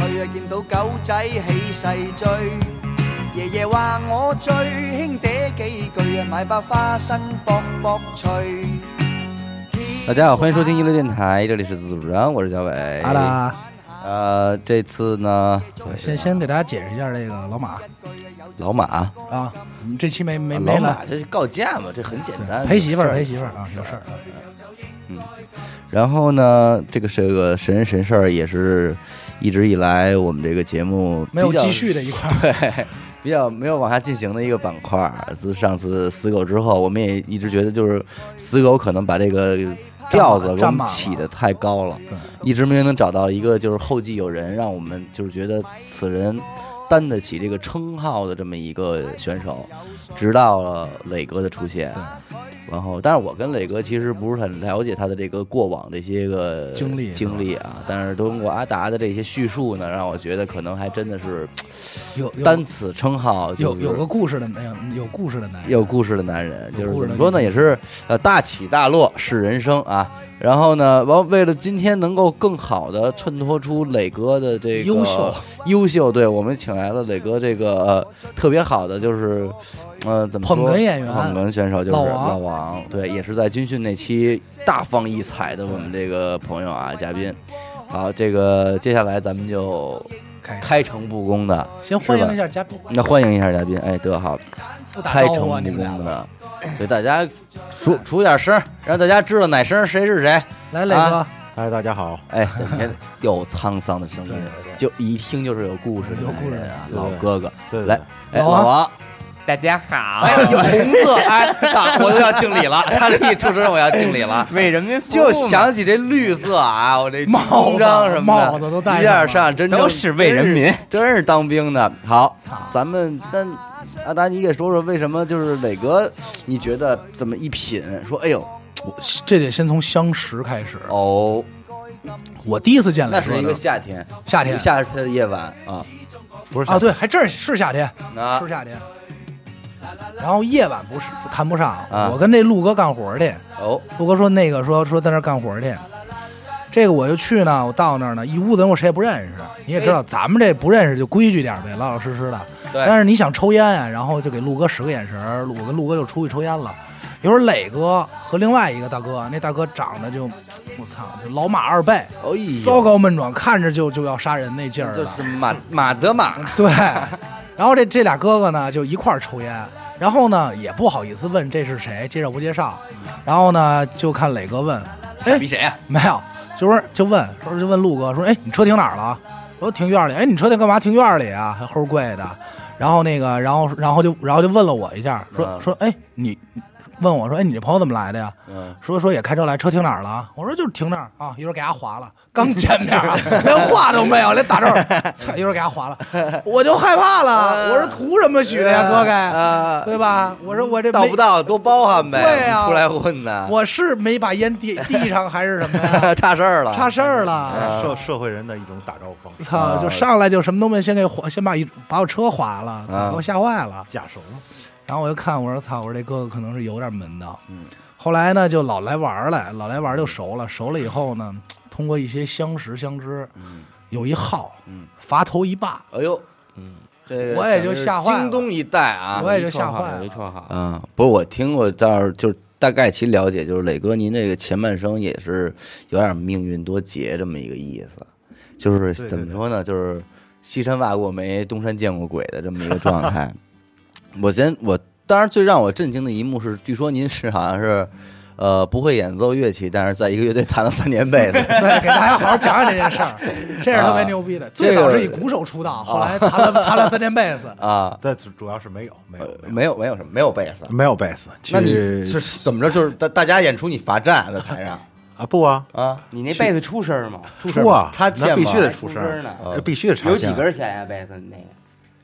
每日見到狗仔起勢追，爺爺話我最興嗲幾句啊，買包花生博博脆。大家好，欢迎收听一路电台，这里是自主人，我是小伟。阿拉，呃，这次呢，先先给大家解释一下这个老马老马，啊，你这期没没啊没老马来，这是告假嘛，这很简单，陪媳妇儿陪妇。媳妇儿啊，有事儿啊。然后呢，这个是个神人神事儿，也是一直以来我们这个节目没有比较积蓄的一块 儿对，比较没有往下进行的一个板块儿。自上次死狗之后，我们也一直觉得就是死狗可能把这个调子给我站满们了起的太高了，一直没有能找到一个就是后继有人，让我们就是觉得此人担得起这个称号的这么一个选手，直到了磊哥的出现。然后，但是我跟磊哥其实不是很了解他的这个过往这些个经历经历啊，但是通过阿达的这些叙述呢，让我觉得可能还真的是有有单此称号、就有是有个故事的没有有故事的男人，有故事的男人，就有是故怎事的么说呢，男人也是呃大起大落是人生啊。然后呢，完为了今天能够更好的衬托出磊哥的这个优秀优秀，对我们请来了磊哥这个、呃、特别好的就是。呃，怎么说？捧哏演员捧哏选手就是老老王王对，也是在军训那期大放异彩的我们这个朋友啊，嘉宾。好，这个接下来咱们就开开诚布公的，先欢是吧迎一下嘉宾，那欢迎一下嘉宾，哎，得好，不打开招诚布呼啊，公你们俩的，对大家出出点声儿，让大家知道哪声儿谁是谁。来磊啊哥，嗨，大家好， 哎，对你看有沧桑的声音，就一听就是有故事的有故事男的人啊，对老哥哥。对来，哎，老老王王，大家好，哎，有红色，哎，大我都要敬礼了，他这一出声我要敬礼了。为人民服务嘛就想起这绿色啊，我这帽子胸章什么的，帽子都戴上一下上，真正都是为人民真是，真是当兵的。好，咱们但阿达，你给说说为什么就是磊哥，你觉得怎么一品？说哎呦我这得先从相识开始。哦，我第一次见那磊是哥一个的夏天，嗯夏天夏天的夜晚啊，不是啊，，对，还真是是夏天，啊是夏天。然后夜晚不是谈不上啊，我跟这陆哥干活去，哦，陆哥说那个说说在那儿干活去，这个我就去呢，我到那儿呢，一屋子人我谁也不认识，你也知道咱们这不认识就规矩点呗，老老实实的。对但是你想抽烟啊，然后就给陆哥使个眼神儿，我跟陆哥就出去抽烟了。一会儿磊哥和另外一个大哥，那大哥长得就，我操，就老马二倍，哦，哎呦骚高闷壮，看着就就要杀人那劲儿就了是。马马德玛，对，然后这这俩哥哥呢就一块儿抽烟，然后呢也不好意思问这是谁，介绍不介绍，然后呢就看磊哥问，傻逼谁呀？没有，就是就问，说就问陆哥说，哎，你车停哪儿了？我说停院里。哎，你车停干嘛？停院里啊，还齁贵的。然后那个，然后然后就然后就问了我一下，说嗯说，哎，你问我说，哎，你这朋友怎么来的呀？嗯，说说也开车来，车停哪儿了？我说就是停那儿啊，一会儿给他划了。刚见面 儿，连话都没有，连打招呼，操，一会儿给他划了，我就害怕了。我说图什么许的呀，哥该，啊，对吧？我说我这到没不，到多包涵呗，对啊出来混的，我是没把烟递递上还是什么 呀？差事儿了，差事儿了。啊社社会人的一种打招呼方式，操！就上来就什么都没，先给划， 先把一把我车划了，操！给我吓坏了。假熟嘛，然后我就看，我说操，我说这哥哥可能是有点门道。嗯。后来呢，就老来玩儿来，老来玩儿就熟了，熟了以后呢，通过一些相识相知，嗯，有一号，嗯，伐头一霸，哎呦，嗯，这我也就吓坏了京东一带啊，我也就吓坏有一了。绰号，嗯，不是我听过，倒是就是大概其了解，就是磊哥您这个前半生也是有点命运多劫这么一个意思，就是对对怎么说呢，就是西山挖过煤，东山见过鬼的这么一个状 态。我先我当然最让我震惊的一幕是，据说您是好像是。呃，不会演奏乐器，但是在一个乐队弹了三年 贝斯，对，给大家好好讲讲这件事 儿，啊这啊是特别牛逼的。最早是以鼓手出道，后来弹了弹了三年贝斯，啊，但主主要是没有，没有，没有没有没有什么，没有贝斯。呃没有贝斯，那你去是怎么着？就是大大家演出你罚站在台上啊不啊， 啊，你那被子出声吗？出啊，插线那必嘛须得还出出声声呢儿，呃必须得插线，有几根弦呀？被子那个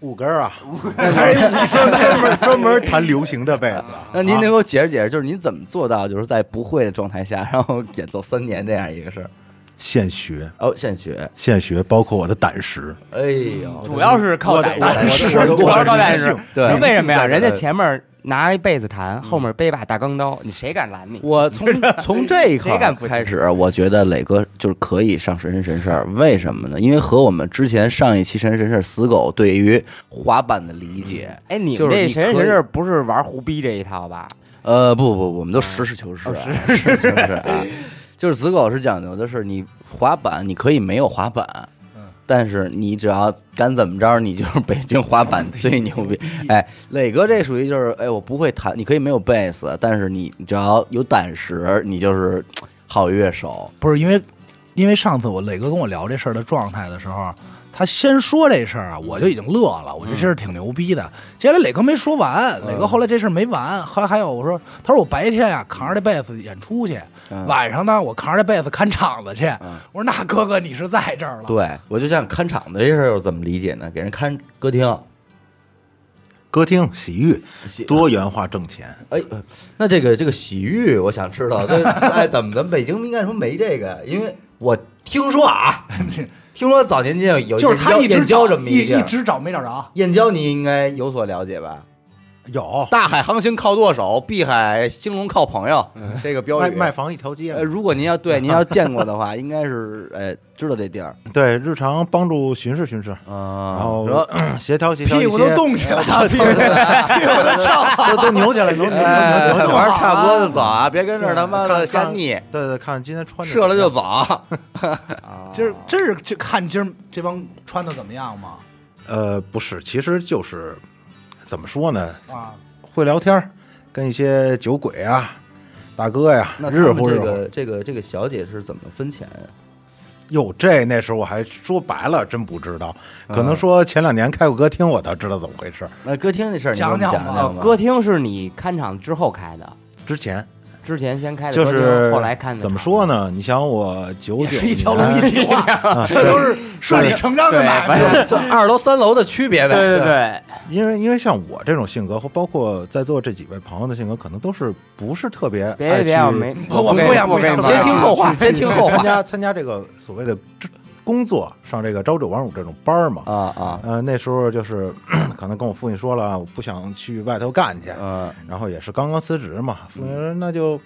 五根儿啊，还是五声专门 专门弹流行的贝斯啊，那您能给我解释解释，就是您怎么做到，就是在不会的状态下，然后演奏三年这样一个事儿？现学哦，现学，现学，包括我的胆识，哎呦，哦主要是靠我的胆我的识，我的主要是靠胆我识的。对为什么呀？我的人家前面拿一被子弹，后面背把大钢刀，你谁敢拦你？我从从这 一刻谁敢不开始，我觉得磊哥就是可以上神神神事儿，为什么呢？因为和我们之前上一期神神神事儿死狗对于滑板的理解，哎，你就是们嗯这你神人可以神事儿不是玩胡逼这一套吧？呃，不不，不我们都实事求是啊，实事求是啊， 就是死狗是讲究的是你滑板，你可以没有滑板。但是你只要敢怎么着，你就是北京滑板最牛 逼。哎，磊哥这属于就是，哎，我不会弹，你可以没有贝斯，但是你只要有胆识，你就是好乐手。不是因为，因为上次我磊哥跟我聊这事儿的状态的时候，他先说这事儿啊，我就已经乐了，嗯我觉得这事儿挺牛逼的。接下来磊哥没说完，磊哥后来这事儿没完，后来还有我说，他说我白天呀、扛着这被子演出去，嗯晚上呢我扛着这被子看场子去。我说那哥哥你是在这儿了，对啊我就想看场子这事儿又怎么理解呢？给人看歌厅，歌厅、洗浴洗，多元化挣钱。哎，呃那这个这个洗浴，我想知 道，这哎怎么咱们北京应该说没这个？因为我听说 啊，听说早年间有有就是他燕一直燕郊这找么一地儿一直找没找着，燕郊你应该有所了解吧？有大海航行靠舵手，碧海兴隆靠朋友，嗯这个标卖语。卖房一条街嘛呃，，如果您要 对您要见过的话，应该是哎知道这地儿对，日常帮助巡视巡视，哦然啊后 咳协调协调一屁些，股都冻起来了，屁股 屁股都翘了。都都扭起来，扭扭扭哎，扭扭玩儿差不多就走啊，别跟这儿他妈的看瞎看腻，对对，看今天穿的射了就怎么走。啊今儿真是就看今儿这帮穿的怎么样嘛？样。呃，不是，其实就是怎么说呢，啊，会聊天儿，跟一些酒鬼啊、大哥呀、那他日们乎这日乎。个这个这个小姐是怎么分钱啊？哟，这那时候我还说白了，真不知道，可能说前两年开过歌厅，我倒知道怎么回事。那歌厅这事儿，你给我们讲讲讲吧哦讲吧呃歌厅是你看场之后开的，之前之前先开的就歌厅，是后来看的。怎么说？呢？你想我九也九是一条龙一年，体化，这都是顺理成章的买卖。这这二楼三楼的区别呗。对对对，因为因为像我这种性格，或包括在座这几位朋友的性格，可能都是不是特别别爱去别，我没，不我不要我跟不你要先听后话，去先听后参话加参加这个所谓的工作，上这个朝九晚五这种班儿嘛。啊啊，呃，那时候就是 咳可能跟我父亲说了，我不想去外头干去，嗯，然后也是刚刚辞职嘛，父亲说那就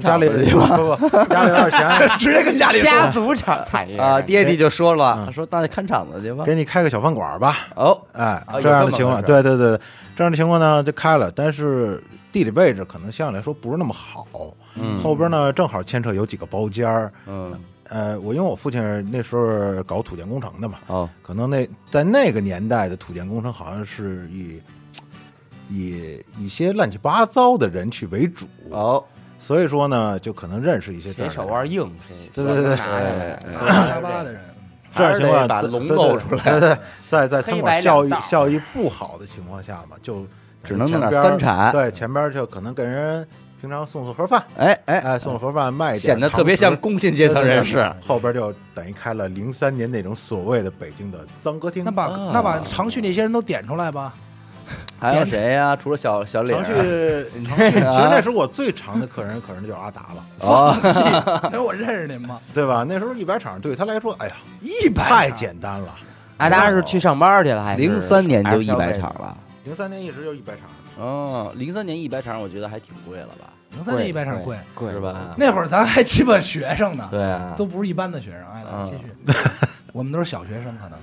看家里场子去不不 不家里有点闲，直接跟家里家 族产产业啊，爹爹就说了，嗯他说那就看场子去吧。给你开个小饭馆儿吧。哦，哎啊，这样的情有况，这对对对，这样的情况呢就开了，但是地理位置可能相对来说不是那么好。嗯后边呢正好牵扯有几个包间儿，嗯，呃，我因为我父亲那时候搞土建工程的嘛，哦，可能那在那个年代的土建工程好像是以以一些乱七八糟的人去为主，哦，所以说呢，就可能认识一些这样谁的手人腕硬，对对对巴巴的人，这样还的情是得况把对龙对露对出来对对，在在餐黑馆白效两益道效益不好的情况下嘛，就只能弄前点边儿三茶对，前边儿就可能给人平常送送盒饭，哎哎，哎，送送盒饭卖一点，显得特别像工薪阶层人士。。后边就等于开了零三年那种所谓的北京的脏歌厅。那把啊那把常去那些人都点出来吧。还有谁呀？除了小小李常去， 常去，其实那时候我最长的客人可能就是阿达了，哦，那我认识您吗？对吧？那时候一百场对他来说，哎呀，一百太简单了。阿达是去上班去了，还是零三年就一还百是消场费了。零三年一直就一百场，嗯，零三年一百场，我觉得还挺贵了吧？零三年一百场贵贵，贵是吧？那会儿咱还鸡巴学生呢，对啊都，不是一般的学生。哎，来嗯继续，我们都是小学生，可能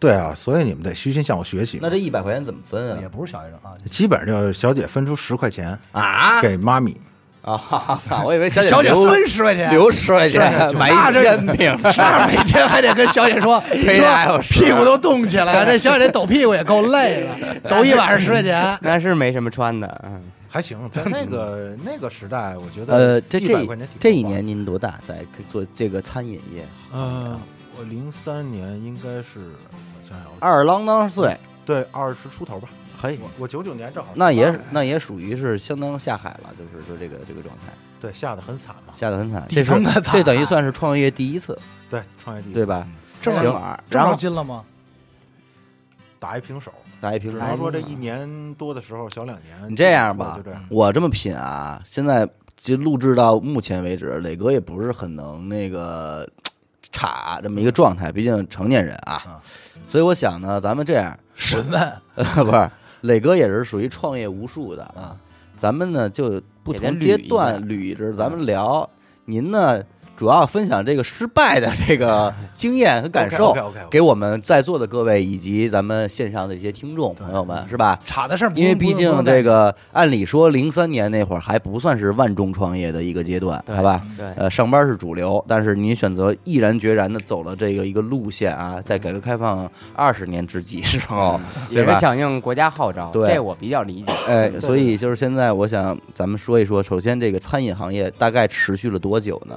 对啊，所以你们得虚心向我学习。那这一百块钱怎么分也不是小学生啊。基本上就是小姐分出十块钱啊？啊给妈咪，啊！哈哈操我以为小姐小姐留分十块钱，留十块钱买一煎饼，那每天还得跟小姐说，以来我说试屁股都冻起来了，这小姐这抖屁股也够累了，抖一晚上十块钱。那是没什么穿的，嗯，还行，在那个那个时代，我觉得呃，这一百这块钱挺这一高的，年您多大，在做这个餐饮业？呃，我零三年应该是我想想我二郎当岁，对二十出头吧，嘿，我我九九年正好那也是那也属于是相当下海了，就是说这个这个状态对下的很惨嘛，下得很惨，底这是层的惨这等于算是创业第一次，对创业啊第一次嗯对吧？正好行，正然好后进了吗？打一平手，打一瓶只能说这一年多的时候小两年，哎你这样吧嗯就这样，，我这么品啊，现在就录制到目前为止，磊哥也不是很能那个岔这么一个嗯状态，毕竟成年人啊，所以我想呢，咱们这样， 审问呃不是，磊哥也是属于创业无数嗯的啊。咱们呢就不给他同捋阶一段下捋着咱们聊，您呢主要分享这个失败的这个经验和感受 OK，OK，OK，OK 给我们在座的各位以及咱们线上的一些听众朋友们，是吧？差的事儿不用，因为毕不用竟不用这个，按理说零三年那会儿还不算是万众创业的一个阶段，对好吧？对，呃，上班是主流，但是您选择毅然决然的走了这个一个路线啊，在改革开放二十年之际时候，对也是吧？响应国家号召，对这我比较理解。 哎，所以就是现在，我想咱们说一说，首先这个餐饮行业大概持续了多久呢？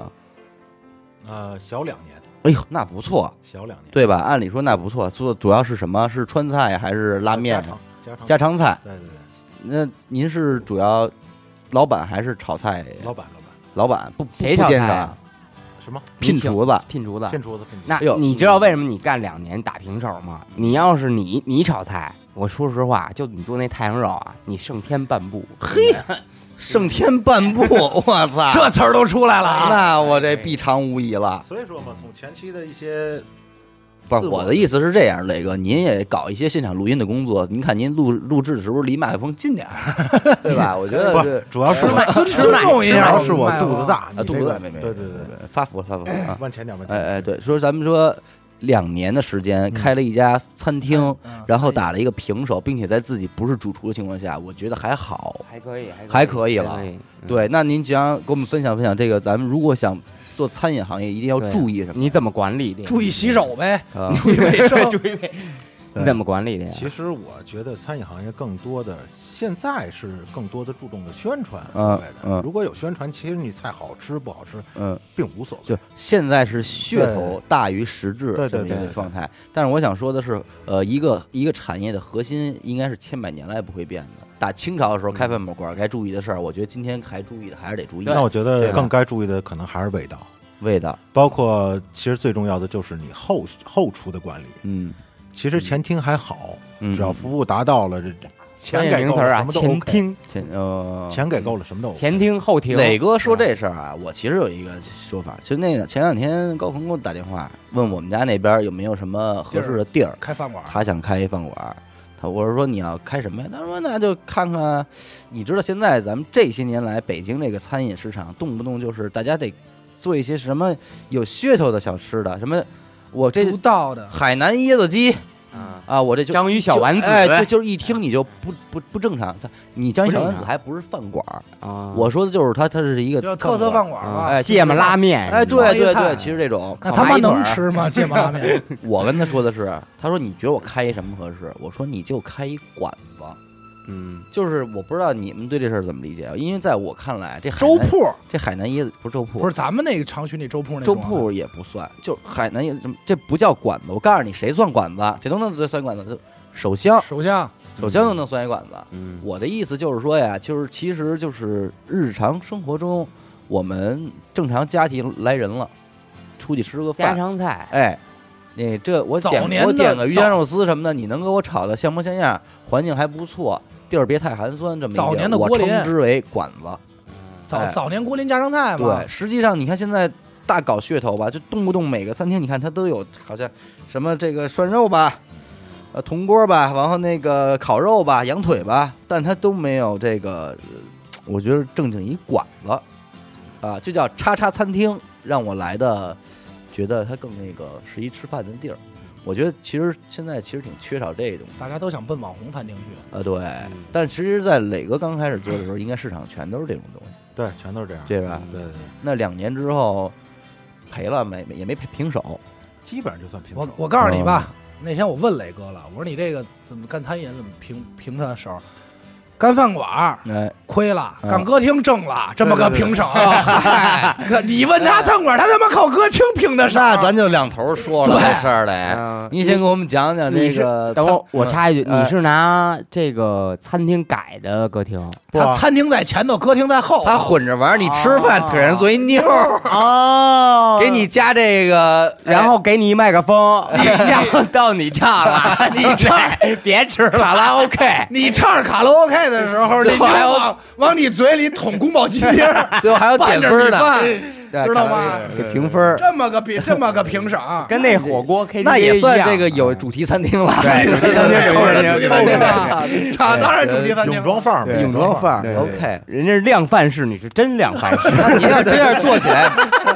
呃，小两年，哎呦，那不错，小两年，对吧？按理说那不错，做主要是什么？是川菜还是拉面家？常家常家常菜。对对对，那您是主要老板还是炒菜？老板老老板板不不谁不炒奸菜商啊什么聘你请厨 子，聘厨子，骗厨子骗厨子，那哎呦你知道为什么你干两年打平手吗？你要是你你炒菜，我说实话，就你做那太阳肉啊，你胜天半步。嘿，胜天半 步，我操！这词儿都出来了啊！那我这必尝无疑了。所以说嘛，从前期的一些不是自哎我的意思是这样，磊哥，您也搞一些现场录音的工作，您看您录录制的时候离麦克风近点儿， 对吧？我觉得不这是，主要是我尊尊重一主下，要是我肚子。大，啊，你肚这子个大没没，对对对对，对，发福了发福了 啊！往前点往前哎点，哎，对，说咱们说两年的时间开了一家餐厅，嗯然后打了一个平手，并且在自己不是主厨的情况下，我觉得还好。还可以，还还可以了以。嗯对，那您既然给我们分享分享这个，咱们如果想做餐饮行业，一定要对注意什么？你怎么管理的？注意洗手呗，啊，注意卫 生。注意呗。你怎么管理的 呀？其实我觉得餐饮行业更多的现在是更多的注重的宣传嗯所谓的嗯，如果有宣传，其实你菜好吃不好吃嗯。并无所谓。就现在是噱头大于实质对这么一对对个对状态，但是我想说的是，呃，一个一个产业的核心应该是千百年来不会变的。打清朝的时嗯候开饭馆该注意的事儿，我觉得今天该注意的还是得注意那我觉对得吧更该注意的可能还是味道，味道。包括其实最重要的就是你后后厨的管理。嗯，其实前厅还好，嗯只要服务达到了，这专钱业给名够词儿了，啊，什么都前 OK。厅、前呃，钱给够了，什么都 OK。前嗯厅、后厅。磊哥说这事儿啊，我其实有一个说法，其实那个前两天高鹏给我打电话，问我们家那边有没有什么合适的地儿，开饭馆儿，他想开一饭馆儿，他我说你要开什么呀？他说那就看看，你知道现在咱们这些年来北京这个餐饮市场，动不动就是大家得做一些什么有噱头的小吃的，什么我这独到的海南椰子鸡啊，啊，我这就章鱼小丸子。就哎，对，就是一听你就不不不正常。他你章鱼小丸不子正常还不是饭馆儿，啊，我说的就是它，它是一个就是特色饭馆馆儿啊嘛。哎芥末拉面。儿。哎，对对烤蚂蚁对，菜其实这种那烤他蚂妈蚁腿能儿吃 吗？芥末拉面我跟他说的是，他说你觉得我开一什么合适？我说你就开一馆子。嗯，就是我不知道你们对这事儿怎么理解啊，因为在我看来，这海粥南铺儿哎这海南椰子不是粥铺，不是咱们那个长区那粥铺那粥种啊铺也不算，就海南椰子什么这不叫馆子。我告诉你，谁算馆子？谁都能算馆子，就手香，首啊相手香都能算一馆子。嗯，我的意思就是说呀，就是其实就是日常生活中，我们正常家庭来人了，出去吃个家饭，常菜。哎，你这我早点年我的点个鱼早香肉丝什么的，你能给我炒的像模像样，环境还不错，地儿别太寒酸，这么一早地儿年的我郭林称之为馆子。早哎早年郭林家常菜嘛对，，实际上你看现在大搞噱头吧，就动不动每个餐厅，你看它都有好像什么这个涮肉吧，呃铜锅吧，然后那个烤肉吧，羊腿吧，但它都没有这个，呃我觉得正经一馆子啊，就叫叉叉餐厅，让我来的觉得它更那个是一吃饭的地儿。我觉得其实现在其实挺缺少这种大家都想奔网红餐厅去，呃，对，但其实，在磊哥刚开始做的时候，应该市场全都是这种东西，对，全都是这样。对吧？对对，对那两年之后赔了没没也没赔平手，基本上就算平我手。我告诉你吧，嗯那天我问磊哥了，我说你这个怎么干餐饮怎么平平的手儿？干饭馆儿哎，亏了，嗯干歌厅挣了，这么个对对对 平手。嗨可 你问他餐馆，他他妈靠歌厅平的手。那咱就两头说了这事儿得。嗯啊你先给我们讲讲这你是个餐，等我，我插一句，嗯你是拿这个餐厅改的歌厅不他啊，餐厅在前头，歌厅在后头。他混着玩儿，你吃饭哦腿上做一妞儿， 哦 给你加这个，然后给你一麦克风， 然后到你唱了，你这别吃哎了，卡拉 OK，你唱着卡拉 OK 菜的时候，那 最后还就有往往你嘴里捅宫保鸡丁儿， 最后还有点分儿拌着的，米饭哎对知道吗？给评分儿， 这么个比这么个评 啊赏，跟那火锅 KTV 那也算这个一样啊有主题餐厅了。 对主题餐厅有有有有有有有操，啊当然主题餐厅泳装范儿嘛，对泳装范对儿对，OK。人家是量贩式，你是真量贩式。 那你要这样做起来，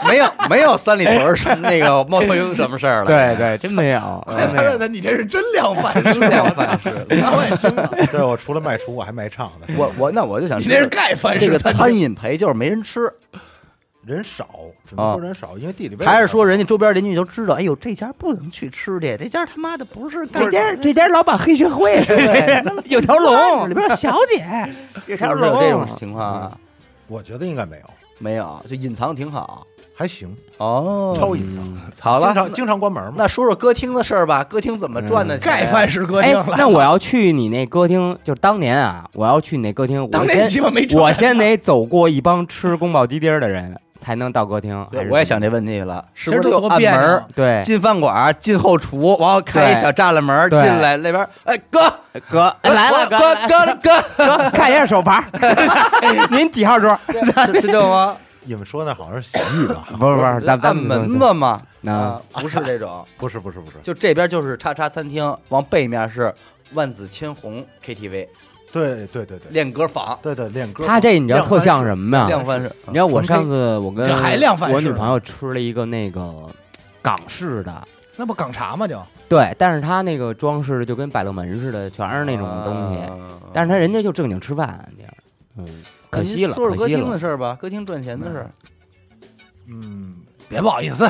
没有没有三里屯儿什么那个 猫头鹰什么事儿了。对对，真没 有，真没他 有。说你这是真量贩式，量贩式 我也惊了，对我除了卖厨，我还卖唱的，我我那我就想你知那是道，盖饭式这个餐餐厅饮赔就是没人吃，人少，只能啊说人少，因为地理位置还是说人家周边邻居就知道，哎呦这家不能去吃去，这家他妈的不是干家这家老板黑社会， 有 条里龙，边有小 姐，有条是不是有龙。这种情况啊？我觉得应该没有，没有，就隐藏挺好。还行，哦超隐好藏，经了，常经常关门嘛。那说说歌厅的事儿吧，歌厅怎么赚的钱？啊盖饭式歌哎厅了，，那我要去你那歌厅，就是当年啊，我要去你那歌厅，当我年你鸡先巴没吃我先得走过一帮吃宫保鸡丁的人，才能到歌厅。还对，是我也想这问题了，是其实不是都有多暗别门扭儿？哎对进饭馆儿，进后厨，然后开一对小栅栏门儿进对来，那边儿哎哥哥哎来了，哥哥哥哥，哥，看一下手 牌，哎您几 号桌？是是这种啊 吗？你们说那好像是洗浴 吧？不是不是，咱按咱们门子嘛，那啊，不是这种，不是不是不是，就这边就是叉叉餐厅，往背面是万紫千红 KTV 对对对对练歌房，对对，练歌。他这你知道特像什么呀？量贩式，你知道我上次我跟这还量贩式呢我女朋友吃了一个那个港式的，那不港茶吗？就对，但是它那个装饰就跟百乐门似的，全是那种东啊西，但哦是他人家就正经吃饭，地儿，嗯，可惜了，说说可歌惜厅的了，事儿吧，歌厅赚钱的事儿，嗯，别不好意思，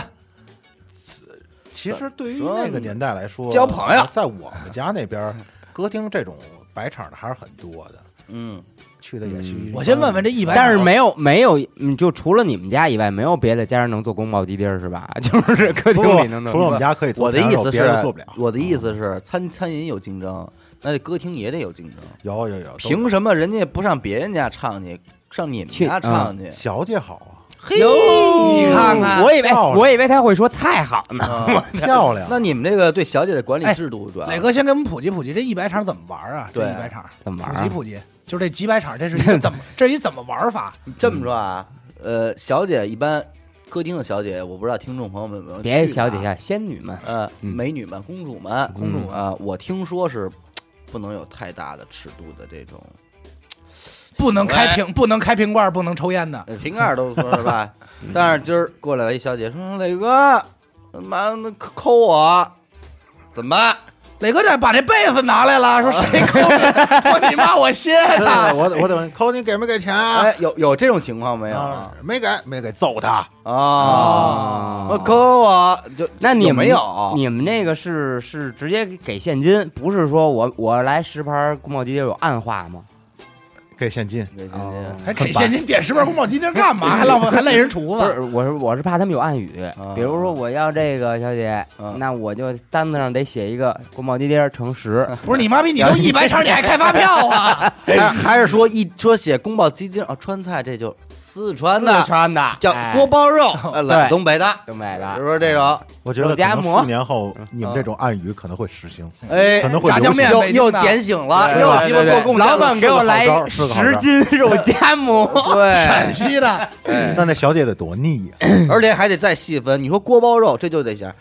其实对于那个年代来说，交朋友在我们家那边儿， 歌厅这种摆场的还是很多的，嗯，去的也是。我先问问这一百，但是没有没有，嗯，就除了你们家以外，没有别的家人能做宫保鸡丁儿是吧？ 就是客厅不里能哦除了我们家可以做，我的意思别人是做不了，。我的意思是餐餐饮有竞争，那这歌厅也得有竞争，有有有，凭什么人家不上别人家唱去，上你们去家唱去？小姐好啊嘿，你看看，嗯我以为漂亮我以为他会说菜好呢，啊啊，漂亮。那你们这个对小姐的管理哎制度主要磊哥先给我们普及普及这一百场怎么玩啊？这对一百场怎么玩普啊及？普及，就这几百场，这是一个怎么这是一怎么玩法？这么说啊，呃，小姐一般歌厅的小姐，我不知道听众朋友们有没有别去小姐啊，姐，仙女们，呃，嗯美女们、公主们、公主啊，我听说是不能有太大的尺度的这种，不能开瓶，不能开瓶罐，不能抽烟的。呃瓶盖都说是 吧？但是今儿过来了一小姐说：“磊哥，他妈的抠我，怎么办？”磊哥这把这被子拿来了，说谁抠的？ 我你妈，我歇对他。我得我得问，扣你给没给钱啊？哎，有有这种情况没有啊啊？没给，没给，揍他！啊，哦我抠我就那你有们没啊有？你们那个是是直接给现金，不是说我我来十盘宫保鸡丁有暗话吗？给现金，对今哦天还给现金点十份宫保鸡丁干嘛？还浪费，还累人厨不是，子。我是我是怕他们有暗语，哦啊比如说我要这个小姐，嗯那我就单子上得写一个宫保鸡丁乘嗯十，不是你妈逼，你都一百场，你还开发票啊？哎还还是说一说写宫保鸡丁啊，川菜这就四川的四川的叫哎锅包 肉，呃来对东北的，东北是的，不是这种？我觉得肉可夹能馍数年后嗯你们这种暗语可能会实行，哎嗯可，能会炸酱面又流北京又的点醒了，对又对鸡巴对做贡献了老板给我来是个好招是个好十招斤肉夹馍，陕对，西的，哎行。那那小姐得多腻呀！而且还得再细分。你说锅包肉，这就得写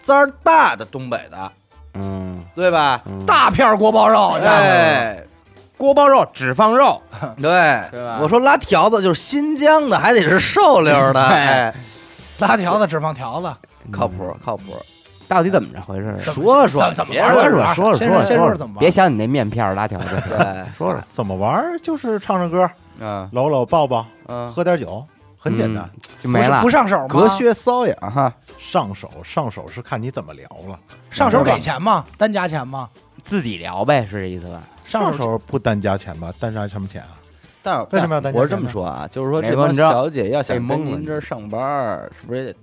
渣儿大的东北的，嗯，对吧？大片锅包肉，知道吗哎，锅包肉只放肉， 对，对吧我说拉条子就是新疆的，还得是瘦溜儿的， 哎，拉条子只放条子。靠谱靠谱。 到底怎么着回事儿？说说，怎么别玩说儿说的？说说先说先说说说怎么玩儿。别想你那面片儿拉条 子，对，说说，怎么玩儿？就是唱唱歌，嗯搂搂抱抱，嗯，喝点酒，很简单。就不没是了不。上手吗？隔靴搔痒哈，上手上手是看你怎么聊了，上手给钱吗？单加钱吗？自己聊呗，是这意思吧？上手不单加钱吧？单加什么钱啊？但是为什么要单加我是这钱么呢说啊，哎就是说磊这哥帮你知道小姐要被想蒙跟了您你这儿上班儿，是不是也得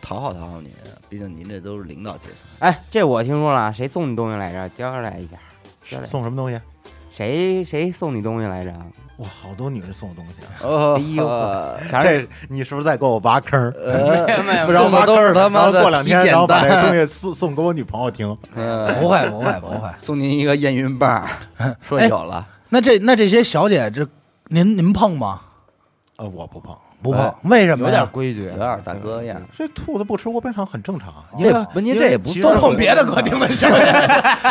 讨好讨好您？毕竟您这都是领导阶层，哎，这我听说了，谁送你东西来着？交代一下，交代送什么东西？啊谁谁送你东西来着？哇，好多女人送我东西啊！哦哎呦呵全是这你是不是在给我挖坑儿？ 呃，不然送的挖都坑是儿他妈然后的过两体天，检然后把这单，东西送送给我女朋友听。嗯， 不会，不会，不会。送您一个验孕棒儿，说哎有了，那这那这些小姐，这您您碰吗？呃，我不碰。不碰哎，为什有么点呀？规矩，有点大哥样。这兔子不吃窝边草很正常，啊因嗯这为不您因这为也不其实算我碰别的歌听的小姐，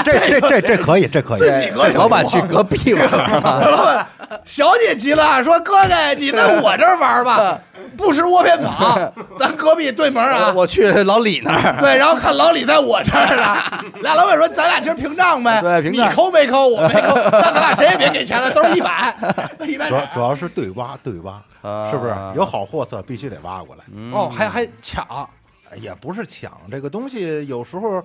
这这这这可以，这可以。老板去隔壁玩儿 了，小姐急了，说：“哥哥，你在我这儿玩吧，不吃窝边草，咱隔壁对门啊。”我去老李那儿。 对，然后看老李在我这儿呢，俩老板说咱俩今儿平账呗，对平账你抠没抠，我没抠，咱俩谁也别给钱了，都是一百，一百主要俩。主要是对挖对挖，啊嗯是不是？有好货色必须得挖过来，哎哦，还还抢，也不是抢这个东西，有时候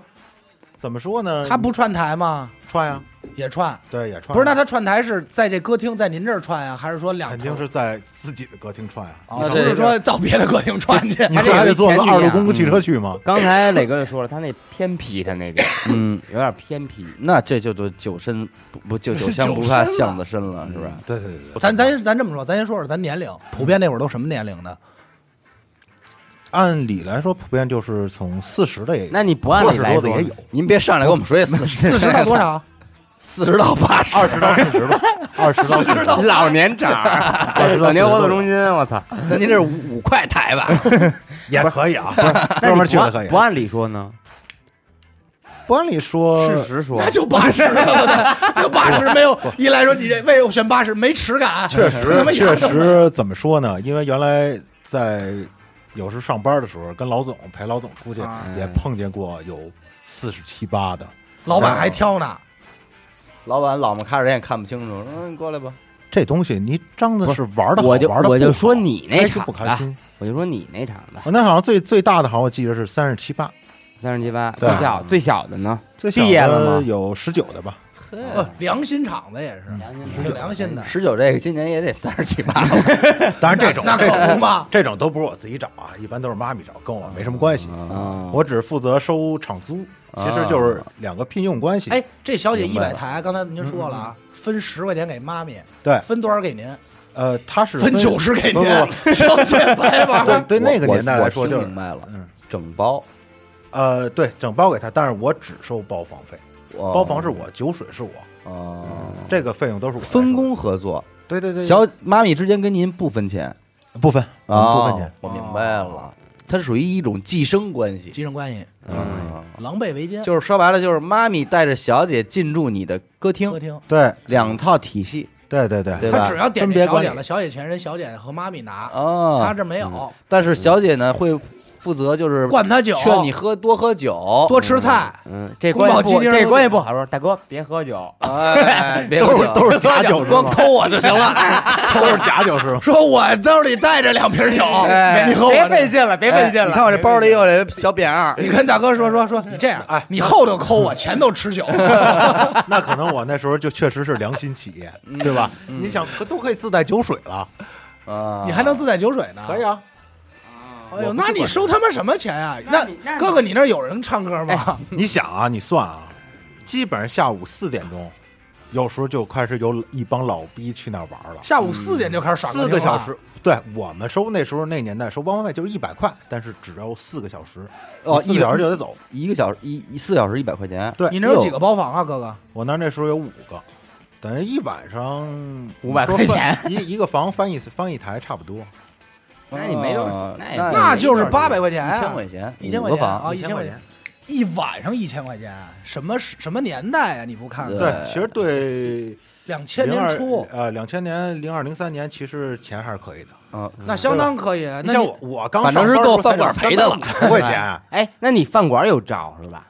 怎么说呢？他不串台吗？穿呀，也串，对，也啊穿。不是？那他串台是在这歌厅，在您这儿串呀，还是说两肯头定？是在自己的歌厅穿呀。哦那不这是说到别的歌厅串去？你他说这还有得一坐前个提二路啊公共汽车去吗？刚才磊哥就说了，他那偏僻，他 那个，嗯，有点偏僻。那这就都酒深不不就酒香不怕巷子深了，是不是？对对对，对咱咱咱这么说，咱先说说咱年龄，普遍那会儿都什么年龄的？按理来说，普遍就是从四十的也有，那你不按理来或者多说的也有，您别上来跟我们 说这四四十到多？少？ 四十到八十，二十到四十吧，二十到四十。老年长，老年活动中心，哎啊我操！那您这是五五块台吧？ 也可以 啊，哥们儿去了不按可以。啊不按理说呢？不按理说，事实说那，就八十了，那八十没有。一来说你这为什么选八十？没耻感，确他实妈确实怎么说呢？因为原来在有时候上班的时候，跟老总陪老总出去，啊也碰见过有四十七八的。老板还挑呢。老板老么看人也看不清楚，嗯，过来吧。这东西你张的是玩的好，我就玩的我就说你那开心场不开的心，？啊我就说你那场的我那好像最最大的好像我记得是三十七八，三十七八，最对小最小的呢？最小毕业了的吗有十九的吧？呃，良心厂子也是，挺良心的。十九这个今年也得三十七八了，当然这种那这可不嘛，这种都不是我自己找啊，一般都是妈咪找，跟我没什么关系。哦啊我只负责收场租，其实就是两个聘用关系。哎，这小姐一明白百了台，刚才您说了啊，分十块钱给妈咪，对，分多少给您？呃，他是分九十给您不不，小姐白玩对儿。 对，那个我年代我来说听就是明白了，嗯整包，呃，对，整包给他，但是我只收包房费，包哦包房是我，酒水是我，哦，这个费用都是我来收分，工合作，对对对，小妈咪之间跟您不分钱不分，我们嗯不分哦钱，我明白了，它是属于一种寄生关系，寄生关系，嗯，狼狈为奸。就是说白了，就是妈咪带着小姐进驻你的歌歌厅，厅，对两套体系对对对，对吧他只要点分这别啊小管理姐了，小姐钱人小姐和妈咪拿，他哦，这没有，嗯但是小姐呢会负责就是灌他酒，劝你喝多喝酒，多吃菜，嗯，这宫关保系鸡不丁这关系不好说，大哥别喝酒， 哎，别都喝是酒 都是假酒是光吗？抠我就 行哎了。都是假酒是吗？说我兜里带着两瓶酒，哎你和别我费劲了，别费劲了。你看我这包里有这小扁 二，你跟大哥说说说，你这样，哎，你后头抠我，前头吃 酒，啊那可能我那时候就确实是良心企业，对吧？你想都可以自带酒水了，啊你还能自带酒水呢？可以。啊，哎呦，那你收他妈什么钱啊？那你那那你哥哥，你那儿有人唱歌吗？你想啊，你算啊，基本上下午四点钟，有时候就开始有一帮老逼去那儿玩了。下午四点就开始耍啊歌四厅了个小时，对我们收那时候那年代收汪汪费就是一百块，但是只要四个小时，哦你四个小时就得走。一个小时一一四小时一百块钱，对，你那儿有几个包房啊，哥哥？我那儿那时候有五个，等于一晚上500说块钱，翻一一个房翻一翻一台差不多。哎那你没有哦那那那就是八百块块钱啊，一千块钱，一千五块个钱房啊，一千块钱，一晚上一千块钱，啊什么时什么年代啊？你不看看，对，其实对两千零年二初，呃两千年零二零三年，其实钱还是可以的。啊，那相当可以。啊你那像你我，我刚反正是够饭馆赔的了五块啊 钱，啊哎，那你饭馆有照是吧？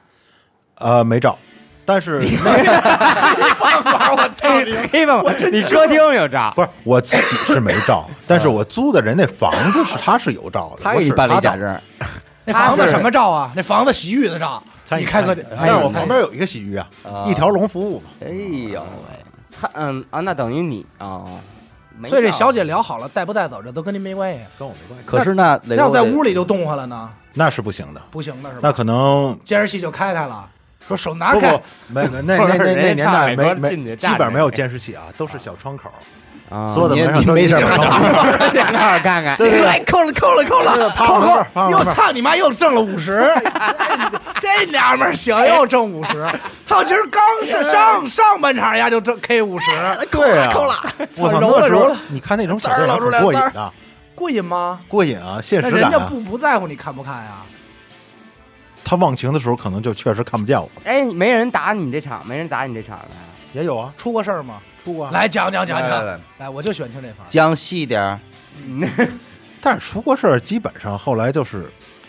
呃，没照，但是那 黑饭馆，你歌厅有照？不是我自己是没 照，但是我租的人那房子是他是有照的，他我给你使办了一照假证，那房子什么照啊？那房子洗浴的照，你开个，但是我旁边有一个洗浴啊，一条龙服务嘛。哎呦 餐嗯啊，那等于你啊，没所以这照啊小姐聊好了，带不带走，这都跟您没关系。跟我没关系，可是那那要在屋里就冻化了呢，那是不行的，不行的是吧？那可能监视器就开开了，说手拿不开不，，没没那那那那年 代没没基本没有监视器啊，都是小窗口，所有啊的你门上都你没事小吧窗口，在 那儿看看，啊对对来哎扣了扣了扣对对了，趴扣门儿趴扣，门儿又操你妈又挣了五 十，这娘们儿行又挣五十，哎操，今儿刚是上上半场呀就挣 K 五十，对啊，扣了，我操操，揉那了时揉候了，你看那种手滋儿电露出筒来很过瘾滋儿的，过瘾吗？过瘾啊，现那实人感家啊。不不在乎你看不看呀？他忘情的时候，可能就确实看不见我。哎，没人打你这场，没人打你这场呢。也有啊，出过事儿吗？出过啊，来讲讲讲来来讲来，来，我就喜欢听这番儿。讲细点儿，但是出过事儿，基本上后来就是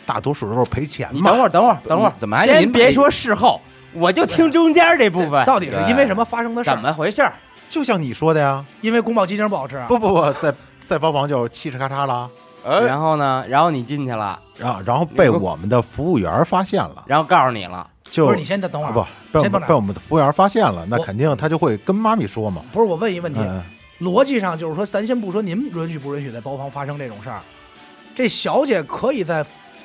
大多数都是赔钱你嘛等。会儿，等会儿，等会儿，怎么还先您别陪说事后，我就听中间这部分，到底是因为什么发生的事怎儿？么回事儿？就像你说的呀，因为宫保鸡丁不好吃啊？不不不，在在帮忙就嘁哧咔嚓了，哎哎然后呢？然后你进去了，然后然后被我们的服务员发现了，然后告诉你了，就不是，你先等等会啊儿不啊。被我先等们哪儿被我们的服务员发现了，那我肯定他就会跟妈咪说嘛。不是我问一问题，嗯，逻辑上就是说，咱先不说您允许不允许在包房发生这种事儿，这小姐可以在，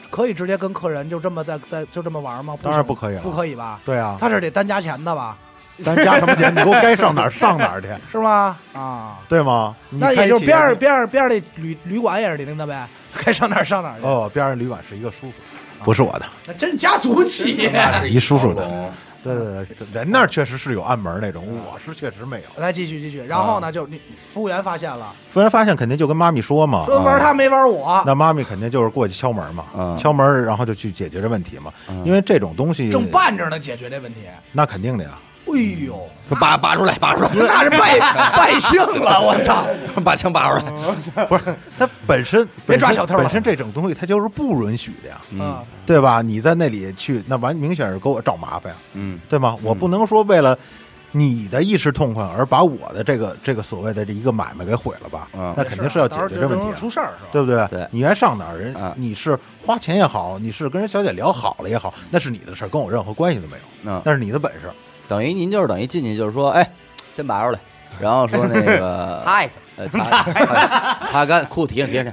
可以直接跟客人就这么在在就这么玩吗？不当然行不可以了不可以吧？对啊，她是得单加钱的吧？咱加什么钱？你给我该上哪儿上哪儿去，是吗？啊，对吗？你那开也就是启边儿边儿边儿那旅旅馆也是您的呗，该上哪儿上哪儿去。哦，边上旅馆是一个叔叔，不是我的，啊哎那真家族企 业。一叔叔的。对对对，人那儿确实是有暗门那种，我是确实没有。来继续继续，然后呢，就是你服务员发现了，服务员发现肯定就跟妈咪说嘛，说玩他没玩我，哦那妈咪肯定就是过去敲门嘛，嗯敲门然后就去解决这问题嘛，因为这种东西正办着呢，解决这问题。那肯定的呀，哎呦，拔拔出来，拔出来，那是 败败兴了，我操！嗯把枪拔出来。不是它本身别抓本身小偷了本身这种东西它就是不允许的呀，嗯，对吧？你在那里去，那完明显是给我找麻烦呀，嗯，对吗？我不能说为了你的一时痛快而把我的这个这个所谓的这一个买卖给毁了吧？嗯那肯定是要解到时候决就这问容易题、出啊。事儿是吧？对不对？对你愿意上哪儿人嗯，你是花钱也好，你是跟人小姐聊好了也好，那是你的事儿，跟我任何关系都没有。嗯，那是你的本事。等于您就是等于进去就是说，哎，先拔出来，然后说那个，擦一次。呃，擦擦擦干，裤提上提上，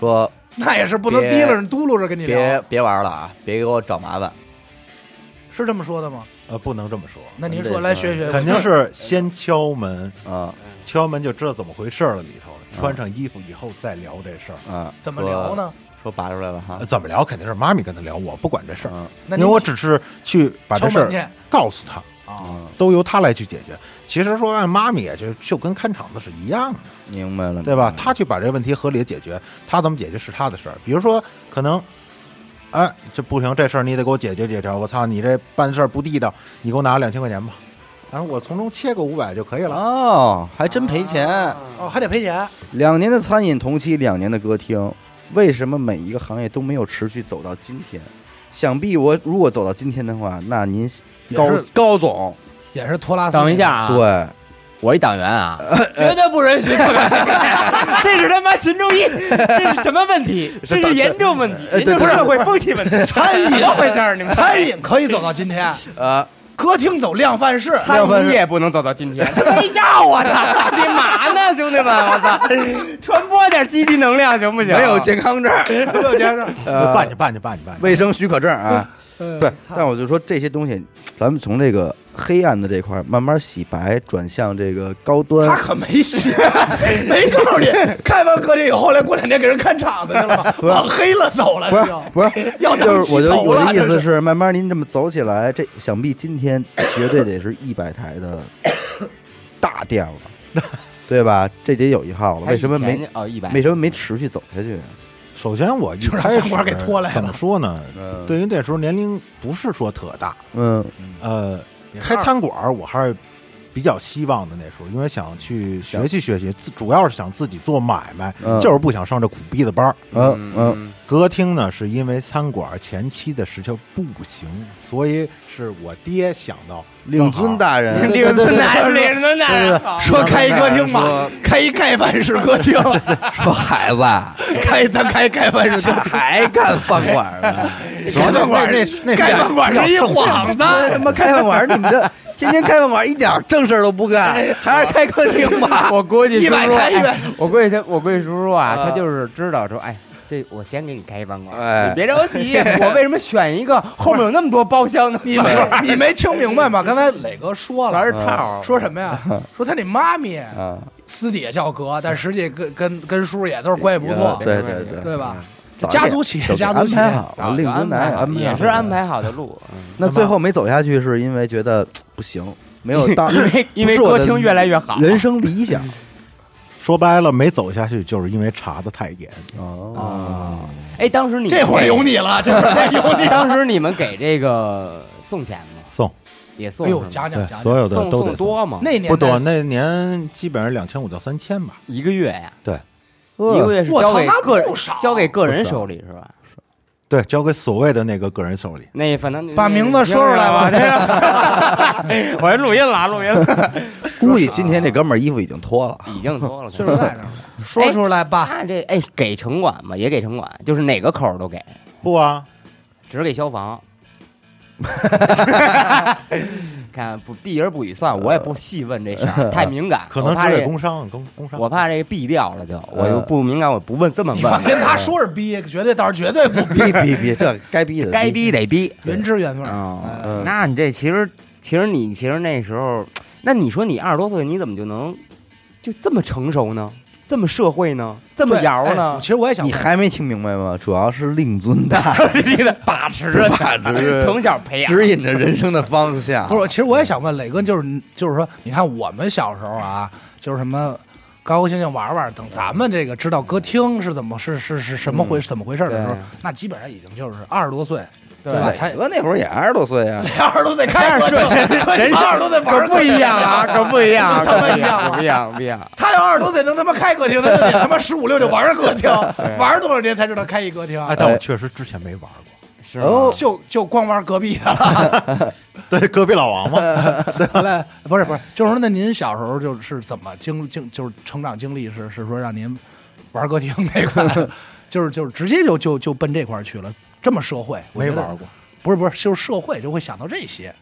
说 那也是不能别提了人嘟噜着跟你别聊，别玩了啊，别给我找麻烦。是这么说的吗？呃，不能这么说，那您对说是来学学，肯定是先敲门，嗯敲门就知道怎么回事了。里头穿上衣服以后再聊这事儿，嗯，怎么聊？呢？说拔出来吧哈呃。怎么聊肯定是妈咪跟他聊，我不管这事儿，嗯那因为您我只是去把这事敲门去儿告诉他，啊，嗯，都由他来去解决。其实说按妈咪也就就跟看场子是一样的，明白了，对嗯吧？明白了他去把这个问题合理的解决，他怎么解决是他的事儿。比如说，可能，哎，这不行，这事儿你得给我解决解决。我操，你这办事儿不地道，你给我拿两千块钱吧，然后我从中切个五百就可以了。啊哦，还真赔钱。嗯哦，还得赔钱，两年的餐饮，同期两年的歌厅，为什么每一个行业都没有持续走到今天？想必我如果走到今天的话，那您高也是高总也是托拉斯。等一下，啊，对呃我一党员啊，绝 对不允许做改革 这是他妈群众意，这是什么问题？这是严重问题，严重社会风气问题。餐饮怎么回事儿？ 你们餐饮可以走到今 天，呃，歌厅走量贩式，餐饮业不能走到今天，非要我操！你嘛呢，兄弟们？我操！传播点积极能量行不行？没有健康证儿，呃办去办去办去办去。卫生许可证啊。嗯对，但我就说这些东西，咱们从这个黑暗的这块儿慢慢洗白，转向这个高端。他可没写，没告诉你，开完歌厅以后，来过两天给人看场子去了吗？往黑了走了，不是这不就是， 要当就是我鸡的头我了的意这思是是，慢慢您这么走起来，这想必今天绝对得是一百台的大店了， 对吧？这得有一号了，为什么以没前哦一百？为什么没持续走下去？啊首先我一就让开饭馆始给拖来了怎么说呢？嗯对于那时候年龄不是说特大，嗯呃，开餐馆儿我还是比较希望的那时候，因为想去学习学习，自主要是想自己做买卖，嗯就是不想上这苦逼的班儿。嗯嗯，嗯歌厅呢，是因为餐馆儿前期的时效不行，所以是我爹想到啊令尊大人对领着奶，领着奶，说开一歌厅吧，开一盖饭式歌厅，说孩子 啊，开咱开盖饭式歌 厅。还干饭馆呢？ 主要那那那那盖饭馆是一幌子，他妈开饭馆，你们这 天天开饭馆，一点正事儿都不干，还是开歌厅吧？哎我估计一百叔叔台一百啊哎我估计他，我估计叔叔啊，他就是知道说，哎，对，我先给你开一帮瓜，哎你别着急，我为什么选一个后面有那么多包厢的？你 没 你没听明白吗？刚才磊哥说了，全是套儿说什么呀？说他那妈咪啊，私底下叫哥，但实际跟跟跟叔也都是关系不错，对对对对吧？早就家族企业，早就家族安企排业，好早了，就令尊安排难好安排也好是了安。排好的路，嗯那最后没走下去，是因为觉得不行，没有到， 因为因为不是我歌的厅越来越好，嗯人生理想。 说白了，没走下去就是因为查的太严。嗯哦，哎，当时你这会儿有你了，这会儿有你。 当时你们给这个送钱吗？送，也送哎是呦吗，讲讲对，讲所讲，有的送都得送送。多吗？那年代不多，那年基本上两千五到三千吧。一个月呀，对一个月是我交操给那个人不少交给个人手里是吧？对，交给所谓的那个个人手里。那反正把名字说出来吧吧， 这个 我这录音了啊，录音了，估计今天这哥们儿衣服已经脱了。已经多了，岁 数在这儿呢，说出来吧。哎那这哎，给城管吗？也给城管，就是哪个口儿都给，不啊，只给消防。 看不避而不语算，我也不细问这事儿，太敏感，可能我怕只这给工商，工工商。我怕这个毙掉了就，我就不敏感，我不问这么你问。放心，他说是逼，绝对到时候绝对不逼逼，逼逼，这该逼的该逼得逼。原汁原味啊儿。嗯哦，那你这其实，其实你其实那时候，那你说你二十多岁，你怎么就能就这么成熟呢？这么社会呢？这么对摇哎呢其？实我也想你问，还没听明白吗？主要是令尊大 你得把持是着呢，把持从小培养。指引着人生的方向。啊不是，其实我也想问磊哥，就是就是说，你看我们小时候啊，就是什么高高兴兴玩玩，等咱们这个知道歌厅是怎么是是是什么回怎么回事的时候嗯对，那基本上已经就是二十多岁，对对吧？磊才哥那会儿也二十多岁啊，二十多岁开始，人人生二十多岁玩儿可不一样啊，可不一样啊，他可妈不一样一样，啊可不一样，不一样。他要二十多岁能他妈开歌厅，他就得他妈十五六就玩儿歌厅，玩儿多少年才知道开一歌厅？啊哎，但我确实之前没玩过。 是哦吗？就就光玩隔壁的了，对，隔壁老王嘛，呃后来不是不是，就是说那您小时候就是怎么经经就是成长经历是是说让您玩歌厅这块儿，就是就是直接就就就奔这块儿去了，这么社会没玩，我觉得过。不是不是，就是社会就会想到这些，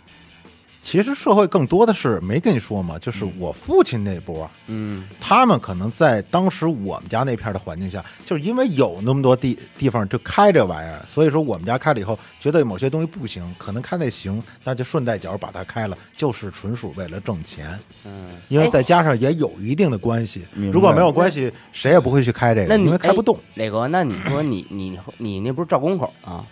其实社会更多的是没跟你说嘛，就是我父亲那波，嗯，他们可能在当时我们家那片儿的环境下，就是因为有那么多地地方就开这玩意儿，所以说我们家开了以后，觉得某些东西不行，可能开那行，那就顺带脚把它开了，就是纯属为了挣钱。嗯，因哎为再加上也有一定的关系，明白如果没有关系，谁也不会去开这那个，你因为开不动。哎磊哥，那你说你你你那不是照公口啊？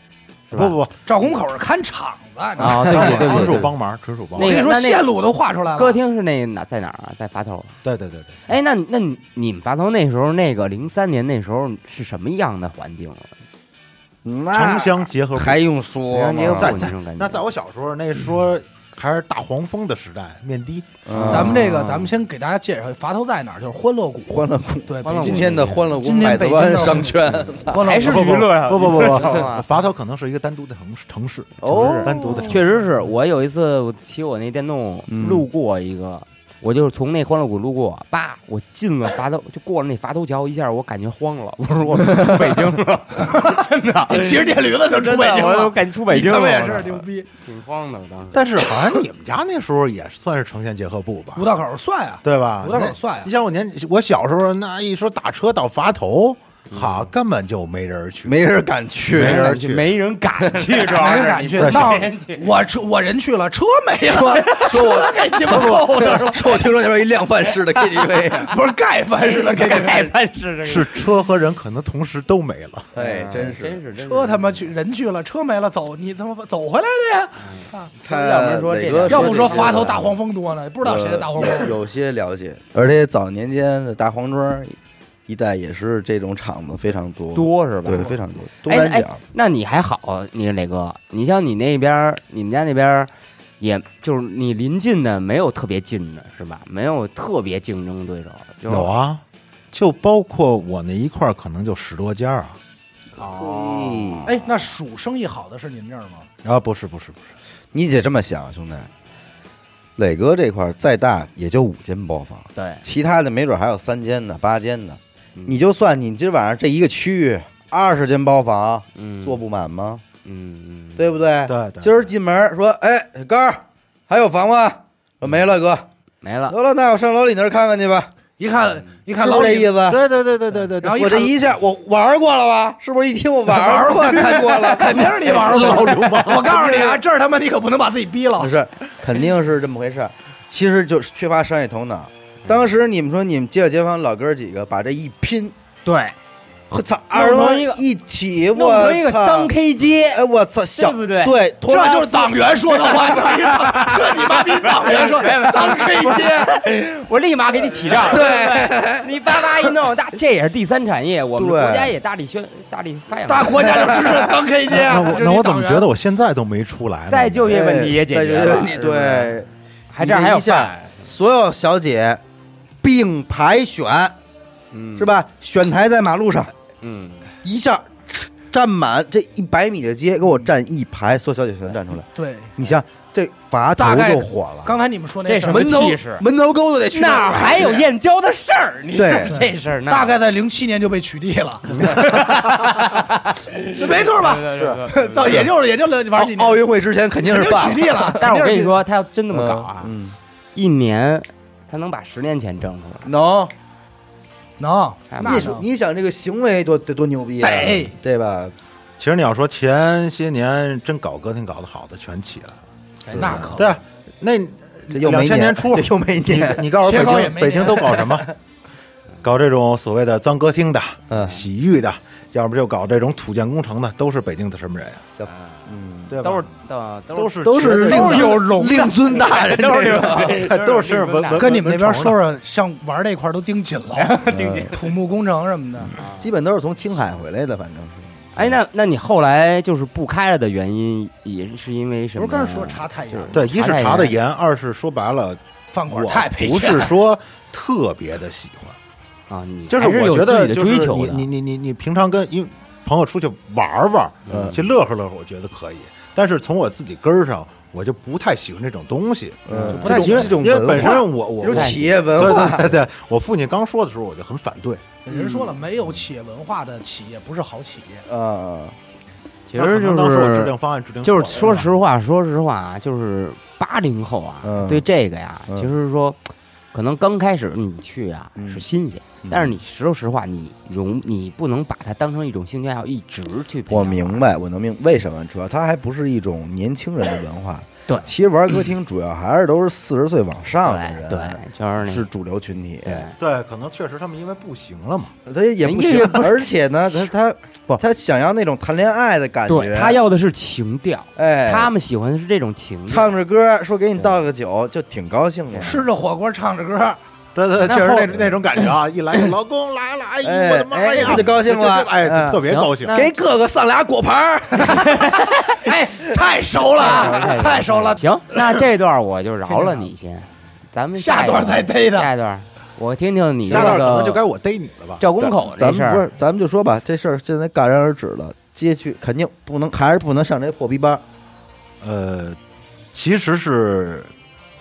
是吧不不不，赵公口是看场子，你知道吗啊，对不起，对不纯起对属不起。帮忙，纯属帮那忙我。跟你个说那那线路都画出来了，歌厅是那哪在哪儿啊？在垡头。对对对对，哎，那那你你们垡头那时候那个零三年那时候是什么样的环境啊？城那乡结合部还用说你有吗？在那在种感觉那在我小时候那时候还是大黄蜂的时代，面的。咱们这个，啊咱们先给大家介绍，垡头在哪儿？就是欢乐谷，欢乐谷对，欢乐谷今天的欢乐谷今天麦子北京湾的商圈，欢乐还谷是不不娱乐呀不不不你不知道啊 吗，垡头可能是一个单独的城市城市哦城市单独的城市确实是我有一次我骑我那电动嗯路过一个，我就是从那欢乐谷路过，叭，我进了垡头，就过了那垡头桥，一下我感觉慌了，我 说我出北京了，真的，骑着电驴子就真出的北京我我了，感觉出北京他了，们也我是操牛逼。挺慌的，我当时。但是好像你们家那时候也算是城乡结合部吧五，道口算啊，对吧？五道口那算呀你像我年我小时候那一说打车到垡头，好根本就没人去，没人敢去，没 人敢去，没人敢去，主要没是人敢去你不，那敢去我车我人去了，车没了，说说 我给鸡巴扣的，说我听说那边一量贩式的 KTV，不是盖饭似的，给太办事这个是车和人可能同时都没了。哎，真是嗯真是真是车他妈去人去了，车没了，走你他妈走回来的呀！操，他要不然说这磊两哥个要不说这发头个大黄蜂多呢，不知道谁的大黄呃蜂。有有些了解，而且早年间的大黄庄一带也是这种厂子非常多，多是吧？对非常多，多哎单哎讲，，那你还好，你磊哥，你像你那边儿，你们家那边儿，也就是你临近的没有特别近的是吧？没有特别竞争对手，就是有，啊，就包括我那一块儿，可能就十多家啊。哦哎，那属生意好的是您这儿吗？啊，不是不是不是，你得这么想，兄弟，磊哥这块儿再大也就五间包房，对，其他的没准还有三间呢、八间呢。嗯你就算你今晚上这一个区域二十间包房，嗯，坐，不满吗？嗯嗯，对不对？对对今儿进门说，哎，哥儿，还有房吗？我没了，哥。没了，啊得了，那我上楼里那儿看看去吧。一看一看是嗯老不是这李意思？对对对对对对，然后我这一下我玩过了吧？是不是一听我玩过 看过了？肯定是 你玩过，我告诉你啊，这儿他妈你可不能把自己逼不 了。是，肯定是这么回事儿。其实就是缺乏商业头脑。嗯当时你们说你们街了街坊老哥几个把这一拼，对，我操，弄成二十多一个一起，弄我成一个操张！K 街，哎，我操，小对不对对，托这拉就是斯党员说的话，这你妈逼党员说，当 K 街， 我立马给你起账。对， 你叭叭一弄，大这也是第三产业，我们对国家也大力宣大力发扬。大国家就支持当 K 街那啊。我这是那你我怎党么员觉得我现在都没出来呢？再就业问题也解决哎再就业了问，题是不是，对，还这儿还有你这一下饭，所有小姐并排选嗯是？吧？选台在马路上，嗯，一下站满这一百米的街，给我站一排，所有小姐全站出嗯来。对，你想，这伐头大概就火了，刚才你们说那这事什儿么门头气势门头沟都得去那儿啊儿还有燕郊的事儿，你对看这事儿那大概在零七年就被取缔了， 没错吧？是到也就是也就玩几奥年，奥运会之前肯定肯是定办取了。缔了。 但是我跟肯你定说，他要真这么搞啊，嗯，一年他能把十年前挣出来。能，是，能还你蛮说你想这个行为多得多牛逼啊，得对吧？其实你要说前些年真搞歌厅搞得好的全起来了，那可对，啊那这又没两千年初这又没你年，你告诉切我糕北也京没北京年都搞什 么？搞这种所谓的脏歌厅的、嗯洗浴的，要不就搞这种土建工程的，都是北京的什么人啊？嗯，对吧？都是都都是是都是都令是有龙的令尊大人都是这种有都是文文跟你们那边说说，像玩这块儿都盯紧了，丁姐。土木工程什么的。基本都是从青海回来的，反正是。哎，那那你后来就是不开了的原因，也是因为什不么是呀？刚才说查太就阳是，对，一是太查的严，严，二是说白了，饭我馆太赔不钱是了。说特别的喜欢，啊，你就是还是我有觉自得己的就是追求你的你你你你平常跟因为朋友出去玩玩，嗯去乐呵乐呵，我觉得可以。但是从我自己根儿上，我就不太喜欢这种东西，嗯就不太喜欢这种因为文本化身我我有我企业文 对化对，对对，我父亲刚说的时候我就很反对，人说了，没有企业文化的企业不是好企业。啊，其那可实能就当时我制是定方案制定就错了是说实话，说实话啊，就是八零后啊，嗯对这个呀，嗯其实说可能刚开始你去啊嗯是新鲜，但是你实说实话，你容你不能把它当成一种兴趣爱好一直去培养。我明白，我能明为什么，主要它还不是一种年轻人的文化。对其实玩歌厅主要还是都是四十岁往上的对人，对，就是那是主流群体。对。对，可能确实他们因为不行了嘛，他也不人家行也，不而且呢，他他不他想要那种谈恋爱的感觉，对他要的是情调，哎，他们喜欢的是这种情调。唱着歌说给你倒个酒，就挺高兴的。吃着火锅唱着歌，对对，那确实后那种那种感 觉啊，一来就老公来了，哎呦哎我的妈呀，哎就高兴就就了哎，嗯就特别行高兴那，给哥哥上俩果盘儿， 哎，太熟了啊，太熟了。行，那这段我就饶了你先，咱 们下一段段再逮他下一段我听听你这下段可能就该个我逮你了吧？赵公口这咱事们不儿。是，咱们就说吧，这事儿现在戛然而止了。街区肯定不能，还是不能上这破逼班儿。呃，其实是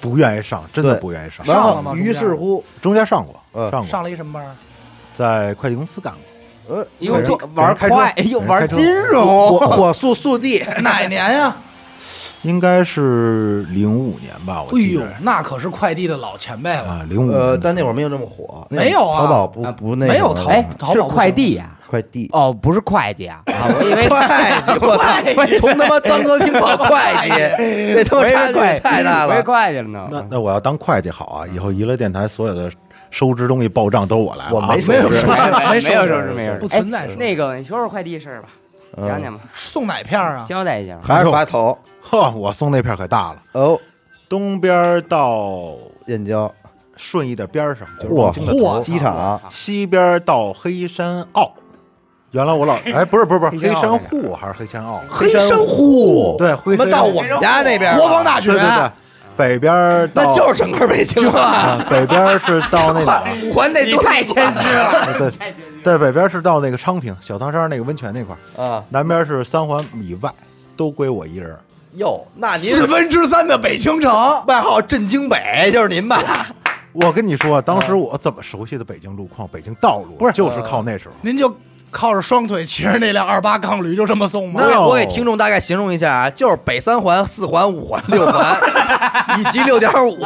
不愿意上，真的对不愿意上。上然了吗后，中间于是乎，中间上过，嗯上过，上了一什么班儿？在会计公司干过。呃，又给做人玩给人开车快，又给玩人开车金融，哎火火速速递， 哪年呀？应该是零五年吧，我哎记呦得，那可是快递的老前辈了，啊，零五呃，但那会儿没有这么火，那会儿没有啊淘宝不啊不那没什有么淘哎宝淘宝是不行快递呀？快递，哦，不是会计啊，啊我以为快递，我 哎操，哎从他妈脏歌厅跑会计， 这他妈我以为差距会也计太大我以为了。会计了呢。那那我要当会计好啊，以后娱乐电台所有的收支东西报账都我来了我啊，没 没有是收 没有没没有收拾拾，没有收拾不存在哎收拾那个，你说说快递事儿吧，讲讲吧，送奶片儿啊？交代一下吧。还是发头呵，我送那片可大了，哦，东边到燕郊，顺义的边儿上，就嚯是望京的头嚯机场，西边到黑山坳。原来我 老哎，不是不是不是，黑黑山山坳户还是黑山坳？黑山户，对，黑他妈山到坳我们家那边了，国防大学啊对对对，北边儿到那就是整个北京了。 啊北边儿哦是到那哪儿？五环内多太谦虚 了对对，北边是到那个昌平小汤山那个温泉那块儿，啊！南边是三环以外，都归我一人儿。哟，那您四分之三的北京城，外号震惊北就是您吧？我跟你说，当时我怎么熟悉的北京路况、北京道路，不是就是靠那时候。 您就靠着双腿骑着那辆二八杠驴就这么送吗？ No 我给听众大概形容一下啊，就是北三环、四环、五环、六 环，以及六点五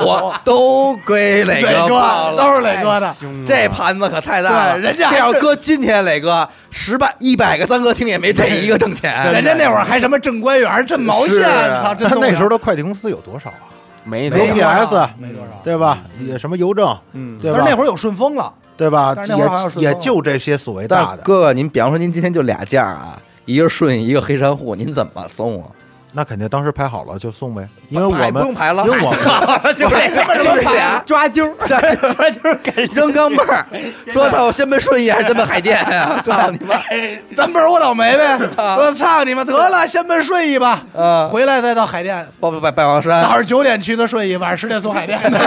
都归磊磊报哥了。都是磊哥的，这盘子可太大了，对人家这要还是搁今天，磊哥十百一百个三哥听也没这一个挣钱。人家那会儿还什么正官员、镇毛线，是啊操，真但弄那点时候的快递公司有多少啊？没没有有 PS 没多少。对吧？也什么邮政，嗯对但是吧那？会儿有顺丰了，对吧但？是那会儿好像也顺也丰啊就这些所谓但大的，哥哥，您比方说您今天就俩价啊，一个顺义，一个黑山户，您怎么送啊？那肯定当时排好了就送呗，因为排我不们用排了，因为我们就是哎就是俩抓阄儿，这就是给扔钢镚儿，说操， 我先奔顺义还是先奔海淀啊？ 操你妈！哎咱本儿我倒霉呗。啊我操你们，得了，先奔顺义吧，啊回来再到海淀。拜拜拜拜王山，早上九点去的顺义，晚上十点送海淀 的，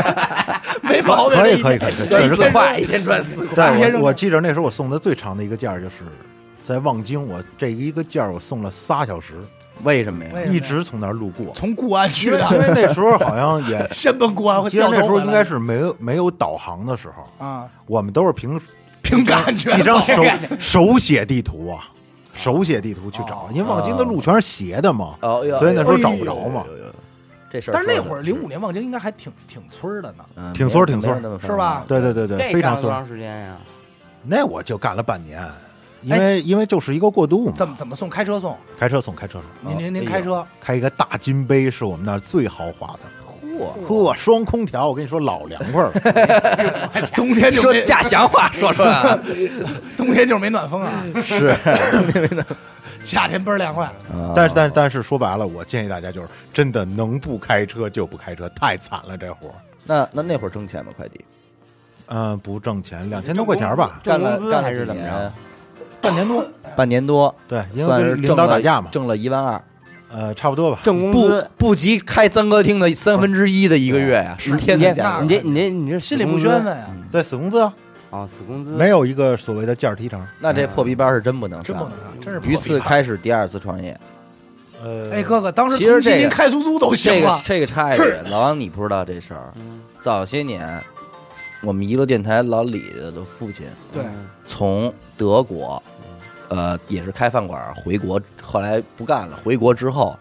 没毛病。可这以一可以天可以，可赚四以确实可以。块，一天赚四块。大天但上我我记着那时候我送的最长的一个件儿就是在望京，我这一个件儿我送了仨小时，为什么呀为什么呀一直从那儿路过，从固安去因为 因为的，，那时候好像也先奔固安 会其实掉头那时候回来应该是没有没有导航的时候，啊，我们都 是凭凭感觉一张走手手写地图啊，哦手写地图去找，因为望京的路全是斜的嘛，哦哟，所以那时候哎呦找不着嘛。哎呦哎呦哎呦这事儿但说是的，那会儿零五年望京应该还挺挺村儿的呢，嗯挺村儿挺村儿，没有那么是繁吧忙对对对对，非常多顺。长时间呀？那我就干了半年，因为因为就是一个过渡嘛，哎怎么怎么送？开车送？开车送，开车送，您您您哎呦开车？开一个大金杯是我们那儿最豪华的。嚯嚯，双空调，我跟你说老凉快了。冬天就说没 家乡话说出来啊，冬天就是没暖风啊，是 夏天倍儿凉快。但是但但是说白了，我建议大家就是真的能不开车就不开车，太惨了这活儿。那那那会儿挣钱吗？快递嗯，不挣钱，两千多块钱吧，干挣工了资干还了是几怎么年着？半年多。半年多，对，因为算跟是领导打架嘛，挣了一万二，呃，差不多吧。挣工不资不及开三哥厅的三分之一的一个月呀，十天的假你期。这你这你这心里不宣愤呀，对，死嗯工资啊，啊，死工资没有一个所谓的件儿提成。那这破皮包是真不能真不能上。上，真是不于此开始第嗯二次创业，呃，哎，哥哥，当时其实同这济个您开出租都这行个了，这个差一点，老王你不知道这事儿。早些年，我们娱乐电台老李的父亲对，从德国，呃，也是开饭馆回国，后来不干了。回国之后，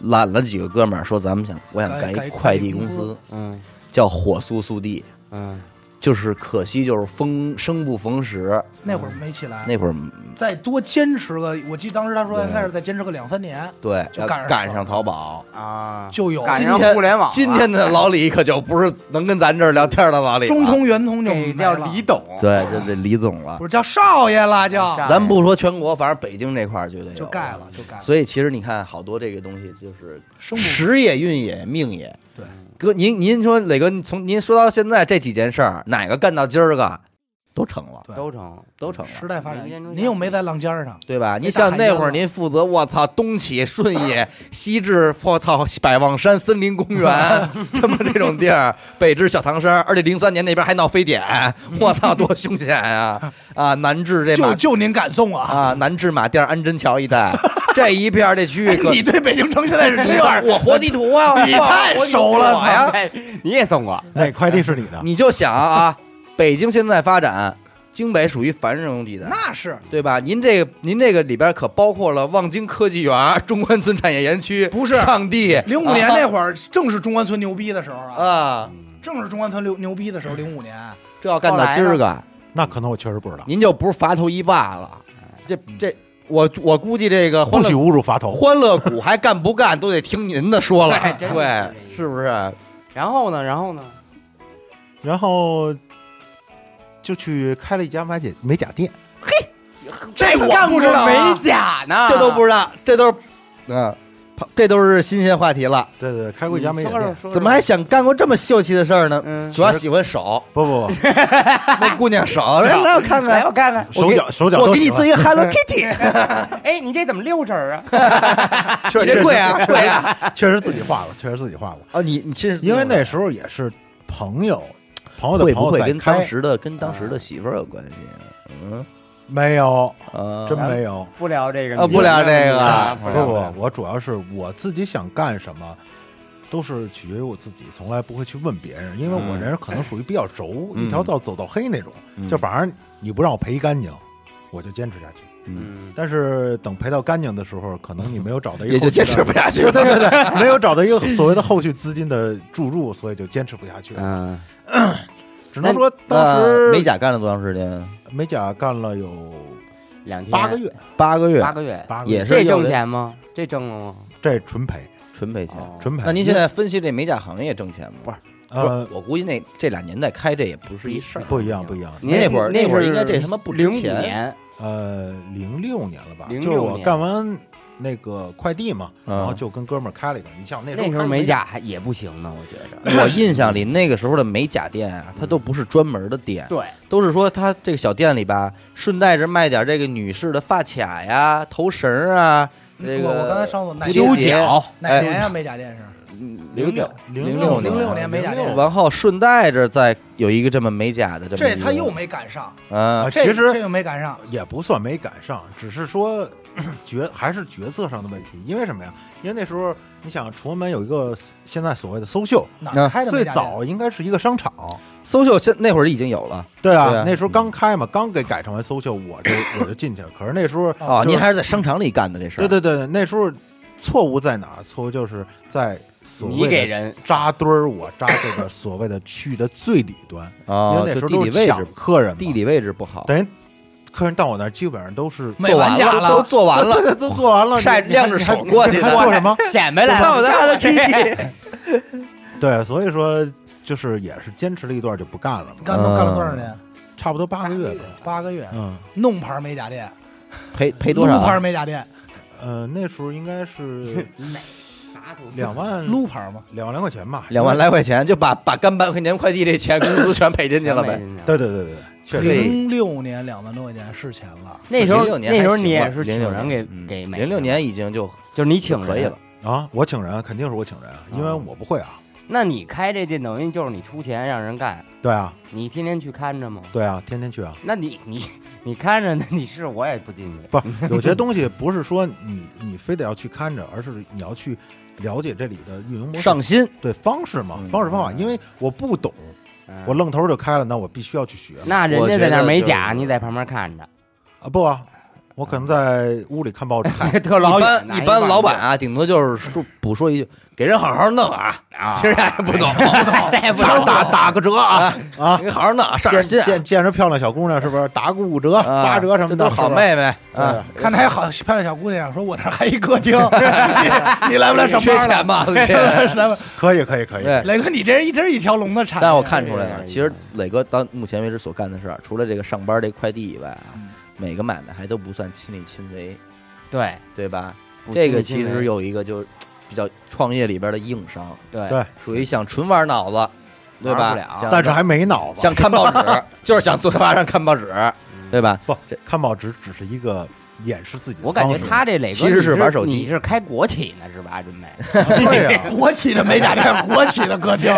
揽了几个哥们儿说，咱们想，我想干干干一一快快递递公哎公司司，嗯叫火速速递。嗯，就是可惜，就是逢生不逢时。那会儿没起来，那会儿，再多坚持个，我记得当时他说对应该是再坚持个两三年对，就要赶上赶手上淘宝，啊，就有。赶今上天互联网了今天的老李可就不是能跟咱这儿聊天的老李了，中通、圆通就没这叫了李董，对，这得李总了不。是叫少爷了，就少爷咱不说全国，反正北京这块儿绝对有就盖了，。就盖了。所以其实你看，好多这个东西就是生不时也、运也、命也。对，哥，您您说磊哥，你从您说到现在这几件事儿，哪个干到今儿个都成了，对都 成。都成时了，代发展，民间中您又没在浪尖儿上，对吧？没你打像海那淀会儿了您负责，我操，东起顺义，西至我操百望山森林公园， 这么这种地儿，北至小唐山，而且零三年那边还闹非典，我操，多凶险啊！啊，南至这就马就您敢送啊？啊，南至马甸、安贞桥一带，这一片儿这 区域 可你对北京城现在是这样，我活地图啊，你我太活地图熟了我 呀！哎，你也送过， 那快递是你的，你就想啊，北京现在发展，京北属于繁荣地带， 那是对吧？您这个您这个里边可包括了望京科技园、中关村产业园区，不是上地零五年那会儿，正是中关村牛逼的时候啊，啊，正是中关村牛牛逼的时候，零五年。这要干到今儿个，那可能我确实不知道，您就不是伐头一霸了。这这，我我估计这个不欢许乐侮辱罚头。欢乐谷还干不干都得听您的 说了，哎对真是对，这意思是不是？然后呢，然后呢，然后就去开了一家美甲美甲店，这我不知道啊美甲呢，这都不知道，这都是啊嗯，这都是新鲜话题了。对对，对，开过一家美甲店。怎么还想干过这么秀气的事儿呢？嗯主要喜欢 手，不不不，那姑娘手， 来来我看来看我，看看？我手给脚手脚我都给你喜欢做一个 Hello Kitty，哎，你这怎么六指儿啊？ 确你这贵啊贵 啊！确实自己画过，确实自己画过。啊，你你其实因为那时候也是朋友，朋友的会朋不友会在跟开，啊当时的跟当时的媳妇儿有关系？嗯没有，啊，真没有。不聊这个啊不聊这个啊不聊不聊，我主要是我自己想干什么，都是取决于我自己，从来不会去问别人，因为我嗯人可能属于比较轴，嗯一条道走到黑那种，嗯就反正你不让我赔干净，我就坚持下去。嗯，但是等赔到干净的时候，可能你没有找到一 个也就后续的坚持不下去 对了。对对对，没有找到一个所谓的后续资金的注入，所以就坚持不下去。嗯，只能说那当呃时美甲干了多长时间？美甲干了有两天八个，月，八个月八，个月，嗯八个月也是这挣又得钱吗？这挣了吗？这纯赔，纯赔钱。哦纯赔。那您现在分析这美甲行业挣钱吗？不是，呃我估计那这俩年代开这也不是一事儿。不一样不一样，您那会儿那那会儿是应该这他妈不值05钱年呃，零六年了吧， 06就是我年干完那个快递嘛，嗯然后就跟哥们儿开了一个。你像那那时开一候个美甲还也不行呢，我觉 着。我印象里那个时候的美甲店啊，它都不是专门的店，对，都是说它这个小店里吧，顺带着卖点这个女士的发卡呀、头绳啊，这个我我刚才上过哪修年脚哎哪年呀？美甲店是零九零六年，年美甲店吧。然后顺带着再有一个这么美甲的这么这一个他又没赶上，啊啊，其这实这个没赶上，也不算没赶上，只是说 角还是角色上的问题。因为什么呀？因为那时候你想崇文门有一个现在所谓的搜秀，哪那儿嗯开的美啊最甲店早应该是一个商场。搜秀现那会儿已经有了对啊，对啊那时候刚开嘛，刚给改成为搜秀，我就我就进去了。可是那时候啊，哦就是您还是在商场里干的这事儿，对对对，那时候错误在哪儿？错误就是在所你谓给的人扎堆儿，我扎这个所谓的区域的最里端，啊因，为那就时候地都理是位抢置客人嘛，地理位置不好，等于客人到我那儿基本上都是美完做甲完了都了，做完对了，对，都做完了，你晒你还晾着你还手过去你的还做什么？显摆来看我了，家的 Kitty。对，所以说就是也是坚持了一段就不干了你嘛，干都干了多少年？差不多八个月 吧。八个月，嗯，弄牌美甲店，赔赔多少撸牌啊？美甲店，呃，那时候应该是 两万撸牌嘛，两万来块钱吧，两万来块钱就把把干半块钱快递这钱工资全赔进去了呗。对。对对对对，确实。零六年两万多块钱是钱了， 那时候06年那时候还行你也吧是06请人给年嗯给美零六年已经就就是你请人可以了。啊，我请人肯定是我请人，因为我不会啊。那你开这店等于就是你出钱让人干，对啊，你天天去看着吗？对啊，天天去啊。那你你你看着，那你是我也不进 去。不，有些东西不是说你你非得要去看着，而是你要去了解这里的运营模式、上嗯心，对方式嘛，方式方法。因为我不懂，嗯我愣头就开了，那我必须要去学那人我家觉在那得儿美就甲，是你在旁边看着，啊！不啊，我可能在屋里看报纸。 特老一远般拿一般棒老子板啊，顶多就是说补说一句，给人好好弄啊，啊， 其实也不懂， 哎不打懂打打个折啊啊！给好好弄啊， 上点心见啊见见着漂亮小姑娘是不是打个五折、啊，八折什么这都的？好是吧妹妹对啊， 啊，看那还好漂亮小姑娘，说我那儿还一歌厅，你你来不来上缺班钱 了？吗？ 来这不来来不可以可以可以。哎对。磊哥，你这人一真是一条龙的产业。啊但我看出来了，对其实磊哥到目前为止所干的事儿，除了这个上班这个快递以外啊，嗯每个买卖还都不算亲力亲为，对对吧？不这个亲其力亲实为有一个就是比较创业里边的硬伤，对对属于想纯玩脑子，对玩吧不了？想但是还没脑 子，想看报 纸，就是想坐沙发上看报纸，嗯对吧？不看报纸只是一个掩饰自己的我感觉方式他这磊哥其实你是玩手机你是开国企呢是吧，准备？啊对 呀、国企 的美甲店，国企的 歌厅，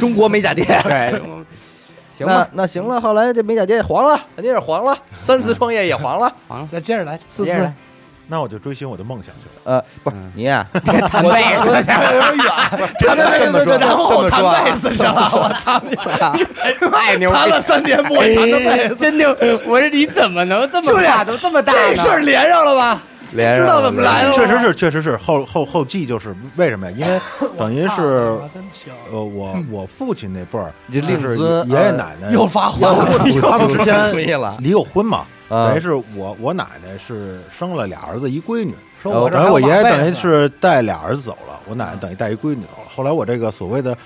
中国美甲店， 对，那行吧，那行了，后来这美甲店也黄了，肯定是黄了，三次创业也黄了，黄再 接着来，四接着次来那我就追寻我的梦想去了。呃，不是嗯你 呀，谈贝斯 去了，对对对对对，然这后么弹说啊贝斯去了，我操你操！太牛弹了逼！三年不会弹的贝斯，真牛！我说你怎么能这么大都这么大这呢事？儿连上了吧？连知道怎么来了吗确实是，确实是后后后继就是为什么呀？因 为等于是啊真行呃，我嗯我父亲那辈儿，你就令是尊爷爷呃奶奶又发火 然后了，他们之又同意间了离过婚嘛，啊等于是我我奶奶是生了俩儿子一闺女，说我这然还后哦有我爷爷马背等于呢是带俩儿子走了，我奶奶等于带一闺女走了。后来我这个所谓的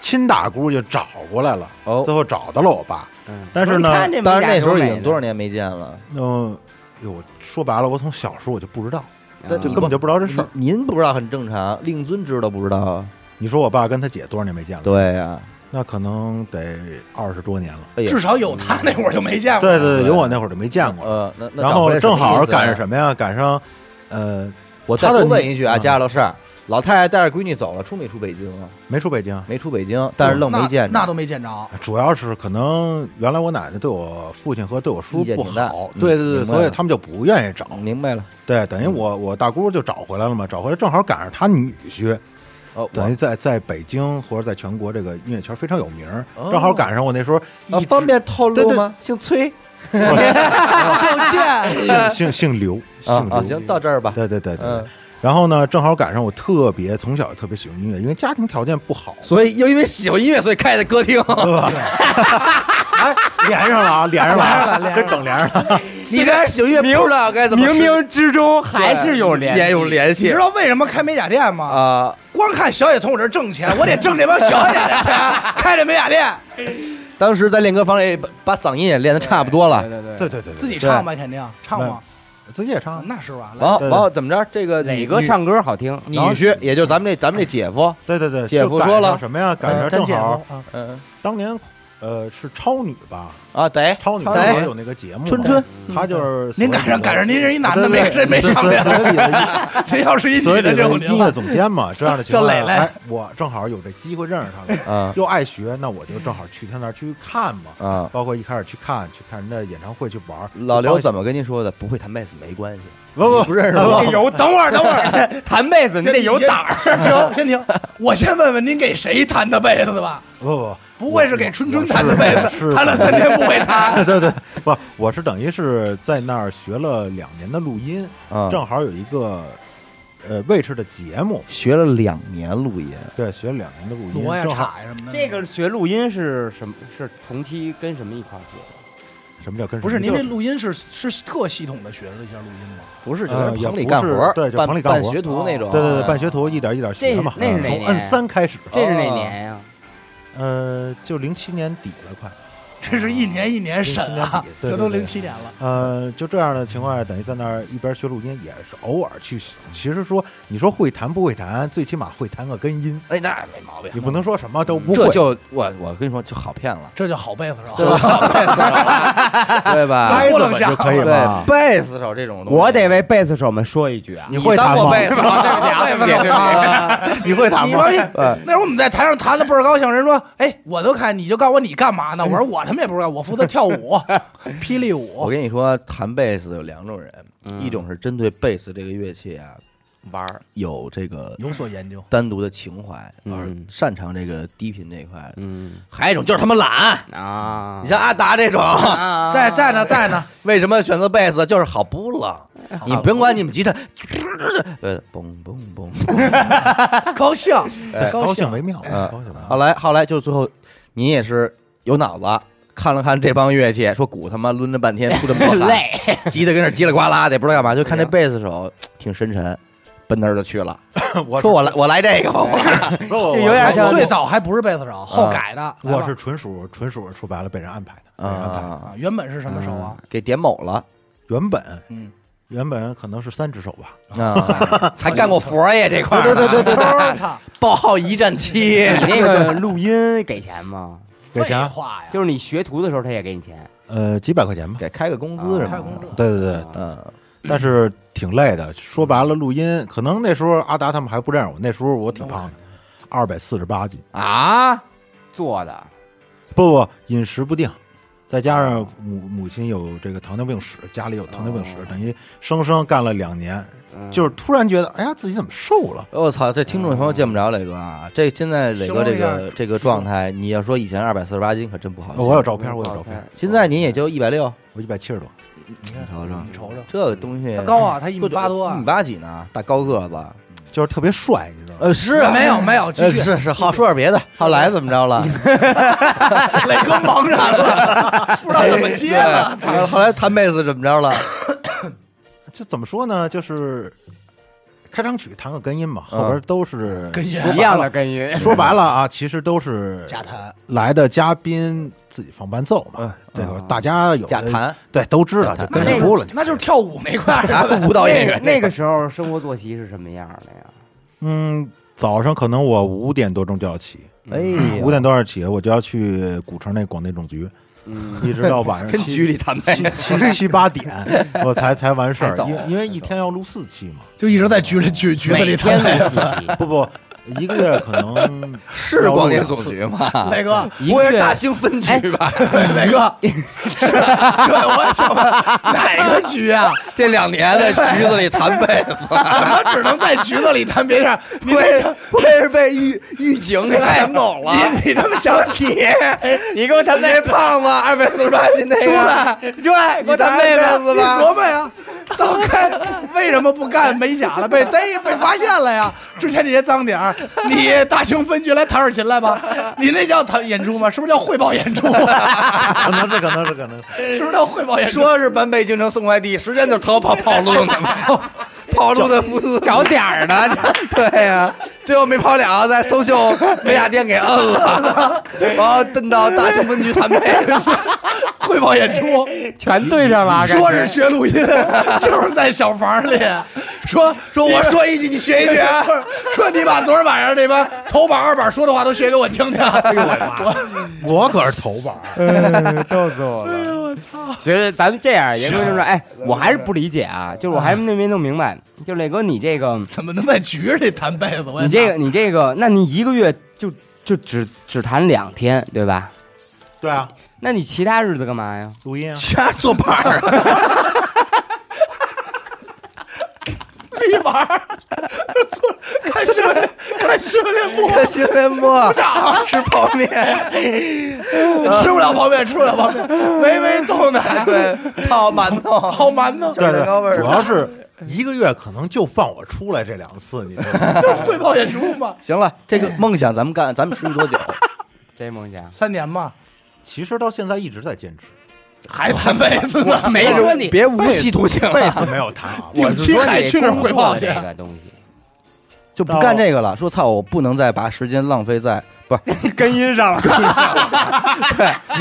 亲大姑就找过来了，哦最后找到了我爸，嗯但是呢你看这美甲当然那时候已多美经呢多少年没见了，嗯，哟，说白了，我从小时候我就不知道，但就嗯根本就不知道这事儿。您您不知道很正常，令尊知道不知道啊？你说我爸跟他姐多少年没见了？对呀，那可能得二十多年了。哎呀至少有他那会儿就没见过。对对对有我那会儿就没见过。呃，那那然找回后来正好什么意思啊赶上什么呀？赶上，呃，我再他的多问一句啊，嗯家老师，老太太带着闺女走了，出没出北京啊？没出北京，没出北京，但是愣没见着那那都没见着。主要是可能原来我奶奶对我父亲和对我叔意见不挺大好，嗯对对对，明白所以了嗯他们就不愿意找。明白了，对，等于我我大姑就找回来了嘛，找回来正好赶上她女婿，哦，等于于在在北京或者在全国这个音乐圈非常有名儿，哦正好赶上我那时候一啊，直方便透对露对 吗？姓崔，就见姓姓姓刘，啊姓啊，刘。行，到这儿吧。对对对对对嗯。然后呢，正好赶上我特别从小就特别喜欢音乐，因为家庭条件不好，所以又因为喜欢音乐，所以开的歌厅。对吧？哎，连上了 啊，连上了连啊，上了连上了这梗连上了。你开始喜欢音乐，不知道该怎么冥吃冥之中还是有联也有联你系知。道为什么开美甲店吗？啊，光看小野从我这儿挣钱，我得挣这帮小野的钱，开这美甲店，当时在练歌房里把把嗓音也练得差不多了，对对对对对，自对己嗯唱吧，肯定唱吗？自己也唱，啊那是吧，然后对对然后怎么着？这个磊女哥女唱歌好听，女婿，也就是咱们这咱们这姐夫，对对对，姐就夫赶说上了什么呀？赶咱上咱正姐好夫啊嗯当年，呃，是超女吧？啊，得超女超当女年有那个节目，春春，她就是您赶上赶上您是一男的没这没所上所面，所以的您要是一 所女以的这就个有音您乐了。总监嘛，这样的情况下，这磊磊哎，我正好有这机会认识他们，啊 又爱学，那我就正好去他那儿去看嘛，啊。包括一开始去看，去看人家演唱会去玩儿。老刘么怎么跟您说的？不会弹贝斯没关系，不不不认 识我？有等会儿等会儿， 弹贝斯你得有档儿。先停，先停。我先问问您给谁弹的贝斯吧？不不不会是给春春弹的贝是 斯，弹了三天不 会不，弹。对对不，我是等于是在那儿学了两年的录音，啊正好有一个呃卫视的节目，学了两年录音，对，学了两年的录音，锣呀、正好镲呀什么的，这个学录音是什么？是同期跟什么一块儿学的？什么叫跟不是您您这录音是是特系统的学了一下录音吗？不是就呃是也棚里不干是活，对就办棚里干办活哦学徒那种，对对对，啊办学徒一点一点学嘛，嗯这是那是哪从年按三开始，啊这是哪年呀？呃，就零七年底了，快。这是一年一年审啊，对对对这都零七年了。呃，就这样的情况下，等于在那儿一边学录音，也是偶尔去学。其实说，你说会弹不会弹，最起码会弹个根音，哎，那没毛病。你不能说什么都不会。这就我我跟你说就好骗了，这叫好贝斯手，对吧？好骗了对吧？哎拨楞就可以吧对，？贝斯手这种东西，我得为贝斯手们说一句啊，你会弹吗？对不起啊，对不起，你会弹你吗万？一那会儿我们在台上弹的倍儿高兴，人说：“哎，我都看你就告诉我你干嘛呢？”我说：“我他妈也不知道，我负责跳舞，霹雳我舞。跟你说，弹贝斯有两种人，一种是针对贝斯这个乐器啊，玩儿有这个”有所研究，单独的情怀，嗯而擅长这个低频这一块。嗯还有一种就是他妈懒，啊，你像阿达这种，啊在在呢，在呢。 为什么选择贝斯？就是好不冷，你甭管你们 吉他，呃，嘣嘣嘣。高兴，高兴兴。为妙，啊嗯高兴为妙。后来后来就最后，你也是有脑子。看了看这帮乐器，说鼓他妈抡了半天出这么多 汗，累，急得跟那儿叽里呱啦的，也不知道干嘛。就看这贝斯手挺深沉，奔那儿就 去了。我说我来我来这个吧，我来是我这有点像最早还不是贝斯手，后改的。来吧我是纯属纯属说白了被人安排的被人安排的。啊啊，，原本是什么手啊？给点某 了原本嗯，原本可能是三只手吧，啊，还干过佛爷这块儿，对对，操，报号一战七，你那个录音给钱吗？给废钱话呀，就是你学徒的时候，他也给你钱，呃几百块钱吧。给开个工资什啊开工么资的，对对对，嗯，但是挺累的。说白了，录音可能那时候阿达他们还不认识我，那时候我挺胖的，二百四十八斤。啊，做的不不，饮食不定，再加上母母亲有这个糖尿病史，家里有糖尿病史哦，等于生生干了两年，就是突然觉得，哎呀，自己怎么瘦了？我操，这听众朋友见不着磊哥啊，这现在磊哥这形容一个这个状态，你要说以前二百四十八斤可真不好我形容，有照片，我嗯有照片，现在您也就一百六，我一百七十多，你看瞅瞅你瞅瞅，这个东西他高啊，他一一米八多一米啊。八几呢，大高个子，就是特别帅，你知道吗？呃是没有没有，继呃，续。是是，好，说点别 的。后来怎么着了？磊哥茫 然了，不知道怎么接了。哎对后来弹贝斯怎么着了？这怎么说呢？就是开场曲弹个根音嘛，后边都是跟爷一样的根音，说白了啊，其实都是假弹，来的嘉宾自己放伴奏嘛，对吧？大家有的假弹，对，都知假道弹就跟着哭了。那就是跳舞那块儿。咱们舞蹈演员那个时候生活作息是什么样的 呀？嗯，早上可能我五点多钟就要起，嗯哎嗯五点多钟起，我就要去古城那广电总局，嗯， 一直到晚上跟局七里谈呗。七七七 八点，我才才完事才儿，走因为因为一天要录四期嘛，就一直在局里局局子里 每弹天。录四期，不不，一个月可能 是广电总局 吗？磊哥，一我个也是月大兴分局吧？磊哎哥，对，我想问哪个局啊？这两年在局子里谈被子，我只能在局子里谈别 事儿。你我也我也是被狱狱警给赶走了。哎哎你你这么想，你你给我谈那胖子二百四十八斤那个，对，给你我谈谈被妹子妹。你吧？琢磨呀，当开为什么不干美甲了？ 被逮被发现了呀！之前你这脏点儿，你大兴分局来弹会儿琴来吧？你那叫弹演出吗？是不是叫汇报演出？ 可能是可能是可能是是不是叫汇报演出？说是搬北京城送快递，实际上就是逃跑跑路 呢嘛，跑路的不路。找点儿呢，对呀、最后没跑了，在搜秀美甲店给摁了，然后蹬到大兴分局谈被子。汇报演出，全对上了。说是学录音， 就是在小房里说说我说一句，你学一句啊。说你把昨儿晚上那帮头板二板说的话都学给我听听。哎呦我的妈！我可 是头板儿，逗死我了！所以咱们这样，严哥就说，哎，我还是不理解啊，就是我还没没弄明白，就磊哥，你这个，怎么能在局里弹被子？我也 你这个，你这个，那你一个月就就只只谈两天，对吧？对啊，那你其他日子干嘛呀？录音啊，全是做伴儿， 这玩意儿，看训练，看训练部看新闻部吃泡面， 吃不了泡面，吃不了泡面，没没冻奶，对，泡馒头，好馒头，对蛋糕味儿对，主要是一个月可能就放我出来这两次，你知道吗？ 就是汇报演出嘛，行了，这个梦想咱们干，咱们持续 多久？这梦想三年嘛，其实到现在一直在坚持，还弹被子呢，没说你，别无期徒刑这了，次没有谈 啊，我定是期说还你去那儿工汇作报的去这个东西，就不干这个了。说操，我不能再把时间浪费在不是 根音上了。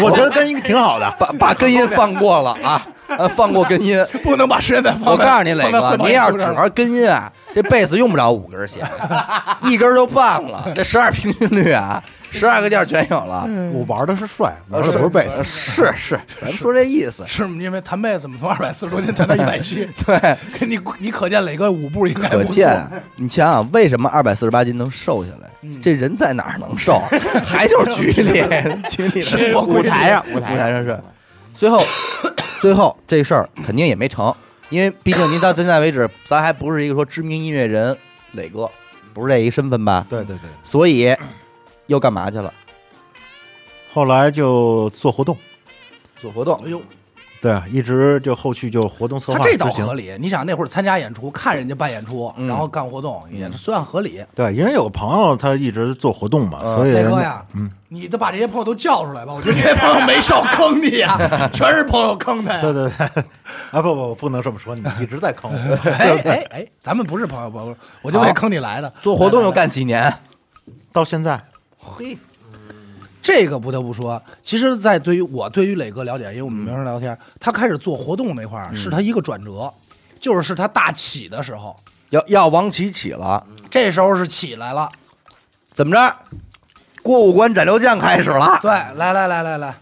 我觉得跟一个挺好 的，把把根音放过了啊， 呃，放过根音。不能把时间再放在。我告诉你，磊放在哥汇，报您演要出是这只儿玩根音啊，这贝斯用不着五根弦，一根都棒了。这十二平均律啊，十二个调全有了。我玩的是帅，玩呃的不是贝斯，呃是是，咱们说这意思。 是因为弹被子嘛，从二百四十多斤弹到一百七，对，你你可见磊哥舞步应该不 可错见，你想想，为什么二百四十八斤能瘦下来？这人在哪儿能瘦？啊还就是局 里，局里的舞台上，舞舞台上台上是。最后，最后这事儿肯定也没成，因为毕竟您到现在为止，咱还不是一个说知名音乐人，磊哥不是这一身份吧？对对对。所以又干嘛去了？后来就做活动，做活动。哎呦，对，啊一直就后续就活动策他划这倒执行合理。你想那会儿参加演出，看人家办演出，嗯然后干活动，也算合理。对，因为有个朋友他一直做活动嘛，所以磊哥嗯呀，嗯你得把这些朋友都叫出来吧，我觉得这些朋友没少坑 你呀，全是朋友坑的对呀。对对， 啊不不不能这么说，你一直在坑 哎我，哎哎，咱们不是朋友，朋友，我就为坑你来的。做活动又干几年？到现在嘿，这个不得不说，其实，在对于我对于磊哥了解，因为我嗯们平时聊天，他开始做活动那块儿是他一个转折，就是是他大起的时候，要要王琦起了，这时候是起来了。怎么着？过五关斩六将开始了。对，来来来来来，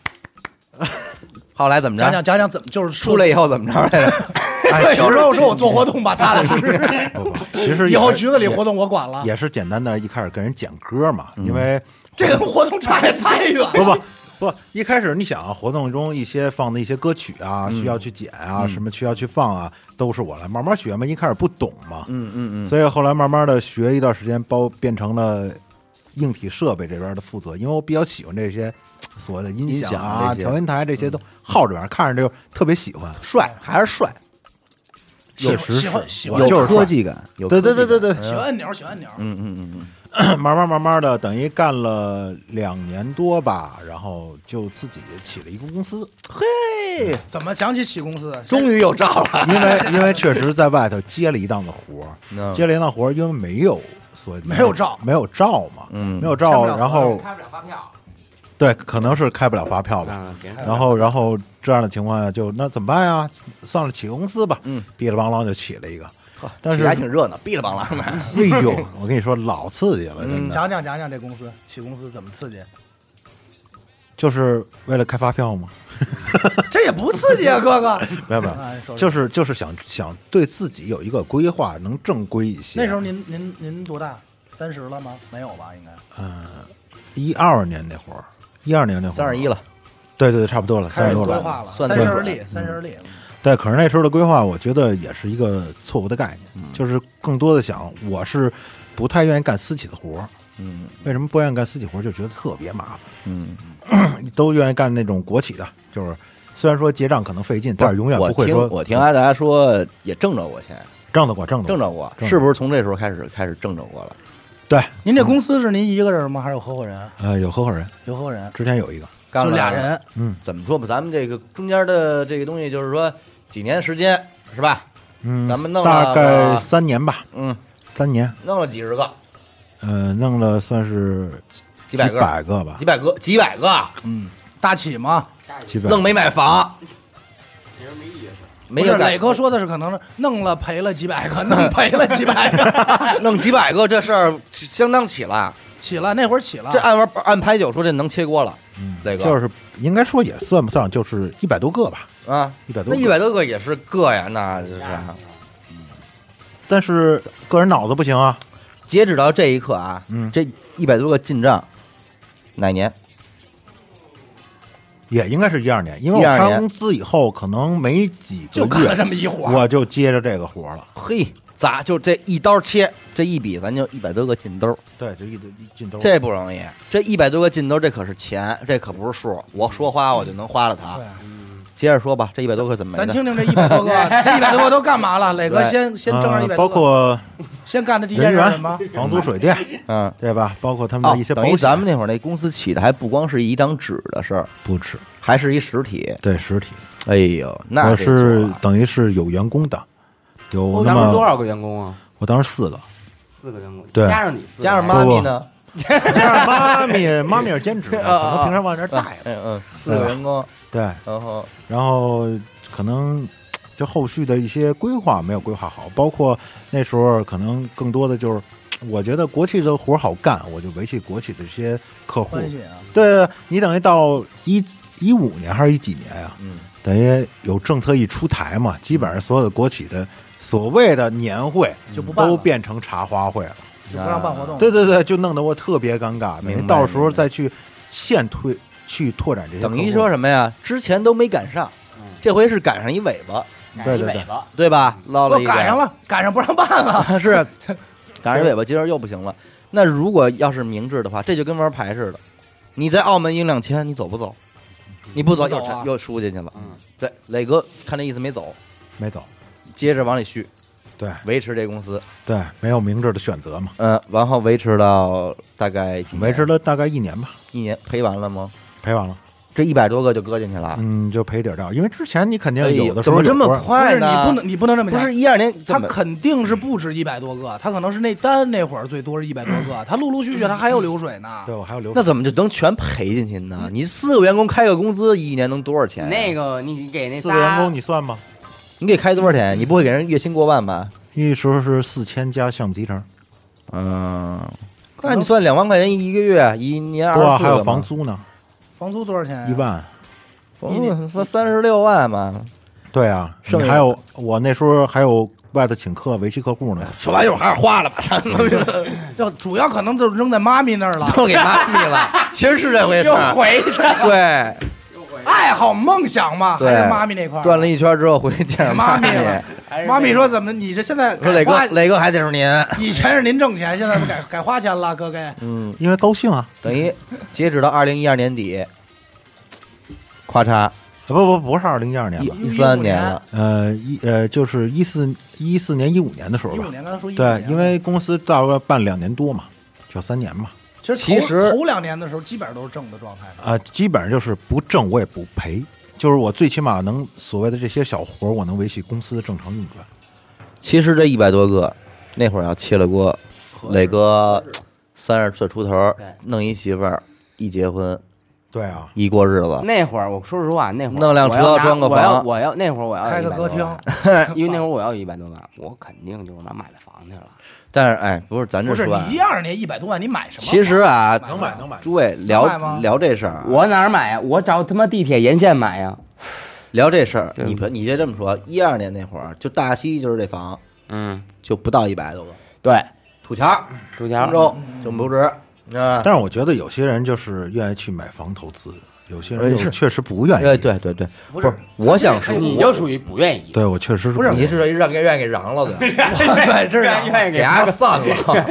后来怎么着？讲讲讲讲怎么就是出来以后怎么着来着？ 哎，有时候说我做活 动吧，踏踏实实。不 不其实以后也局子里活动啊嗯我管了，也是简单的，一开始跟人讲歌嘛，因为 这跟活动差也太远了。不不不，一开始你想啊，活动中一些放的一些歌曲啊，需要嗯去剪啊，什么需要去放啊，都是我来慢慢学嘛。一开始不懂嘛，嗯嗯嗯，所以后来慢慢的学一段时间，包变成了硬体设备这边的负责，因为我比较喜欢这些所谓的音音响响啊、这些调音台这些都好这玩意儿，看着就特别喜欢。帅还是帅？喜有欢时喜是欢嗯喜欢有就是嗯科技感，有对对对对对，喜欢按钮，喜欢按钮。慢慢慢慢的，等于干了两年多吧，然后就自己起了一个公司，嘿，怎么想起起公司？终于有照了。因为因为确实在外头接了一档子活儿， 嗯接了一档活儿，因为没有所谓的没有照没有照嘛，嗯没有签不照，了合哦然后同开不了发票，对，可能是开不了发票吧。啊，别然后，然后这样的情况下就那怎么办呀？算了，起个公司吧。嗯，哔哩邦啷就起了一个。但起是来挺热闹，哔哩邦啷的。哎呦，我跟你说老刺激了，真的，讲讲讲讲这公司起公司怎么刺激？就是为了开发票吗？这也不刺激啊，哥 哥。没有没哎手有，里就是就是想想对自己有一个规划，能正规一些。那时候您您您多大？三十了吗？没有吧？应该一二年那会儿，一二年那会儿三十一，了，对对对，差不多了，开三始十有规多了。嗯划了，算三得十准而立，三十而立。对，可是那时候的规划，我觉得也是一个错误的概念，就是更多的想，我是不太愿意干私企的活儿。嗯为什么不愿意干私企活儿？就觉得特别麻烦，嗯，都愿意干那种国企的，就是虽然说结账可能费劲，但是永远不我会听说我听阿达说也挣着过钱，挣得过，挣得挣过。着过，挣着是不是从这时候开始开始挣着过了？对，您这公司是您一个人吗？还是有合伙人？呃，有合伙人，有合伙人，之前有一个，干就了俩人，怎么说吧，咱们这个中间的这个东西，就是说几年时间是吧？嗯，咱们弄了大概个三年吧，嗯，三年，弄了几十个、呃，弄了算是几百个、百个吧几，百个、几百个，嗯，大企嘛。几百愣没买房。没不有是在磊哥说的是可能是弄了赔了几百个，弄赔了几百 个，弄几百个这事儿相当起啊了，起了那会儿起了，这按玩按牌九说这能切锅了，磊哥嗯就是应该说也算不上，就是一百多个吧，啊，一百多那个。一百多个也是个呀，那就是但是个人脑子不行啊，截止到这一刻啊，嗯这一百多个进账，哪年？也应该是一二年，因为我12年开工资以后可能没几个就干了月，这么一伙儿。我就接着这个活了。嘿，咋就这一刀切？这一笔咱就一百多个进兜，对，这一一进兜儿，这不容易。这一百多个进兜，这可是钱，这可不是数。我说花我就能花了它。啊对，接着说吧，这一百多个怎么没咱的？听听这一百多个，这一百多个都干嘛了？磊哥对先先挣上一呃百多包个，括先干的第一件人事是什么？员、房租、水电，嗯。对吧？包括他们哦的一些，保等险，于咱们那会儿那公司起的还不光是一张纸的事儿，不止，还是一实体。对实体，哎呦，那我这错是了等于是有员工的，有那当时多么少个哦员工啊？我当时四个，四个员工，对加上你四个，加上妈妈不咪咪呢，加上妈咪，妈咪是兼 职的，可啊啊能平常往这儿嗯带着，嗯嗯，四个员工，哦对，然后然后可能就后续的一些规划没有规划好，包括那时候可能更多的就是，我觉得国企这活儿好干，我就维系国企的这些客户。关系啊，对，你等于到一一五年还是一几年呀、嗯，等于有政策一出台嘛，基本上所有的国企的所谓的年会嗯就不办了都变成茶话会了。就不让办活动。对，对对，就弄得我特别尴尬，等明白于到时候明白再去现推去拓展这些客户。等于说什么呀？之前都没赶上，嗯这回是赶上一尾巴，对对对，对吧？捞了我一赶上了，了，赶上不让办 了。是赶上一尾巴，今儿又不行了。那如果要是明智的话，这就跟玩牌似的，你在澳门赢两千，你走不走？你不走，不走又沉啊又输进去了。嗯，对，磊哥看这意思没走，没走，接着往里续，对维持这公司，对，没有明智的选择嘛。嗯，然后维持到大概几年维持了大概一年吧，一年，赔完了吗？赔完了，这一百多个就搁进去了。嗯，就赔点料，因为之前你肯定啊哎呦有的时怎候么这么有活儿不快是你呢？不能，你不能这么不想是。一二年，他怎么肯定是不止一百多个，他可能是那单那会儿最多是一百多个，他陆陆续续他还有流水啊呢。对我还有留那怎么就能全赔进去呢？嗯你四个员工开个工资，一年能多少钱？啊那个你给那四个员仨工你算吧，你给开多少钱？你不会给人月薪过万吧？那时候是四千加项目提成，嗯，那你算两万块钱一个哎月，一年不二十四啊还有房租呢，房租多少钱？啊一。万。租，三三十六万嘛。对啊，你剩下还有我那时候还有外头请客维系客户呢，说完一会儿还是花了吧，咱们就主要可能就扔在妈咪那 儿了。都给妈咪了。 其实是这回事又儿，回去了，对 爱好梦想嘛，还对，是妈咪那块儿，转了一圈之后回去见着妈咪咪了。妈咪说怎么？你这现在说改磊花哥，，磊哥还得是您，以前是您挣钱，现在不改改花钱了，哥哥。嗯，因为高兴啊，等于截止到二零一二年底，咔嚓啊不不不是二零一二年吧，一一三年了，呃一呃就是一四一四年一五年的时候一吧五，年刚才说一五对年，因为公司大概办两年多嘛，就三年嘛，其实其头实头两年的时候，基本上都是挣的状态的。啊，基本上就是不挣我也不赔，就是我最起码能所谓的这些小活儿，我能维系公司的正常运转。其实这一百多个，那会儿要切了锅，合适磊哥三十岁出头儿对，弄一媳妇儿，一结婚对啊，一过日子，那会儿我说实话，那会儿弄辆我要车拿装个我要房我要那会儿我要开个100歌多万，因为那会儿我要一百多万，我肯定就是拿买了房去了。但是哎，不是咱这不是说啊你一，二年一百多万，你买什么？其实啊，能买能买诸位能买聊吗聊这事儿啊，我哪儿买呀？我找他妈地铁沿线买啊呀。聊这事儿，对你不你就这么说，一二年那会儿就大西就是这房嗯，就不到一百多个，对，土桥、朱杭桥州、永不值，啊，但是我觉得有些人就是愿意去买房投资，有些人呃就是确实不愿意。对对对对，不是，我想说，哎你就属于不愿意，对我确实是不是愿意你是让给让给嚷了的， 对，这样愿意给给伢散了，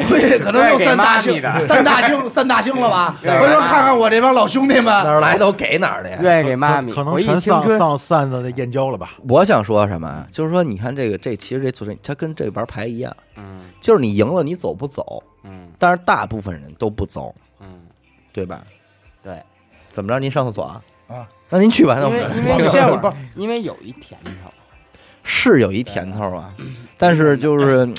对，可能愿都意给三大妈咪星的，三大星，三大星了吧？哪儿回头看看我这帮老兄弟 哪 们，儿来都给哪儿的呀。愿意给妈咪，可能回忆全青丧春。丧散的燕郊了吧？ 我想说什么，啊就是说，你看这个，这其实这组成，它跟这玩牌一样，嗯就是你赢了，你走不走？嗯但是大部分人都不走，嗯，对吧？对，怎么着？您上厕所啊？啊，那您去吧，那我因为们因为你 歇会儿不是因为有一甜头，是有一甜头啊，但是就是，嗯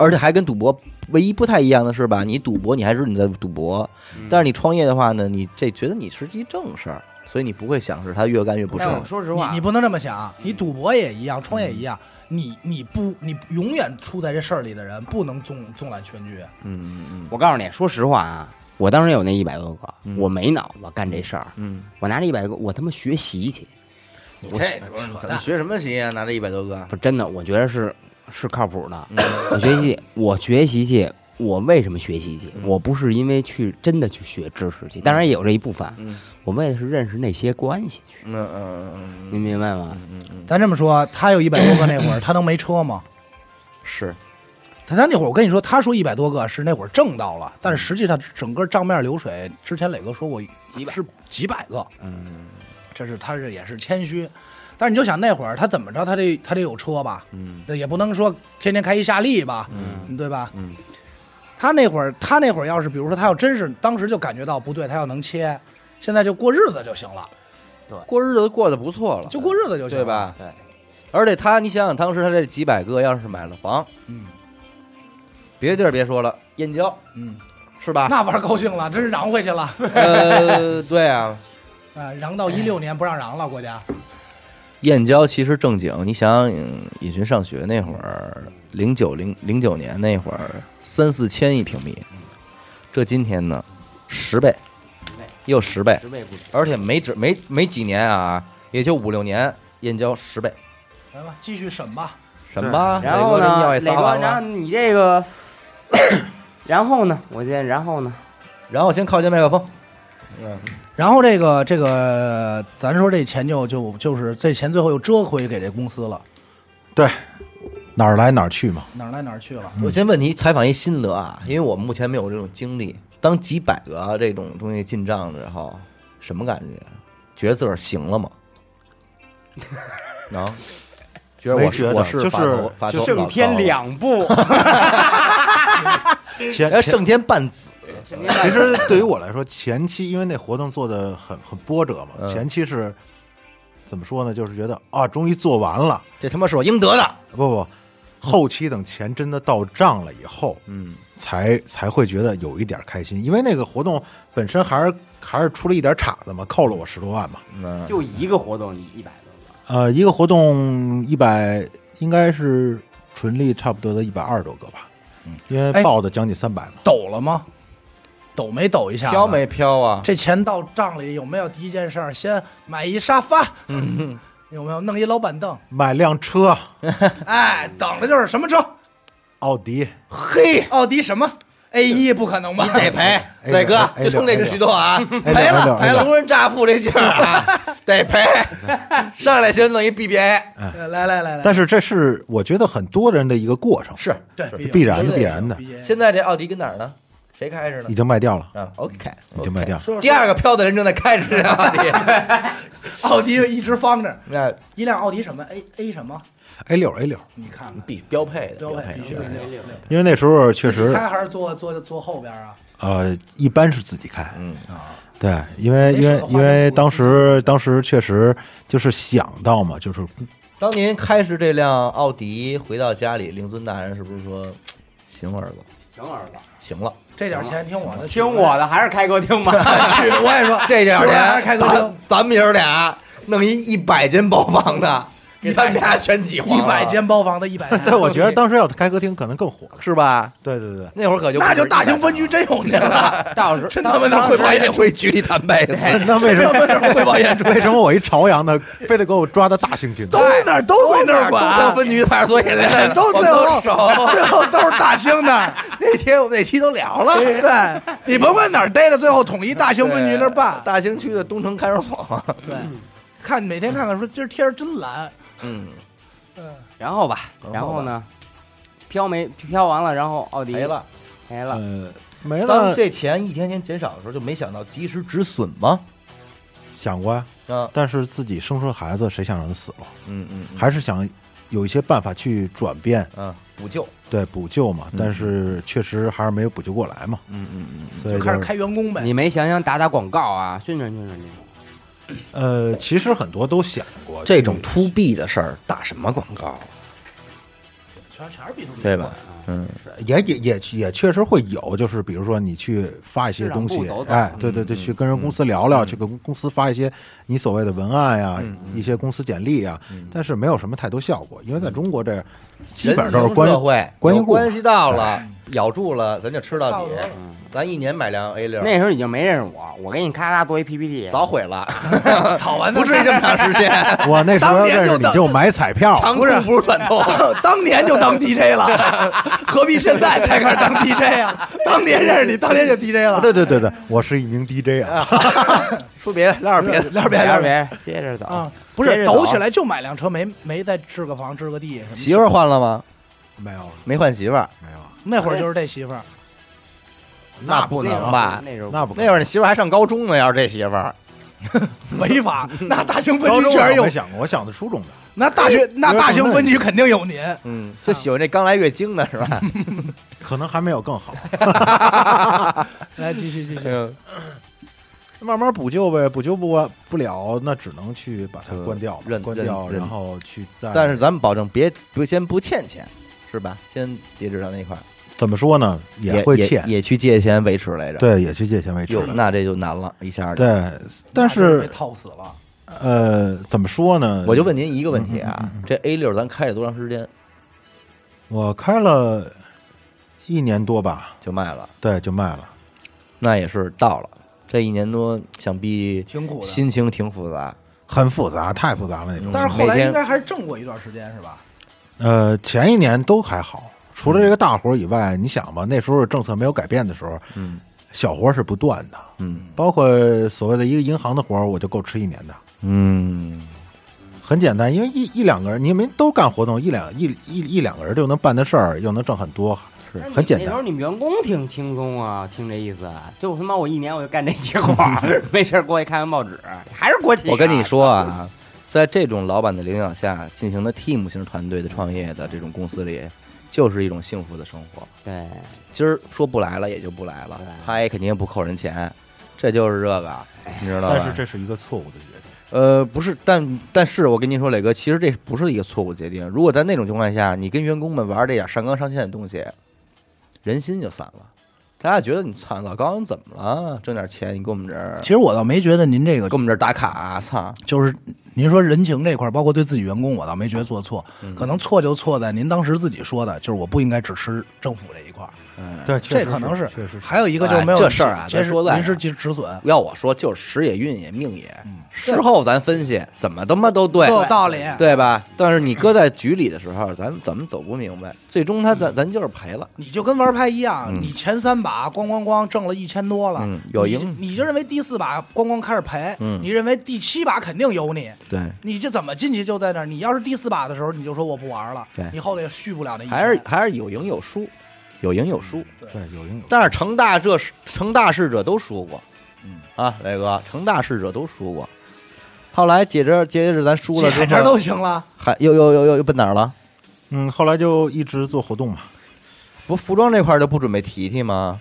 而且还跟赌博唯一不太一样的是吧？你赌博你还知道你在赌博，但是你创业的话呢，你这觉得你是一正事儿，所以你不会想是他越干越不但顺。我说实你话啊嗯你，不能这么想，你赌博也一样，创业也一样，你你不你永远处在这事儿里的人不能纵纵览全局，嗯嗯我告诉你，嗯说实话啊，我当时有那一百多个，我没脑子干这事儿，嗯，我拿着一百个，我他妈学习去，你我这嗯，扯咱淡。学什么习啊？拿这一百多个，不是真的，我觉得是是靠谱的。我学习，我学习去，我为什么学习去？我不是因为去真的去学知识去，当然也有这一部分，嗯我为的是认识那些关系去，嗯嗯嗯您明白吗？咱这么说，他有一百多个那会儿，他能没车吗？是，他那会儿我跟你说，他说一百多个是那会儿挣到了，但是实际上整个账面流水，之前磊哥说过几百是几百个，嗯，这是他是也是谦虚，但是你就想那会儿他怎么着，他得他得有车吧，嗯那也不能说天天开一夏利吧，嗯对吧？嗯，他那会儿他那会儿要是比如说他要真是当时就感觉到不对，他要能切，现在就过日子就行了，过日子过得不错了，就过日子就对行了，？吧？对，而且他，你想想当时他这几百个，要是买了房，嗯别的地儿别说了，燕郊嗯，是吧？ 那玩儿高兴了，真是嚷回去了，呃，对啊，啊，嚷到一六年不让嚷了，国家，燕郊其实正经，你想想尹群上学那会儿，零九零零九年那会儿三四千一平米，这今天呢十倍，又十倍，十倍不止，而且没只没没几年啊，也就五六年，燕郊十倍，来吧，继续审吧。什么？然后磊啊哥这呢，尿也磊撒哥，完然后了，你这个， 然后呢，我先，然后呢，然后先靠近麦克风，嗯，然后这个这个，咱说这钱就就就是这钱最后又折回给这公司了，对，哪儿来哪儿去嘛。哪儿来哪儿去了。我先问你采访一心得啊，因为我目前没有这种经历。当几百个这种东西进账之后，什么感觉？觉得自个儿行了吗？能、觉得没我觉是得我是就是发头发头胜天两，两步， 前哎，前胜天半子，其实对于我来说，前期因为那活动做的很很波折嘛，嗯前期是怎么说呢？就是觉得啊，终于做完了。这他妈是我应得的。不不，后期等钱真的到账了以后，嗯才才会觉得有一点开心，因为那个活动本身还是还是出了一点岔子嘛，扣了我十多万嘛。嗯， 就一个活动一百多个，呃，一个活动一百，应该是纯利差不多的一百二十多个吧，嗯因为哎报的将近三百嘛。抖了吗？抖没抖一下？飘？没飘啊？这钱到账里有没有第一件事儿先买一沙发？有没有弄一老板凳？买辆车，哎，等着就是什么车？奥迪，嘿，奥迪什么？A 一不可能吧？你得赔，哎磊哥哎，哎就冲这个哎举动啊， 赔哎哎了哎赔了，穷人乍富这劲儿啊，得赔。上来先弄一 BBA，哎来来来来，但是这是我觉得很多人的一个过程，是对，是必然的，必然的，现在这奥迪跟哪儿呢？谁开着呢已？经卖掉了，啊，OK，已经卖掉了。说第二个飘的人正在开着呢奥迪。奥迪一直放着，那一辆奥迪什么 A A 什么？ A 六 A 六，你看看，必标配的，标配的必须标配得有因为那时候确哎自己实开还是坐坐坐后边啊？呃，一般是自己开，啊嗯对，因为没因事为的话因为就不当时当时确实就是想到嘛，就是当您开着这辆奥迪回到家里，令尊大人是不是说，行儿子，行儿子，行 了，这点钱听我的，听我的还是开歌 厅吧，去，我也说这点是不是还啊钱，是开个咱咱们爷儿俩弄一一百间包房的，一他百们俩全挤黄一了百间包房的一 百间，对，我觉得当时要开歌厅可能更火了。是吧？对对对，那会儿可就那就大型分局真有您了，到时真他妈的会把演会局里坦白的， 那为什么汇报演出为什么我一朝阳的非得给我抓到大兴去呢？都哎那儿都归那儿工商管，哎分局派出所也在那，都我最后都熟。最后都是大兴的。 那天我们那期都聊了，对你甭管哪儿待着，最后统一大兴分局那儿办。大兴区的东城看守所， 对，看每天看看说今儿天儿真蓝，然后吧，然后呢，飘没飘完了，然后奥迪没了。没了，呃，没当了，这钱一天天减少的时候，就没想到及时止损吗？想过呀。嗯啊，但是自己生出孩子，谁想让他死了？嗯嗯嗯还是想有一些办法去转变，嗯，补救，对补救嘛。但是确实还是没有补救过来嘛。嗯嗯嗯，所以就开始就是开员 工呗。你没想想打打广告啊，宣传宣传这种。呃，其实很多都想过这种 to B 的事儿打什么广告，啊全全是 B to B，对吧？？嗯，也也也也确实会有，就是比如说你去发一些东市西场部走，走哎，对对对，去跟人公司聊聊，去跟公司发一些你所谓的文案呀，一些公司简历呀，但是没有什么太多效果，因为在中国这基本上都是关人情社会，关系有户关系到了，咬住了，咱就吃到底哎到了，咱一年买辆 A 六，那时候你就没认识我，我给你咔咔做一 PPT，早毁 了，草完不至于这么长时 间，我那时候当年就认识你等就买彩票，长痛不如短痛。 当年就当 DJ 了，何必现在才开始当 DJ 啊？当年认识你，当年就 DJ 了。啊对对对对，我是一名 DJ 啊，说别的，聊点别的，聊点别的，别别聊点别的。别，接着走啊，不是抖起，来就买辆车，没没再置个房置个地什么的。媳妇儿换了吗？没有没换媳妇儿，没有，那会儿就是这媳妇儿，那不接着走能吧吧那时候那不可那能会儿你媳妇儿还上高中呢，要是这媳妇儿，违法。哎那大型分高局中啊全我有没，想过，我想的初中的，那大哎学那大型分局肯定有您。嗯，就喜欢这刚来月经的是吧？可能还没有更好， 来，继续继续。嗯慢慢补救呗，补救不完不了，那只能去把它关掉嘛，认关掉，认认然后去哎再，但是咱们保证别不先不欠钱，是吧？先截止到那块儿，怎么说呢，也会欠。也去借钱维持来着。，对，也去借钱维持哟，了。那这就难了，一下就。对，但被是套死了，呃，怎么说呢？我就问您一个问题啊，这 A 六咱开了多长时间我开了一年多吧，就卖了？对，就卖了。那也是到了这一年多，想必挺苦的。心情挺复杂。很复杂，太复杂了那种。但是后每来天应该还是挣过一段时间是吧？呃，前一年都还好，除了这个大活儿以外，你想吧，那时候政策没有改变的时候，嗯，小活儿是不断的，嗯包括所谓的一个银行的活儿，我就够吃一年的，嗯，很简单，因为一一两个人，你们都干活动，一两一一一两个人就能办的事儿，又能挣很多，是很简那时单候。你们员工挺轻松啊，听这意思，就他妈我一年我就干这一活儿， 没事儿过去看看报纸，还是国企啊。我跟你说啊，在这种老板的领导下进行的 team 型团队的创业的这种公司里，就是一种幸福的生活。对，今儿说不来了也就不来了对，他也肯定也不扣人钱，这就是这个，你知道吧？但是这是一个错误的决定。呃，不是，但但是我跟您说，磊哥，其实这不是一个错误决定。如果在那种情况下，你跟员工们玩这点上纲上线的东西，人心就散了。大家觉得你操老高你怎么了？挣点钱你给我们这儿，其实我倒没觉得您这个给我们这儿打卡，啊操！就是您说人情这块儿，包括对自己员工，我倒没觉得做错，可能错就错在您当时自己说的，就是我不应该只吃政府这一块儿，对，确嗯这实可能确实还有一个就是没有哎这事儿啊这咱说在临时及止损，要我说，就是时也运也命也，事后咱分析怎么他妈都对，都有道理。对吧？但是你搁在局里的时候，咱怎么走不明白？最终他咱咱就是赔了。你就跟玩牌一样，你前三把咣咣咣挣了一千多了，嗯有你赢就你就认为第四把咣咣开始赔，嗯你认为第七把肯定有你，对，你就怎么进去就在那儿。你要是第四把的时候，你就说我不玩了对，你后头也续不了那一千。还是还是有赢有输，有赢有输。嗯对有影有。但是成大这成大事者都输过，嗯啊，磊哥，成大事者都输过。后来接着接着咱输了姐之这后，都行了，还又又又又又奔哪儿了？嗯，后来就一直做活动嘛。不，服装这块儿就不准备提提吗？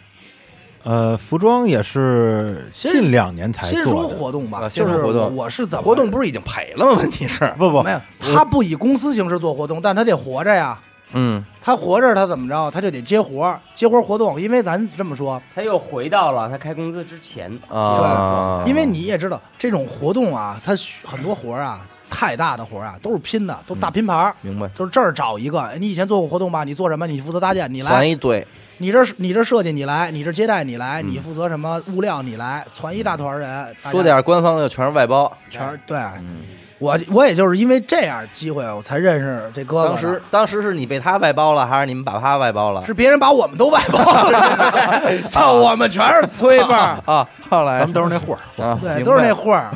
呃，服装也是先近两年才先做说的。活动吧，啊就先说是活动我是怎么活动不是已经赔了吗？问题是，不不没，有，哎他不以公司形式做活动，但他得活着呀。嗯，他活着，他怎么着，他就得接活儿，接活儿活动。因为咱这么说，他又回到了他开公司之前啊因为你也知道这种活动啊，它需很多活儿啊，太大的活儿啊，都是拼的，都是大拼盘儿。明白？就是这儿找一个，哎你以前做过活动吧？你做什么？你负责搭建，你来传。一堆，你这你这设计你来，你这接待你来，你负责什么物料你来，传一大团人。大家说点儿官方的，全是嗯外包。全是对，我我也就是因为这样机会，我才认识这哥哥的。当时当时是你被他外包了，还是你们把他外包了？是别人把我们都外 包了，操，我们全是催辈儿。啊，后来咱们都是那货儿，啊， 对，明都是 那白货儿，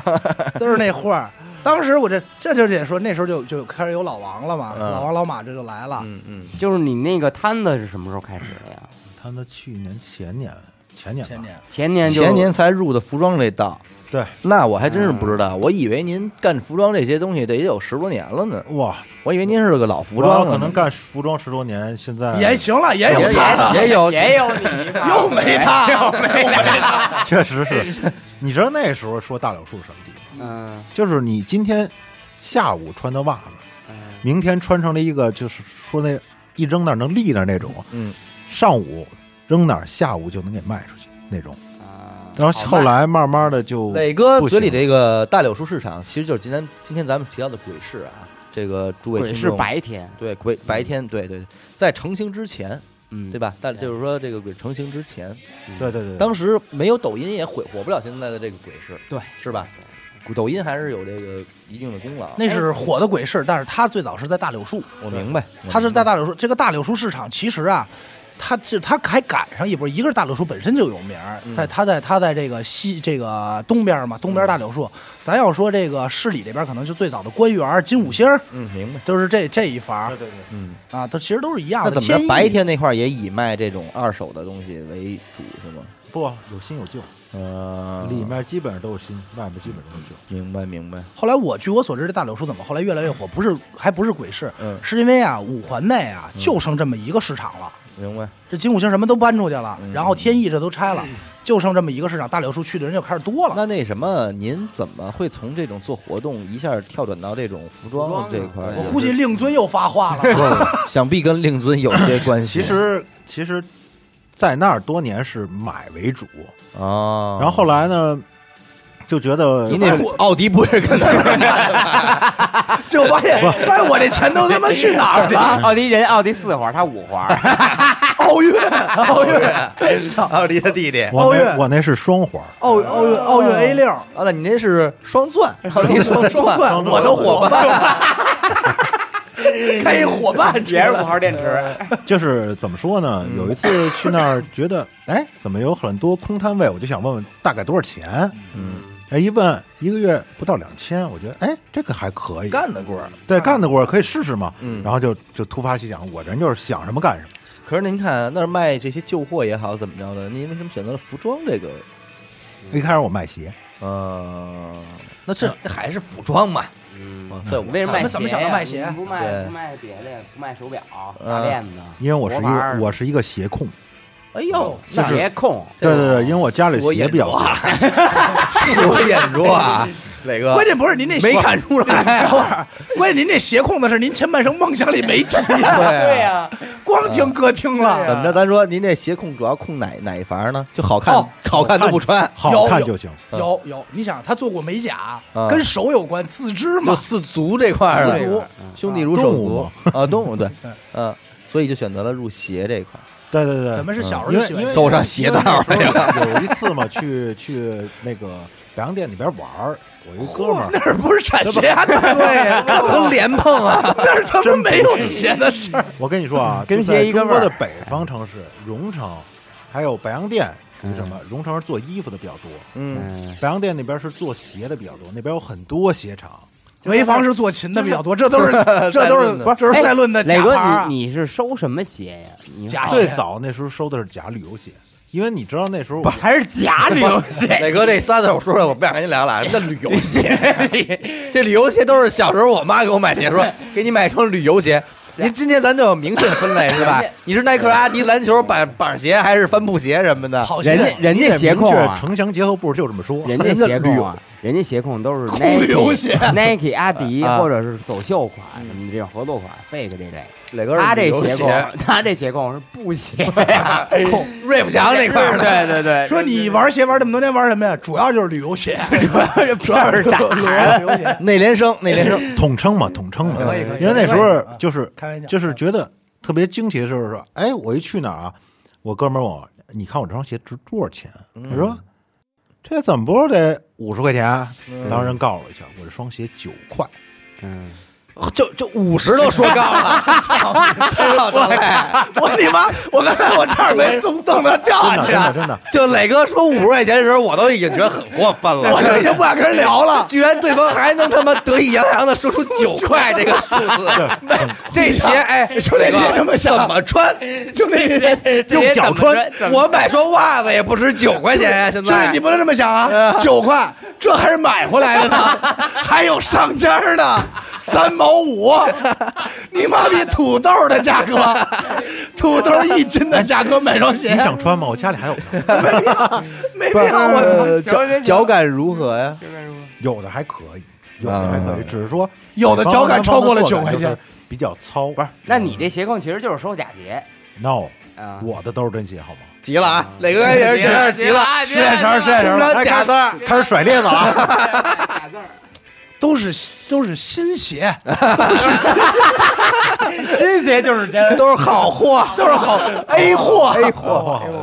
都是那货儿。当时我这这就得说，那时候就就开始有老王了嘛，嗯老王老马这就来了。嗯嗯，就是你那个摊子是什么时候开始的呀？他那去年前年前年吧前年前年就前年才入的服装这道，对，那我还真是不知道，我以为您干服装这些东西得有十多年了呢，哇，我以为您是个老服我要装了呢，可能干服装十多年，现在也行了，也有嗯也他了，也有也有你吧又没他，又没他，确实是。你知道那时候说大柳树什么地方？嗯就是你今天下午穿的袜子，嗯明天穿成了一个就是说那一扔那儿能立那儿那种，嗯，上午扔那儿，下午就能给卖出去那种。啊然后后来慢慢的就磊哥不行嘴里这个大柳树市场，其实就是今天今天咱们提到的鬼市啊，这个诸位鬼听是众白天，对鬼白天对对，对在成型之前嗯，对吧？吧？但就是说这个鬼成型之前，对对对，当时没有抖音也火火不了现在的这个鬼市，对，是吧？抖音还是有这个一定的功劳。那是火的鬼市，但是他最早是在大柳树，我明白，他是在大柳树这个大柳树市场，其实啊。他这他还赶上一波，一个是大柳树本身就有名儿，嗯在他在他在这个西这个东边嘛，东边大柳树，咱要说这个市里这边可能就最早的官园、金五星儿，嗯明白。嗯都是这这一伐对对对。啊，它其实都是一样那的。怎么着？意白天那块儿也以卖这种二手的东西为主是吗？不有新有旧，呃里面基本上都有新，外面基本上都有旧。明白明白，后来我据我所知，这大柳树怎么后来越来越火？不是，还不是鬼市，嗯是因为啊，五环内啊就剩这么一个市场了。明白，这金五星什么都搬出去了，嗯然后天意这都拆了，就剩这么一个市场。大柳树去的人就开始多了。那那什么，您怎么会从这种做活动一下跳转到这种服装这一块儿？服装啊我估计令尊又发话了，想必跟令尊有些关 系。其实其实，在那儿多年是买为主，啊，然后后来呢，就觉得您那奥迪不会是跟那儿就发现发现我这钱都他妈去哪儿了？奥迪人奥迪四环，他五环，奥运，奥运，操，奥迪的弟弟？我奥那运我那是双环，奥运奥运奥运 A 六，啊，那你那是双钻，奥迪双双钻，钻，我的伙伴， 开一伙伴出也来是了，五号电池。就是怎么说呢？嗯有一次去那儿，觉得哎，怎么有很多空摊位？我就想问问大概多少钱？嗯，哎，一问一个月不到两千，我觉得哎，这个还可以，干得过。对，干得过，可以试试嘛。嗯然后就就突发奇想，我人就是想什么干什么。可是您看那儿卖这些旧货也好，怎么着的，您为什么选择了服装这个？一开始我卖鞋，呃，那这这还是服装嘛？嗯，哇哦对，我为什么咱卖鞋呀？们怎么想到卖鞋你不卖啊对不卖别的呀，不卖手表、啊嗯大链子，因为我是一国玩个我是一个鞋控，哎呦，那鞋控。对对哦对，因为我家里我鞋眼比较拙多。啊，是我眼拙 啊，磊哥关。键不是您这没鞋看出来，等会儿， 关键您这鞋控的事儿，您前半生梦想里没提，对啊啊呀、光听歌听怎了。么着？咱说您这鞋控主要控哪哪一伐呢？就好看，哦好看都不穿，好有看 有就行。有有，你想他做过美甲嗯，跟手有关，四肢嘛就，四足这块儿了。四足兄弟如手足啊，动物对，嗯，所以就选择了入鞋这一块。对对对，咱们是小时候就因为喜因为欢走上邪道了因为那时候有一次嘛，去去那个北洋店里边玩儿，我一哥们儿那儿 不是产鞋的，对 呀，和莲碰啊， 那儿他妈没有鞋的事儿。我跟你说啊， 跟就鞋在一个中味国儿的北方城市，荣城，还有白洋淀属于什么？荣城是做衣服的比较多，嗯，嗯，白洋淀那边是做鞋的比较多，那边有很多鞋厂。潍坊是做琴的比较多，这都是这都再论是的不是哎这是赛论的磊假牌儿哥，啊你你是收什么哎鞋呀？你假鞋好最早那时候收的是假旅游鞋，因为你知道那时候我还是假旅游鞋？嗯磊哥这仨字我说出来，我不想跟您聊 了。这旅 游鞋，这旅游鞋都是小时候我妈给我买鞋， 说给你买一双旅游鞋。您今天咱就有明确分类是 吧？你是耐克、阿迪、篮球板板鞋还是帆布鞋什么的？跑鞋人的家人家鞋控明确啊，城乡结合部就这么说。人家鞋控啊，人家鞋控都是空 Nike 流鞋 Nike、阿迪啊或者是走秀款什么的这种合作款，fake 这类。磊哥他这旅游鞋控，他这鞋控是布鞋呀，控瑞富啊祥那块儿的。对对对，说你玩鞋玩这么多年玩什么呀？主要就是旅游鞋，主要是主要 是片儿旅大游旅 游鞋。内联升， 内联升，统称嘛，统称嘛。可以可以因为那时可候以就是开玩笑就是觉得特别惊奇的时候说，哎，我一去哪儿啊，我哥们儿问我，你看我这双鞋值多少钱？嗯我说这怎么不是得五十块钱啊？嗯当时人告诉我一下，我这双鞋九 块。嗯，就就五十都说高了，操得嘞！我你妈！我刚才我差点没从凳子上掉真下去的真，的真的，啊就磊哥说五十块钱的时候，我都已经觉得很过分了，我我就这已经不想跟人聊了。居然对方还能他妈得意洋洋的说出九块这个数字，这鞋哎，兄弟磊哥别这么想怎么穿？兄弟，鞋用怎脚么穿，怎么我买双袜子也不值九块钱呀，现兄弟在你不能这么想 啊！九块，这还是买回来的呢，还有上家呢，三毛五，你妈逼土豆的价 格，土豆一斤的价格买双鞋你，想穿吗？我家里还有呢， 没必要啊我操！行行行呃脚感如何呀？有的还可以，有的还可以，只是说啊有的脚感超过了方九方块的做钱感就，是比较糙。不是那你这鞋控其实就是收假鞋，no，啊，我的都是真鞋，好吗？急了啊，磊哥也是有点急了，啊，实验别绳，实验什绳，么假字儿？开始甩链子了啊。 打字儿都是都是新鞋， 新鞋就是真，都是好货，都是好 A 货。哎呦，哎呦，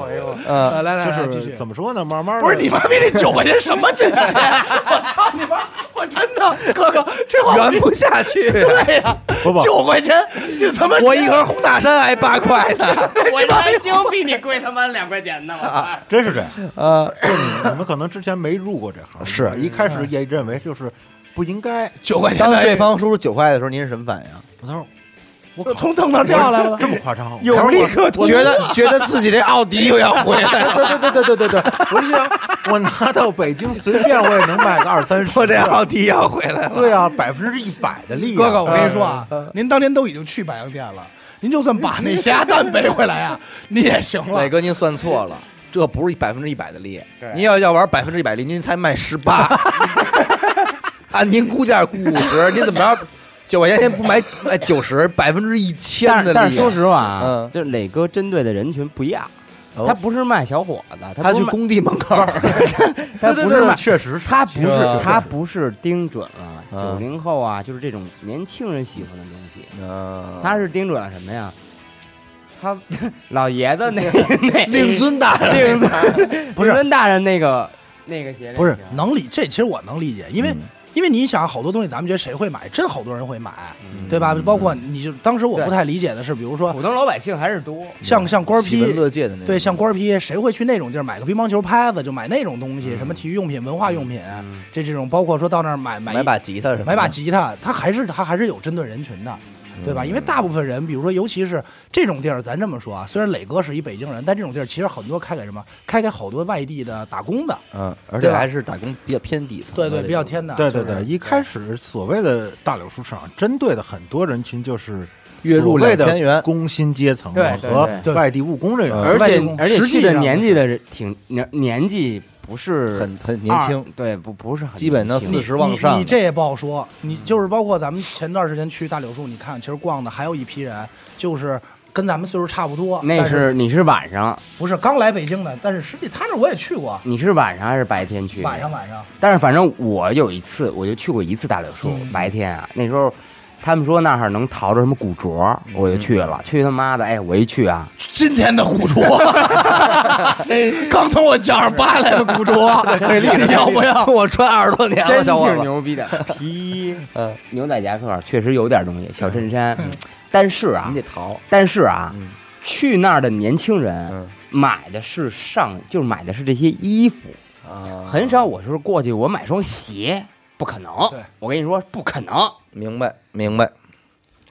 哎呦，嗯呃来来来，就继是续怎。么说呢？慢慢地不是你妈逼这九块钱什么真 鞋？我操你妈！我真的，哥哥，这话圆不下去。对呀、不不九块钱，你他妈我一盒红塔山还八块呢，我他精比你贵他妈两块钱呢，我真是这样。呃，就你们可能之前没入过这行，是一开始也认为就是不应该。九块钱当的对方说出九块的时候，您是什么反应？啊我当时就哎从凳上掉下来了。这么夸张，刻觉得觉得自己这奥迪又要回来 了，对对对对对对对，我就想 我拿到北京随便我也能卖个二三十，我这奥迪要回来了。对啊，百分之一百的利啊。哥哥，我跟你说啊，您当年都已经去百洋店了，您就算把那咸鸭蛋背回来啊，你也行磊了。哥，您算错了，这不是百分之一百的利对，您要要玩百分之一百利，您才卖十 八，按您估价估五十，您怎么着？九块钱您不买买九十，百分之一千但的是利，但是说实话啊嗯，就是磊哥针对的人群不一样，哦他不是卖小伙子，他不去是卖工地门口儿， 他对，对不是对对卖确实是他不是是啊他不是盯准了啊九零后啊，就是这种年轻人喜欢的东西，嗯他是盯准了什么呀？他老爷子那那 令尊大人，令尊不是令尊大人那个那个鞋类型，不是能理，这其实我能理解，因为、嗯因为你想，好多东西咱们觉得谁会买，真好多人会买，对吧？包括你就当时我不对太理解的是，比如说普通老百姓还是多，像像官儿喜闻批。乐见的那种对，像官儿批，谁会去那种地儿买个乒乓球拍子，就买那种东西，什么体育用品、文化用品，这这种包括说到那儿买买买一把吉他什么的，买把吉他，他还是他还是有针对人群的，对吧？因为大部分人，比如说，尤其是这种地儿，咱这么说啊，虽然磊哥是一北京人，但这种地儿其实很多开给什么，开给好多外地的打工的，嗯，而对且吧还是打工比较偏底层对的这种，对，比较天的，对对就是对，，一开始所谓的大柳树市场，针对的很多人群就是月入所谓的2000元工薪阶层对对和对呃对外地务工人员，嗯而外且地工而且实去际的上年是纪的人挺年年纪不是很很年啊二轻，对不不是很基本年上轻四十往上你，的。嗯你这也不好说，你就是包括咱们前段时间去大柳树，你看，其实逛的还有一批人，就是跟咱们岁数差不多，那但是是你是晚上，不是刚来北京的？但是实际他那儿我也去过，你是晚上还是白天去？晚上。晚上，但是反正我有一次，我就去过一次大柳树，嗯白天啊，那时候他们说那儿能淘着什么古着，我就去了。去他妈的，哎，我一去啊，今天 的古着，刚从我脚上扒来的 古着， 你要不要？我穿二十多年真了，小伙挺子，牛逼 的，皮、嗯牛仔夹克确实有点东西，小衬衫。 但是啊你，得淘。但是啊嗯，去那儿的年轻人嗯买的是上，就是买的是这些衣服。啊，很少我是过去我买双鞋，不可能对。我跟你说不可能，明白明白，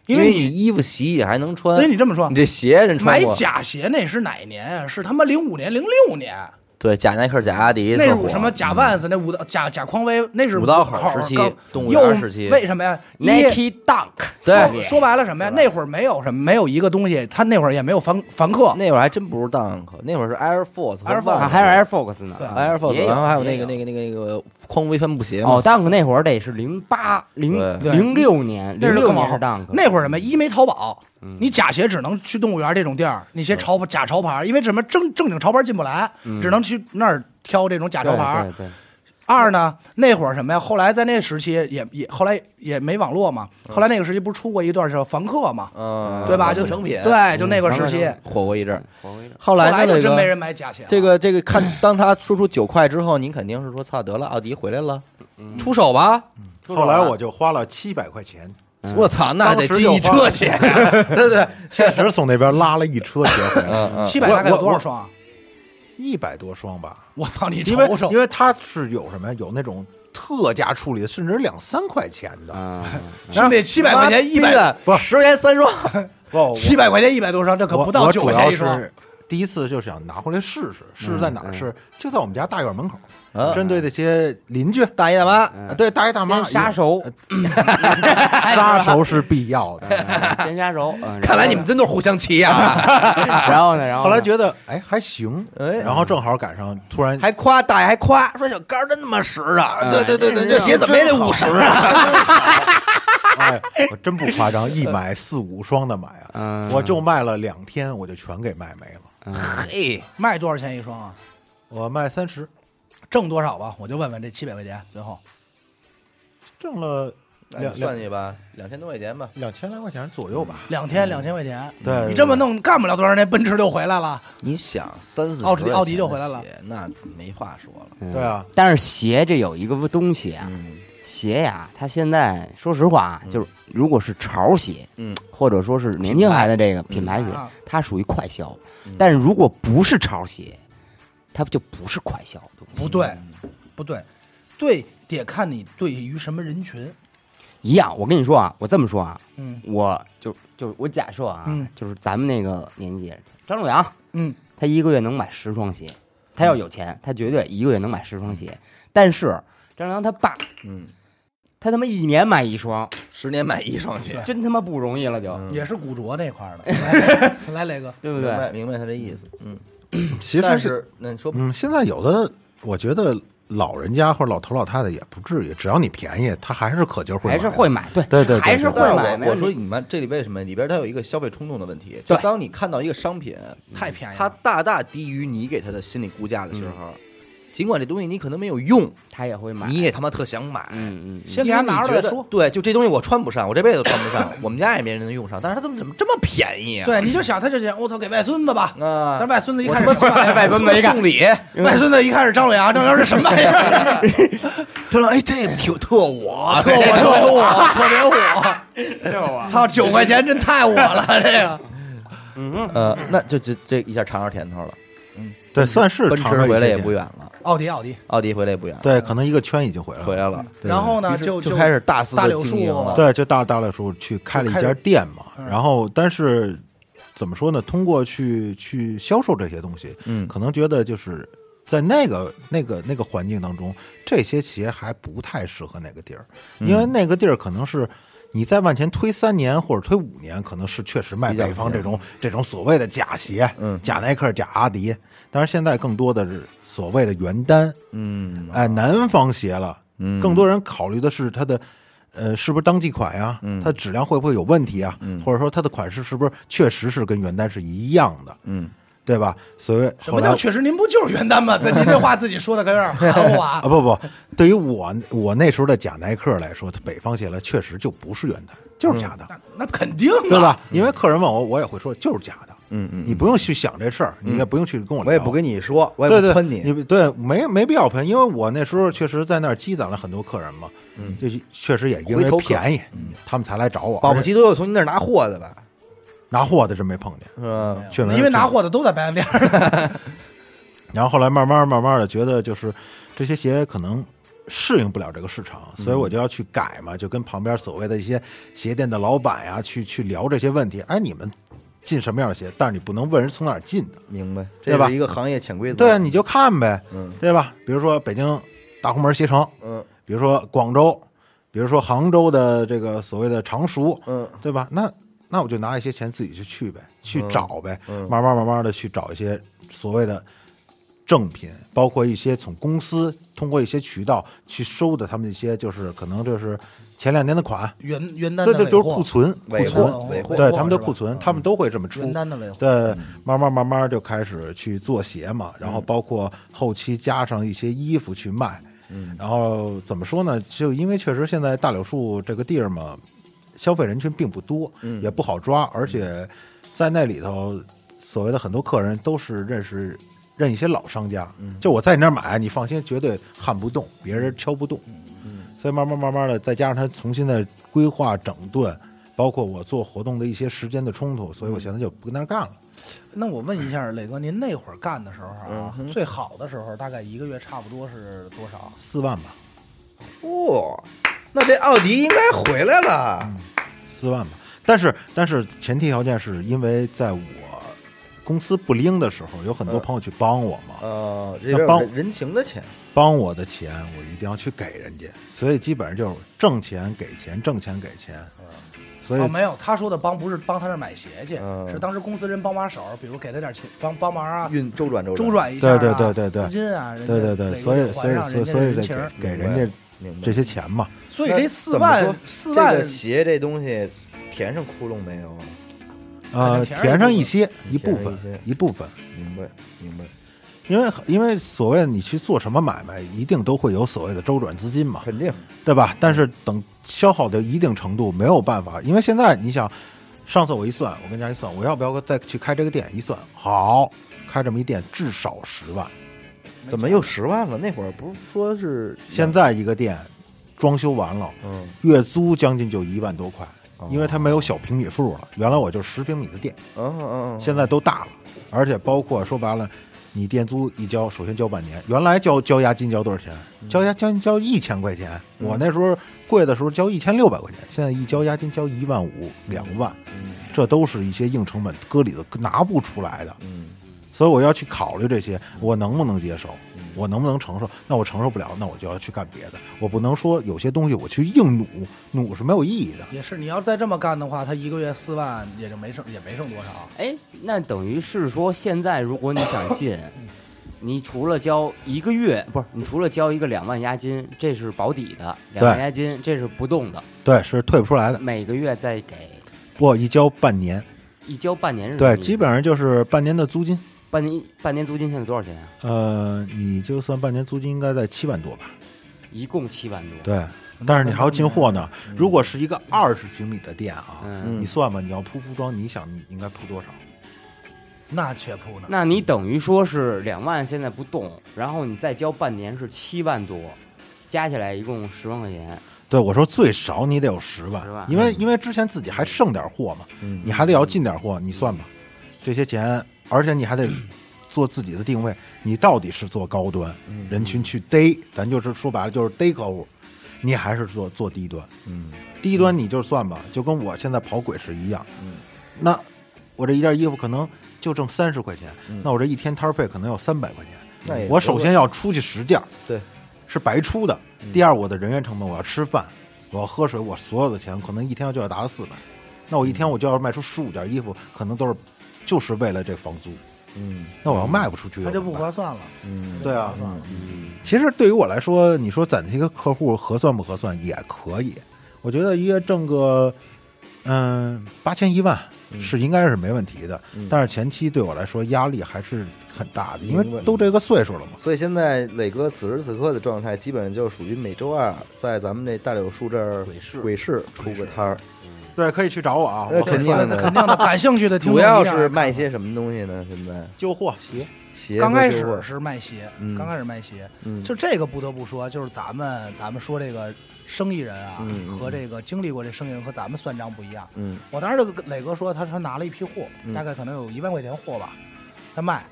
因因为为你衣服洗也还能穿，所以你这么说呃你，这鞋人穿买过，假鞋那是哪一年啊？是他妈零五年、零六年，对，假耐克、假阿迪，那特是火什么假万斯，那五道假假匡威，那是嗯五道口口时期刚动物园又时期为什么呀？一 Nike Dunk，说说白了什么呀？那会儿没有什么，没有一个东西，他那会儿也没有凡凡客，那会儿还真不是 Dunk，那会儿是 Air Force 和 Air 啊 Vans 还有 Air Fox 呢啊对 Air Force，也然后还有那也个那个那个那个匡威帆布鞋嘛哦，Dunk 那会儿得是零八零对零六年，那零是六更年往是后 Dunk，。那会儿什么？一没淘宝，你假鞋只能去动物园这种地儿，那些潮假潮牌，因为什么正正经潮牌进不来，只能去那儿挑这种假对潮牌对。对，二呢，那会儿什么呀？后来在那时期也也后来也没网络嘛，后来那个时期不是出过一段是房客嘛，嗯，对吧？就成品，对，就那个时期，火过一阵儿。华为的后后来来呢，就真没这个人买假鞋了。这个这个看，当他说出九块之后，您肯定是说操得了，奥迪回来了，出手吧！后来我就花了七百块钱，我操，那得当时进就一车钱， 对对，确实从那边拉了一车鞋回来，嗯七百我大概有我多少我双啊？一百多双吧。我操，你因为瞅瞅因，为它是有什么呀有那种特价处理，甚至两三块钱的。啊，兄弟，七百块钱一百，不是十块钱三双，不，我七百块钱一百多双，这可我不到我九主块要钱一双。是第一次就想拿回来试试，试试在哪儿试？就在我们家大院门口，嗯针对那些邻居，大爷大妈，啊对大爷大妈先杀熟，杀熟是必要的。嗯先杀熟。嗯呃看来你们真都是互相啊骑呀， 然后呢，然后呢后来觉得哎还行，哎然后正好赶上突 然还夸大爷还夸说小杆儿真他妈实嗯啊，对对对对，这鞋怎么也得五十啊，哎，我真不夸张，一买四五双的买啊嗯，我就卖了两天，我就全给卖没了。嘿，卖多少钱一双啊？我卖三十，挣多少吧？我就问问这七百块钱，最后挣了两算两计吧，两千多块钱吧，两千来块钱左右吧。嗯两天两千块钱。对对你这么对弄，干不了多长时间，奔驰就回来了。你想三四奥迪十块奥迪钱就的回来了鞋，那没话说了。嗯对啊，但是鞋这有一个东西啊，嗯鞋呀，它现在说实话啊，就是如果是潮鞋，嗯，或者说是年轻孩子这个品牌鞋嗯啊，它属于快销，但是如果不是潮鞋，它就不是快销的东西不对，不对，对得看你对于什么人群。一样。我跟你说啊，我这么说啊，嗯我就就我假设啊嗯，就是咱们那个年纪，张仲阳，嗯，他一个月能买十双鞋，他要有钱，他绝对一个月能买十双鞋。但是张良他爸，嗯，他他妈一年买一双，十年买一双鞋，真他妈不容易了就，也是古着那块儿的。来，磊哥，对不明对？白明白他这意思，嗯。其但实是是那你说嗯，现在有的我觉得老人家或者老头老太太也不至于，只要你便宜，他还是可劲儿会买啊的还是会买，对对对对还是对会但是买。我我没说问题你们这里边什么？里边它有一个消费冲动的问题。就对当你看到一个商品，太便宜它了。大大低于你给它的心理估价的时候，尽管这东西你可能没有用，他也会买，你也他妈特想买。嗯嗯嗯，先给他因为你拿出来觉得说对，就这东西我穿不上，我这辈子都穿不上，我们家也没人能用上。但是它怎么怎么这么便宜啊？对，你就想他就想，我操，给外孙子吧。啊，但是外孙子一我看他是妈送 外我他妈送礼，外孙子一看是张洛阳，张洛阳是什么玩意儿？他说哎，这挺特我，特我 特我特别我，操，九块钱真太我了，这个。呃，那就这这一下尝着甜头了。对，算是奔尝着驰一些回来也甜不远了，奥迪，奥迪。奥迪回来也不远了，对，可能一个圈已经回来回了。来了。对然后呢，于是就就开始大肆地大柳经营了树，啊对，就大大磊叔去开了一家店嘛，开了嗯然后但是怎么说呢？通过去去销售这些东西，嗯可能觉得就是在那个那个那个环境当中，这些鞋还不太适合那个地儿，因为那个地儿可能是。你再往前推三年或者推五年，可能是确实卖比较北方这种这种所谓的假鞋，嗯假耐克、假阿迪。但是现在更多的是所谓的原单，嗯哎，南方鞋了，嗯更多人考虑的是它的，呃，是不是当季款呀？嗯它质量会不会有问题啊？嗯或者说它的款式是不是确实是跟原单是一样的，嗯，对吧？所以什后么来叫确实？您不就是原单 吗？这您这话自己说的，跟有点含糊啊 啊。不不，对于我我那时候的假耐克来说，它北方鞋了确实就不是原单，嗯就是假的，那那肯定对啊，吧？因为客人问我，我也会说就是假的。嗯嗯你不用去想这事儿，你也不用去跟我聊。我也不跟你说，我对也不对，喷你。对，没没必要喷，因为我那时候确实在那儿积攒了很多客人嘛，嗯，就确实也因回为头客嗯便宜，他们才来找我，保不而且齐都有从你那儿拿货的吧？嗯拿货的真没碰见，是吧？确实因为拿。货的都在白洋 淀儿。然后后来慢慢慢慢的觉得就是这些鞋可能。适应不了这个市场，嗯所以我就要去啊改嘛，就跟旁边所谓的一些鞋店的老板呀，去去聊这些问题。哎，你们进什么样的鞋，但是你不能问人从哪儿进的。明白，对这吧是一个行业潜规则。对啊，你就看呗，嗯对吧？比如说北京大红门鞋城，嗯比如说广州，比如说杭州的这个所谓的常熟，嗯对吧？那那我就拿一些钱自己去去呗，去找呗，嗯慢慢慢慢的去找一些所谓的正品，包括一些从公司通过一些渠道去收的他们一些就是可能就是前两年的款，原原单这的这尾就是货库存，库尾存，货哦尾货嗯对他们的库是存，吧他们都会这么出原。单的尾货，对，嗯慢慢慢慢就开始去做鞋嘛，然后包括后期加上一些衣服去卖，嗯，然后怎么说呢？就因为确实现在大柳树这个地儿嘛，消费人群并不多，嗯也不好抓，而且在那里头，所谓的很多客人都是认识认一些老商家，就我在你那儿买，你放心，绝对撼不动，别人敲不动，所以慢慢慢慢的，再加上他重新的规划整顿。包括我做活动的一些时间的冲突，所以我现在就不跟那儿干了。那我问一下，磊哥，您那会儿干的时候嗯啊，最好的时候大概一个月差不多是多少？四万吧，哦，那这奥迪应该回来了。四万吧。但是但是前提条件是因为在我公司不灵的时候，有很嗯多朋友去帮我嘛，呃，这嗯那边有帮人人情的钱，帮我的钱我一定要去给人家，所以基本上就是挣钱给钱，挣钱给钱。嗯所以、哦，没有，他说的帮不是帮他那儿买鞋去，嗯是当时公司人帮把手，比如给他点钱，帮帮忙啊，运周转周周转一下、啊，对对对对对资金啊，人家对对对，磊哥所以就所还以上所以人家所以人得情儿给给明白人家明白这些钱嘛。所以那这四怎么万说四这万个鞋这东西填上窟窿没有啊？呃，填上填上一一些一填部上分一些一部分，明白明白，啊因为因为所谓的你去做什么买卖，一定都会有所谓的周转资金嘛。肯定对吧？但是等消耗到一定程度，没有办法，因为现在你想，上次我一算，我跟家一算，我要不要再去开这个店？一算，好，开这么一店至少十万。怎么又十万了？那会儿不是说是现在一个店装修完了，嗯月租将近就一万多块，因为它没有小平米数了。原来我就十平米的店，嗯嗯嗯，现在都大了，而且包括说白了。你店租一交，首先交半年。原来交交押金交多少钱？交押金交一千块钱。我那时候贵的时候交一千六百块钱，现在一交押金交一万五、两万，嗯这都是一些硬成本搁里头拿不出来的。嗯所以我要去考虑这些，我能不能接受，我能不能承受？那我承受不了，那我就要去干别的。我不能说有些东西我去硬努，努是没有意义的。也是，你要再这么干的话，他一个月四万也就没剩，也没剩多少。哎，那等于是说，现在如果你想 进，你除了交一个月，不是，你除了交一个两万押金，这是保底的，两万对押金这是不动的，对，是退不出来的。每个月再给不，一交半年，一交半年是什么对，意思基本上就是半年的租金。半年半年租金现在多少钱啊？呃，你就算半年租金应该在七万多吧？一共七万多。对，嗯但是你还要进货呢。如果是一个二十平米的店啊，嗯你算吧，你要铺服装，你想你应该铺多少？那且不呢，那你等于说是两万现在不动，然后你再交半年是七万多，加起来一共十万块钱。对，我说最少你得有十万，嗯10万因为因为之前自己还剩点货嘛，嗯你还得要进点货，你算吧，这些钱，而且你还得做自己的定位，你到底是做高端人群去逮，咱就是说白了就是逮客户，你还是做做低端，嗯低端你就算吧，就跟我现在跑鬼市一样，嗯那我这一件衣服可能就挣三十块钱，那我这一天摊儿费可能要三百块嗯那也钱，我首先要出去十件儿，对，是白出的。嗯第二，我的人员成本，我要吃饭，我要喝水，我所有的钱可能一天就要达到四百，那我一嗯天我就要卖出十五件衣服，可能都是就是为了这房租，嗯那我要卖不出去，他就不怎么合办算了。嗯对啊。嗯，其实对于我来说，你说攒一个客户合算不合算也可以，我觉得一月挣个嗯八千一万是应该是没问题的，但是前期对我来说压力还是很大的，因明白为都这个岁数了嘛。所以现在磊哥此时此刻的状态，基本就属于每周二在咱们这大柳树这儿鬼市鬼市出个摊儿，对，可以去找我啊，那我肯定那肯定的，感兴趣的听众主要一定是看卖些什么东西呢？现在旧货鞋，鞋刚和开旧始货是卖鞋，嗯刚开始卖鞋，嗯就这个不得不说，就是咱们咱们说这个生意人啊，嗯嗯和这个经历过这生意人和咱们算账不一样。嗯我当时就跟磊哥说，他说他拿了一批货，嗯大概可能有一万块钱货吧，他卖，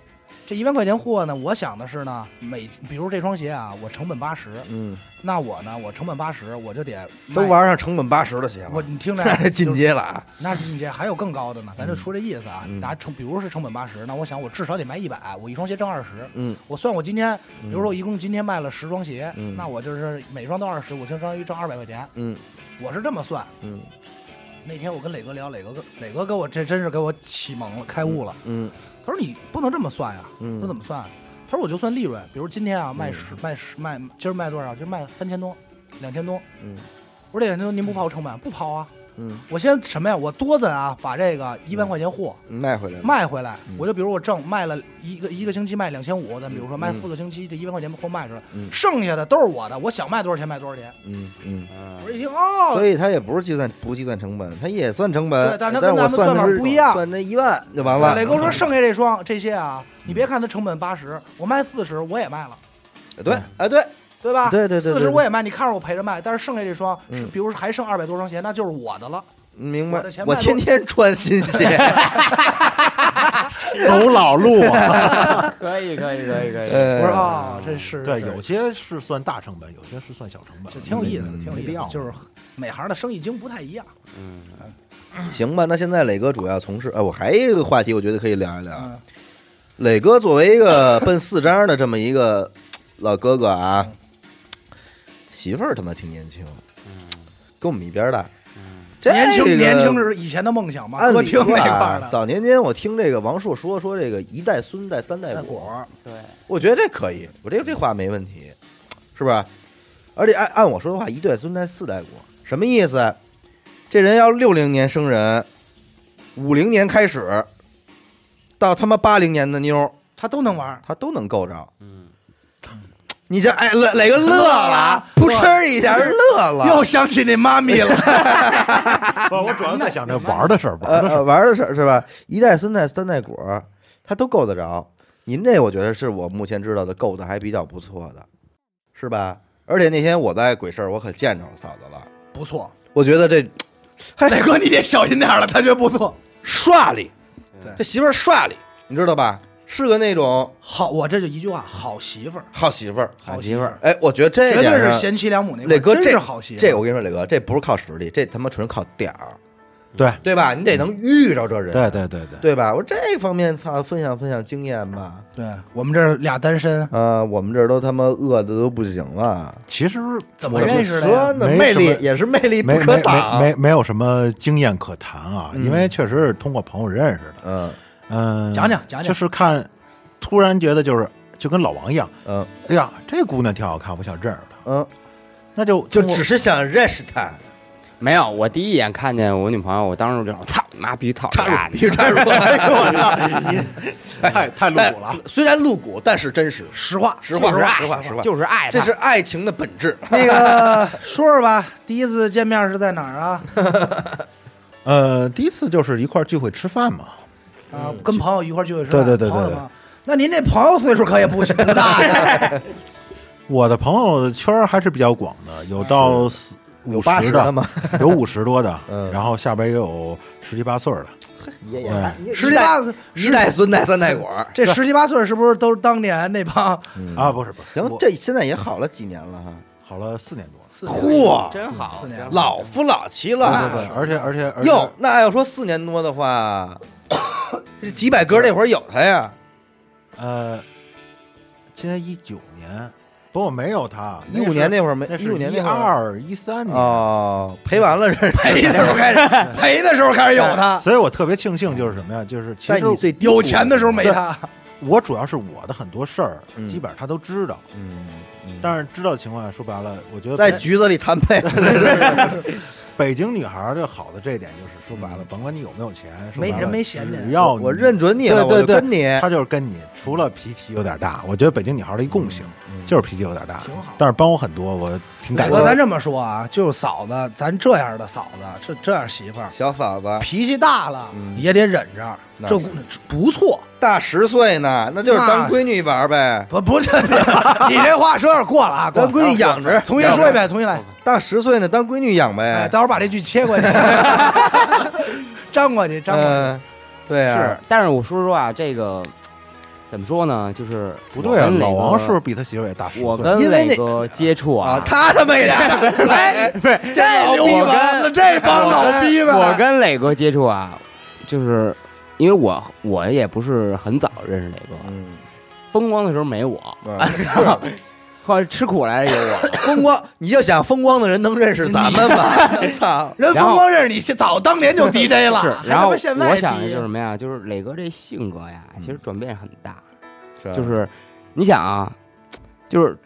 这一万块钱货呢，我想的是呢，每比如这双鞋啊，我成本八十，嗯，那我呢，我成本八十，我就得卖都。玩上成本八十的鞋我了，你 听 着，那是进就是阶了啊！那是进阶，还有更高的呢，咱就出这意思啊。嗯拿成，比如是成本八十，那我想我至少得卖一百，我一双鞋挣二十。嗯，我算我今天，比如说我一共今天卖了十双鞋，嗯那我就是每双都二十，我就相当于挣二百块钱。嗯我是这么算。嗯那天我跟磊哥聊，磊哥跟磊哥给我这真是给我启蒙了，开悟了。嗯他说你不能这么算呀、嗯我说怎么算、啊？他说我就算利润，比如今天啊卖十、卖十卖，今儿卖多少？今儿卖三千多，两千多。嗯我说这两千多您不跑成本？不跑啊！嗯，我先什么呀？我多的啊，把这个一万块钱货卖回来了，卖回来。嗯我就比如我挣卖了一个一个星期卖两千五，咱比如说卖嗯四个星期这一万块钱货卖出来，嗯剩下的都是我的，我想卖多少钱卖多少钱。嗯嗯，我一听哦，所以他也不是计算不计算成本，他也算成本对，但是他但跟我咱们算的算法是不一样算那一万就完了。啊嗯磊 哥说剩下这双这些啊，你别看它成本八十，我卖四十我也卖了，对，哎对，对吧？对对对对四十我也卖，你看着我赔着卖，但是剩下这双，嗯是比如还剩二百多双鞋，那就是我的了。明白我的钱。卖我多天天穿新鞋， 走老路啊。 可以可以可以可以， 呃我说啊，这是对，是有些是算大成本，有些是算小成本就，挺有意思的，嗯挺有意没必思的要，就是每行的生意经不太一样。行吧，那现在磊哥主要从事，哎，我还有一个话题，我觉得可以聊一聊。嗯磊哥作为一个奔四张的这么一个老哥哥啊，媳妇儿他妈挺年轻，跟我们一边儿大。这个嗯年轻年轻是以前的梦想嘛，按歌理厅说那块啊儿 的。早年间我听这个王朔说说这个一代孙代三代带果，果，对，我觉得这可以，我这这话没问题，是不是？而且按按我说的话，一代孙代四代果，什么意思？这人要六零年生人，五零年开始，到他妈八零年的妞儿，他都能玩儿。他都能够着。嗯，你这哎，磊磊哥乐了，扑哧一下乐了。想起那妈咪 了，不，我主要在想这玩儿的事儿，玩呃儿的事 呃， 儿。玩儿的事儿是吧？一代、三代、三代果儿，他都够得着。您这我觉得是我目前知道的够的还比较不错的，是吧？而且那天我在鬼市儿，我可见着嫂子了，不错。我觉得这磊哥，你得小心点儿了，他觉得不错。帅哩对，这媳妇儿帅哩，你知道吧？是个那种好，我这就一句话，好媳妇儿，好媳妇儿。好媳妇儿，哎，我觉得这绝对点是上贤妻良母那块儿磊哥真这是好媳妇儿。这我跟你说，磊哥这不是靠实力，这他妈纯靠点儿，对对吧？你得能遇着呃这人，对对对对，对吧？我这方面操，分享分享经验吧。对我们这儿俩单身，啊，我们这儿都他妈饿的都不行了，其实怎我么认识的说呀呢？魅没什么力也是魅力哎不没可没没挡。没没有什么经验可谈啊，嗯因为确实是通过朋友认识的。嗯嗯，讲讲讲讲就是看，突然觉得就是就跟老王一样，嗯哎呀，这姑娘挺好看，我想认识她，嗯，那就就通过只是想认识他，没有，我第一眼看见我女朋友，我当时就操你妈，必须操你插妈入必须插入。 哎呦我操太太露骨了啊。但虽然露骨，但是真实，实话，实话，就实是话，爱实话，实话，就是爱她，这是爱情的本质。 那个说说吧，第一次见面是在哪儿啊？呃，第一次就是一块儿聚会吃饭嘛，啊，嗯跟朋友一块儿聚会吃对饭，对对对朋友对吗那您这朋友岁数可也不小不大 呀，我的朋友圈儿还是比较广的，有到四有五八十的吗？有五十多的， 嗯然后下边也有十七八岁儿的。也也哎十七八岁，一代孙代三代果儿。这十七八岁是不是都是当年那帮？啊，不是不是，嗯行，我这现在也好了几年了哈。好了四年多了， 嚯，真好，四年真好老夫老妻对了。对对，而且而且而 且哟，那要说四年多的话，这几百歌那会儿有他呀。呃，今年一九年，不过没有他，一五年那那会儿没，是一五年一那会儿二一三年，哦，赔完 了是赔的时候 开始，赔的时候哎开始有他，所以我特别庆幸就是什么呀？就是其在实你最低有钱的时候没他。我主要是我的很多事儿嗯，基本上他都知道，谷，嗯，嗯但是知道的情况下，说白了，我觉得在北局子里谈配，北京女孩儿这好的这一点就是，说白了，嗯甭管你有没有钱，说没白人了没闲着只要我认准你对了，我对就对跟你。他就是跟你，除了脾气有点大，我觉得北京女孩儿的一共性嗯就是脾气有点大，挺好但是帮我很多，我挺磊感哥，咱谢。这么说啊，就是嫂子，咱这样的嫂子，这这样媳妇儿，小嫂子啊脾气大了嗯也得忍着，那这是不错。大十岁呢，那就是当闺女玩呗。不不是， 你这话说有点过了啊！过当了闺女养着重新说一遍，重新来。大十岁呢，当闺女养哎，呗。待会儿把这句切过去，粘过去，粘过去。呃嗯，对啊，是，但是我说实话，这个怎怎么说呢？就是不对啊，我跟磊老哥王是不是比他媳妇儿也大十我岁？跟因为那磊哥接触啊，啊，他他 妈也哎 来，这哎牛逼我吧？跟这帮老逼们，我跟磊哥接触啊，就是因为我我也不是很早认识磊哥，嗯，风光的时候没我，啊 后来吃苦来了有我，风光，你就想风光的人能认识咱们 吗？操，人然后风光认识你，早当年就 DJ 了，还 是，然他后妈现在嗯我想的 DJ 就是什么呀？就是磊哥这性格呀，其实转变很大。就嗯就是是你想啊，就是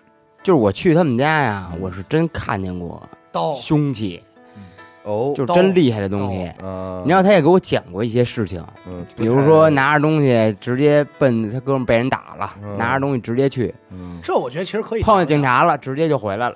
就是我去他们家呀，我是真看见过嗯刀凶器，哦，就是真厉害的东西。嗯，你知道，他也给我讲过一些事情，嗯，比如说拿着东西直接奔他哥们儿被人打了，嗯拿着东西直接去嗯，这我觉得其实可以碰见警察了，直接就 回来了。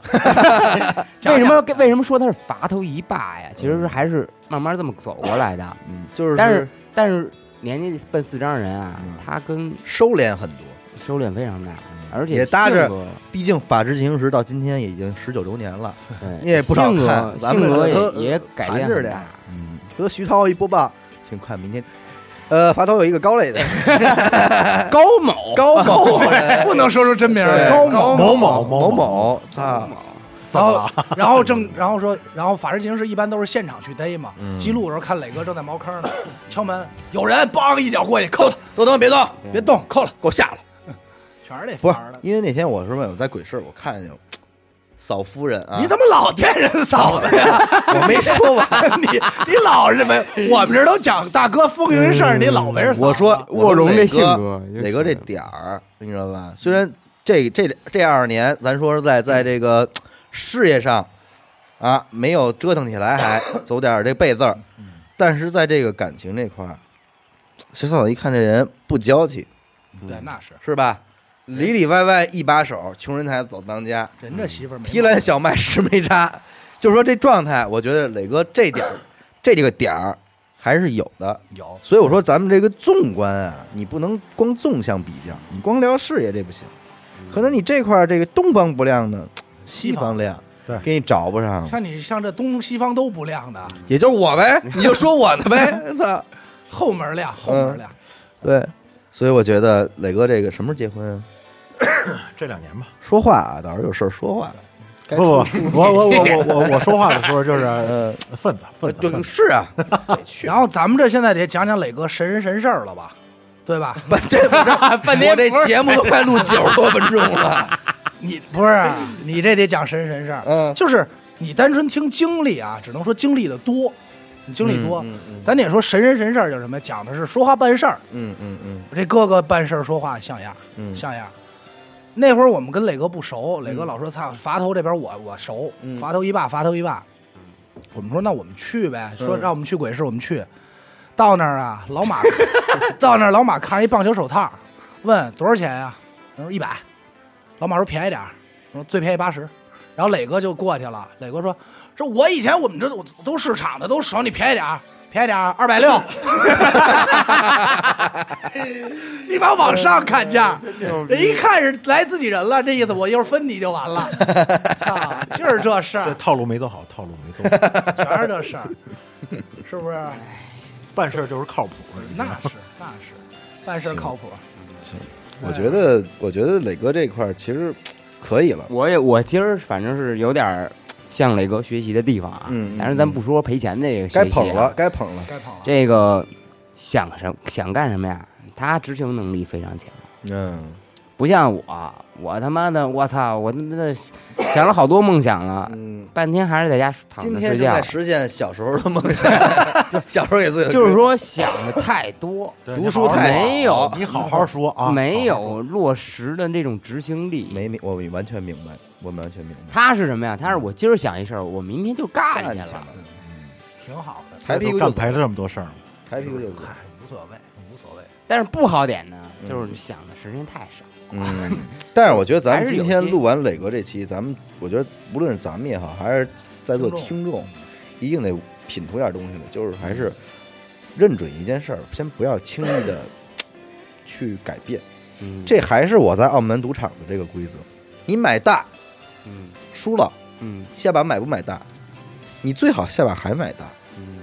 讲讲为什么为什么说他是伐头一霸呀？其实是还是慢慢这么走过来的。嗯，就是嗯但是但是年纪奔四张人啊，他跟收敛很多，收敛非常大，而且嗯也搭着性格毕竟《法制进行时》到今天也已经十九周年了，对你也不少性格看咱性们格都也也改变含着很的大。嗯，和徐涛一播报，请看明天。呃，法头有一个高类的 高某高 某不能说出真名来。高某某某某某某，操，怎么了？ 然后正，然后说，然后法制进行时一般都是现场去逮嘛。嗯记录的时候看磊哥正在茅坑呢，敲门，有人，梆一脚过去扣他，都等别动，别动，扣了，给我下了。嗯全是那不是法儿的，。因为那天我是问我在鬼市，我看见有嫂夫人啊，你怎么老惦人嫂子呀？我没说完？你你老是没，我们这儿都讲大哥风云事儿，你老围着嫂子。嗯我说卧龙这性格格，磊哥这点儿，你知道吧？虽然这这这二年，咱说实在在这个事业上啊，没有折腾起来， 还走点儿这背字儿，嗯但是在这个感情这块儿，小嫂子一看这人不娇气，对，那是是吧？里里外外一把手，穷人才走当家，人这媳妇儿没提篮小麦十枚渣，就是说这状态，我觉得磊哥这点儿，这几个点儿还是有的。有，所以我说，咱们这个纵观啊，你不能光纵向比较，你光聊事业这不行。可能你这块儿这个东方不亮呢，西方亮，对给你找不上，像你像这东西方都不亮的，也就是我呗，你就说我呢 呗，操，后门亮，后嗯门亮，对。 所以我觉得磊哥这个什么时候结婚啊？这两年吧。说话啊，到时候有事儿说话。该不不出，我我我我我我说话的时候就是呃，份子份子对，份子，是啊， 然后咱们这现在得讲讲磊哥神人神事儿了吧，对吧？不，这 我我这节目都快录九十多分钟了，你不是啊、你这得讲神人神事儿， 嗯就是你单纯听经历啊，只能说经历的多，你经历多。嗯嗯咱得说神人神事儿叫什么？讲的是说话办事儿。嗯嗯嗯我这哥哥办事儿说话像样，嗯像样。那会儿我们跟磊哥不熟，磊哥老说：“操，伐头这边我我熟，嗯伐头一霸，伐头一霸。”我们说：“那我们去呗。”说嗯让我们去鬼市，我们去。到那儿啊，老马 到那儿，老马看上一棒球手套，问多少钱呀、他说一百。老马说便宜点儿，我说最便宜八十。然后磊哥就过去了，磊哥说：“这我以前我们这都都市场的都熟，你便宜点儿，便宜点儿，二百六。” 你把往上看价，人一看是来自己人了，这意思我一会儿分你就完了。操，就是这事这儿，套路没走好，套路没走好，全是这事儿，是不是？办事儿就是靠谱。那是那是，办事儿靠谱。我觉得，我觉得磊哥这块儿其实可以了。我也我今儿反正是有点儿向磊哥学习的地方啊嗯嗯，但是咱不说赔钱这个该学习捧啊了，，该捧了。该捧了，这个想什想干什么呀？他执行能力非常强，嗯，不像我，我他妈的我操，我他妈的想了好多梦想了，嗯半天还是在家躺今着天睡正觉在。实现小时候的梦想， 小时候给自己就是说想的太多，对读书太少没有啊你好好说啊，没好好说有落实的这种执行力，没明，我完全明白，我完全明白。他是什么呀？他是我今儿想一事儿，我明天就干去干去了了。挺好的，抬屁股都就干走排了这么多事儿吗，抬屁股就走嗨，无所谓，无所谓。但是不好点呢，就是想的时间太少。 嗯，但是我觉得咱们还是今有天些录完磊哥这期，咱们我觉得无论是咱们也好，还是在座听听众，一定得品出点东西来，就是还是认准一件事儿，先不要轻易的 去改变。嗯，这还是我在澳门赌场的这个规则，你买大嗯输了。嗯下把买不买大？你最好下把还买大，嗯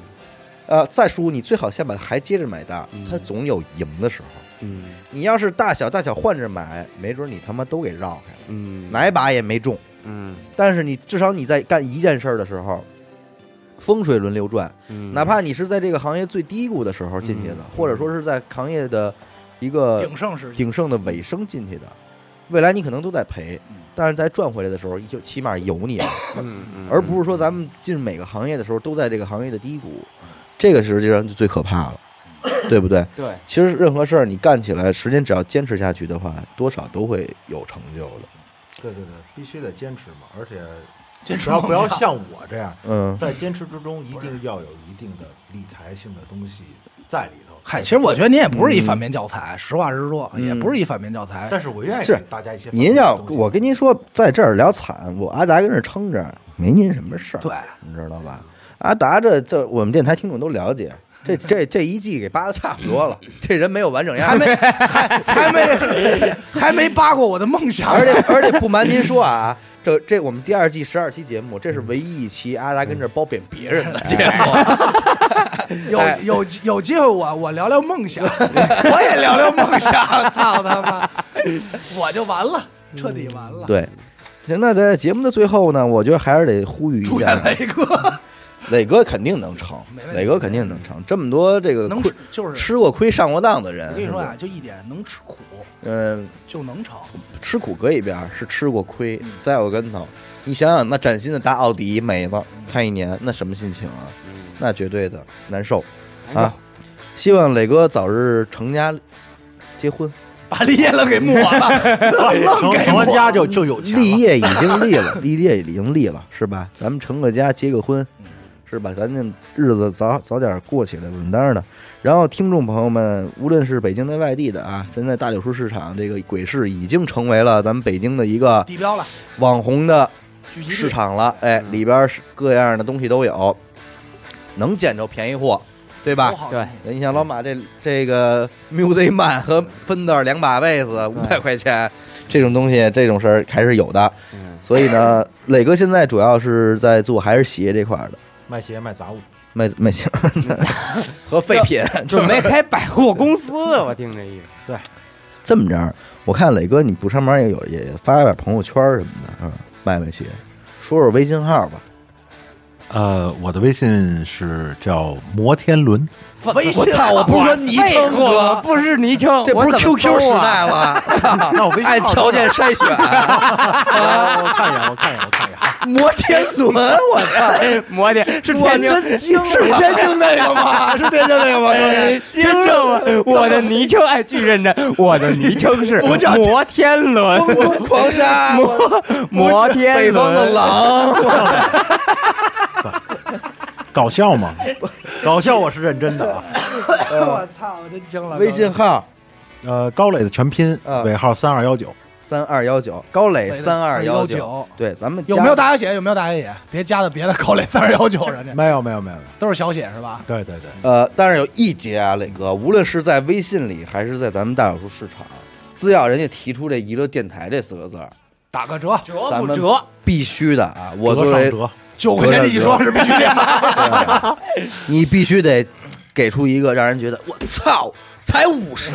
呃，再输你最好下把还接着买大嗯，它总有赢的时候。嗯你要是大小大小换着买，没准你他妈都给绕开了，嗯哪把也没中。嗯但是你至少你在干一件事儿的时候，风水轮流转，嗯，哪怕你是在这个行业最低谷的时候进去的，或者说是在行业的一个鼎盛时期，鼎盛的尾声进去的，未来你可能都在赔，但是在赚回来的时候，就起码有你了，嗯嗯，而不是说咱们进每个行业的时候都在这个行业的低谷，嗯这个实际上就最可怕了，对不对？对， 其实任何事儿你干起来，时间只要坚持下去的话，多少都会有成就的。对对对，必须得坚持嘛，而且坚持只要不要梦想像我这样，嗯，在坚持之中一定要有一定的理财性的东西在里头。嗨，其实我觉得您也不是一反面教材，实话实说，也不是一反面教材。但是我愿意是给大家一些。您要我跟您说，在这儿聊惨，我阿达跟这儿撑着，没您什么事儿，对，你知道吧？阿达这这我们电台听众都了解，这这这一季给扒的差不多了，这人没有完整压还力没。 还还没还没扒过我的梦想，而且而且不瞒您说啊，这这我们第二季十二期节目，这是唯一一期阿达跟这儿褒贬别人的节嗯目，啊 有有有机会我我聊聊梦想，我也聊聊梦想，操他妈，我就完了，彻底完了。对。行，那在节目的最后呢，我觉得还是得呼吁一出下演，雷哥磊哥肯定能成没问，题磊哥肯定能成。这么多这个能亏吃就是，吃过亏上过当的人，我跟你说是啊，吧，就一点，能吃苦嗯，就能成。吃苦搁一边儿，是吃过亏，栽过跟头。你想想，那崭新的大奥迪没了，开一年，那什么心情啊？那绝对的难受啊！希望磊哥早日成家结婚，把李彦乐给抹了，愣成给成抹了家就就有钱立了。业已经立 了，立业已经立了，是吧？咱们成个家，结个婚，是吧？咱这日子早早点过起来，稳当的。然后，听众朋友们，无论是北京的、外地的啊，现在大柳树市场这个鬼市已经成为了咱们北京的一个地标了，网红的聚集地市场了，嗯哎，里边是各样的东西都有，能捡着便宜货，对吧多？好对你像老马这这个 Music Man 和芬德尔两把被子五百块钱，这种东西这种事儿还是有的。嗯所以呢，磊哥现在主要是在做还是鞋这块儿的，卖鞋卖杂物，卖卖鞋 和废品。准备开百货公司，我听这意思。这么着，我看磊哥你不上班也有也发点朋友圈什么的，嗯，卖卖鞋，说说微信号吧。呃，我的微信是叫摩天轮，微信我操！我不是说昵称哥，不是昵称，这不是哦我怎么 QQ 时搜啊代了，操！那我微信号按条件筛选，啊我看一眼，我看一眼，我看一眼。摩天轮，我操！摩天哎是我天津， 真啊惊了，是天津那个吗？是天津那个吗？真正我啊我的昵称哎，巨认真，我的昵称是不叫摩天风轮，中狂沙，我 摩北天方的轮，狼，我搞笑 吗？搞笑我是认真的啊。我操，我真惊了。微信号呃，高磊的全拼啊尾号三二幺九，三二幺九，高磊磊的三二幺3219，对，咱们有加没有大家写？有没有大家写？别加的别的高磊三二幺九人家没有没有没有没有，都是小写是吧？对对对，呃，但是有一节啊，磊哥，无论是在微信里还是在咱们大小数市场，只要人家提出这“娱乐电台”这四个字儿，打个折，咱们必须的啊！我作折上为折，九块钱一双是必须的。你必须得给出一个让人觉得我操，才五十，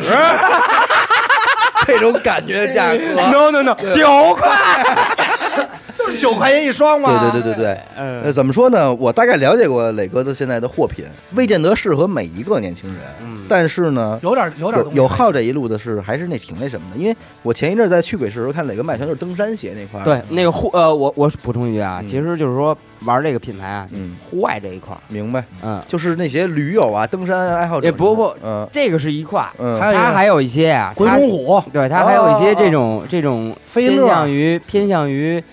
这种感觉的价 格。 ，no no no，九块， 就是九块钱一双嘛。对对对对对，嗯呃，怎么说呢？我大概了解过磊哥的现在的货品，未见得适合每一个年轻人，嗯但是呢，有点有点有东西有好这一路的是还是那挺那什么的，因为我前一阵在去鬼市的时候看磊哥卖全都是登山鞋那块儿，对，那个户呃，我我补充一句啊，其实就是说玩这个品牌啊嗯，户外这一块儿，明白，嗯，就是那些驴友啊、登山爱好者，也哎不不嗯这个是一块儿，嗯，还有一个它还有一些啊，鬼它公虎，对，它还有一哦哦些哦这种这种飞乐偏向于偏向于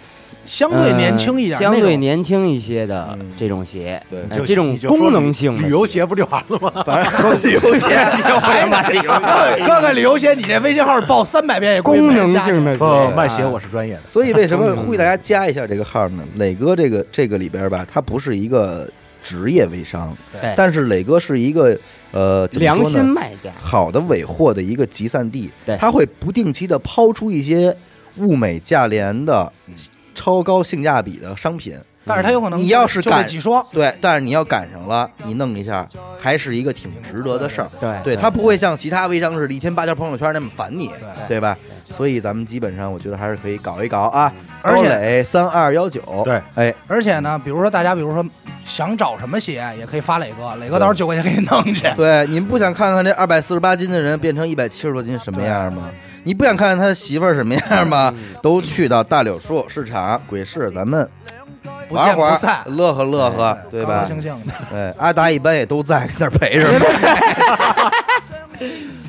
相对年轻一点，呃相对那种年轻一些的嗯这种鞋，对呃就这种你就说功能性的旅游鞋不就完了吗？反 正旅游 鞋，还买旅游哥哥哥，旅游鞋，你这微信号报三百遍也归功没人能加性的不，鞋，哦啊卖鞋我是专业的。所以为什么呼吁大家加一下这个号呢？磊哥这个这个里边吧，他不是一个职业微商，对但是磊哥是一个呃怎么说呢哎良心卖家，好的尾货的一个集散地对，他会不定期的嗯抛出一些物美价廉的、超高性价比的商品，但是他有可能你要是就被敢几双，对，但是你要赶上了，你弄一下，还是一个挺值得的事儿。哎对对，他不会像其他微商似的，一天八条朋友圈那么烦你，对对吧？所以咱们基本上，我觉得还是可以搞一搞啊。而且三二幺九，对，哎，而且呢，比如说大家，比如说想找什么鞋，也可以发磊哥，磊哥到时候九块钱给你弄去。对，你们不想看看这二百四十八斤的人变成一百七十多斤什么样吗？你不想看看他媳妇儿什么样吗？嗯都去到大柳树市场鬼市，咱们不玩见会不儿散，，哎乐呵乐呵，对高吧哎高？兴兴的。 对，阿达一般也都在跟那儿陪着 呢。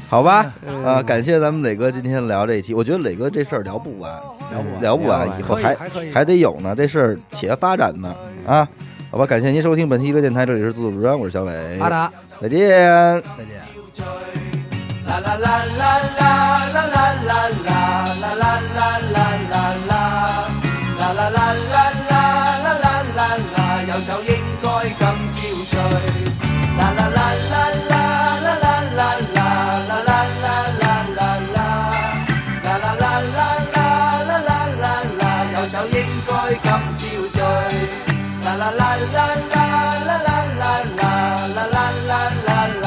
好吧，啊，感谢咱们磊哥今天聊这一期，我觉得磊哥这事儿聊不完，聊不完，聊不完，以后可以还还可以还得有呢，这事儿且发展呢，啊，好吧，感谢您收听本期娱乐电台，这里是自主主张，我是小伟，阿达，再见。再见。啦啦啦啦啦啦啦啦啦啦啦啦啦啦啦，啦啦啦啦啦啦啦啦啦，有酒應該咁照醉。啦啦啦啦啦啦啦啦啦啦啦啦啦啦啦，啦啦啦啦啦啦啦啦啦，有酒應該咁照醉。啦啦啦啦啦啦啦啦啦啦啦啦啦。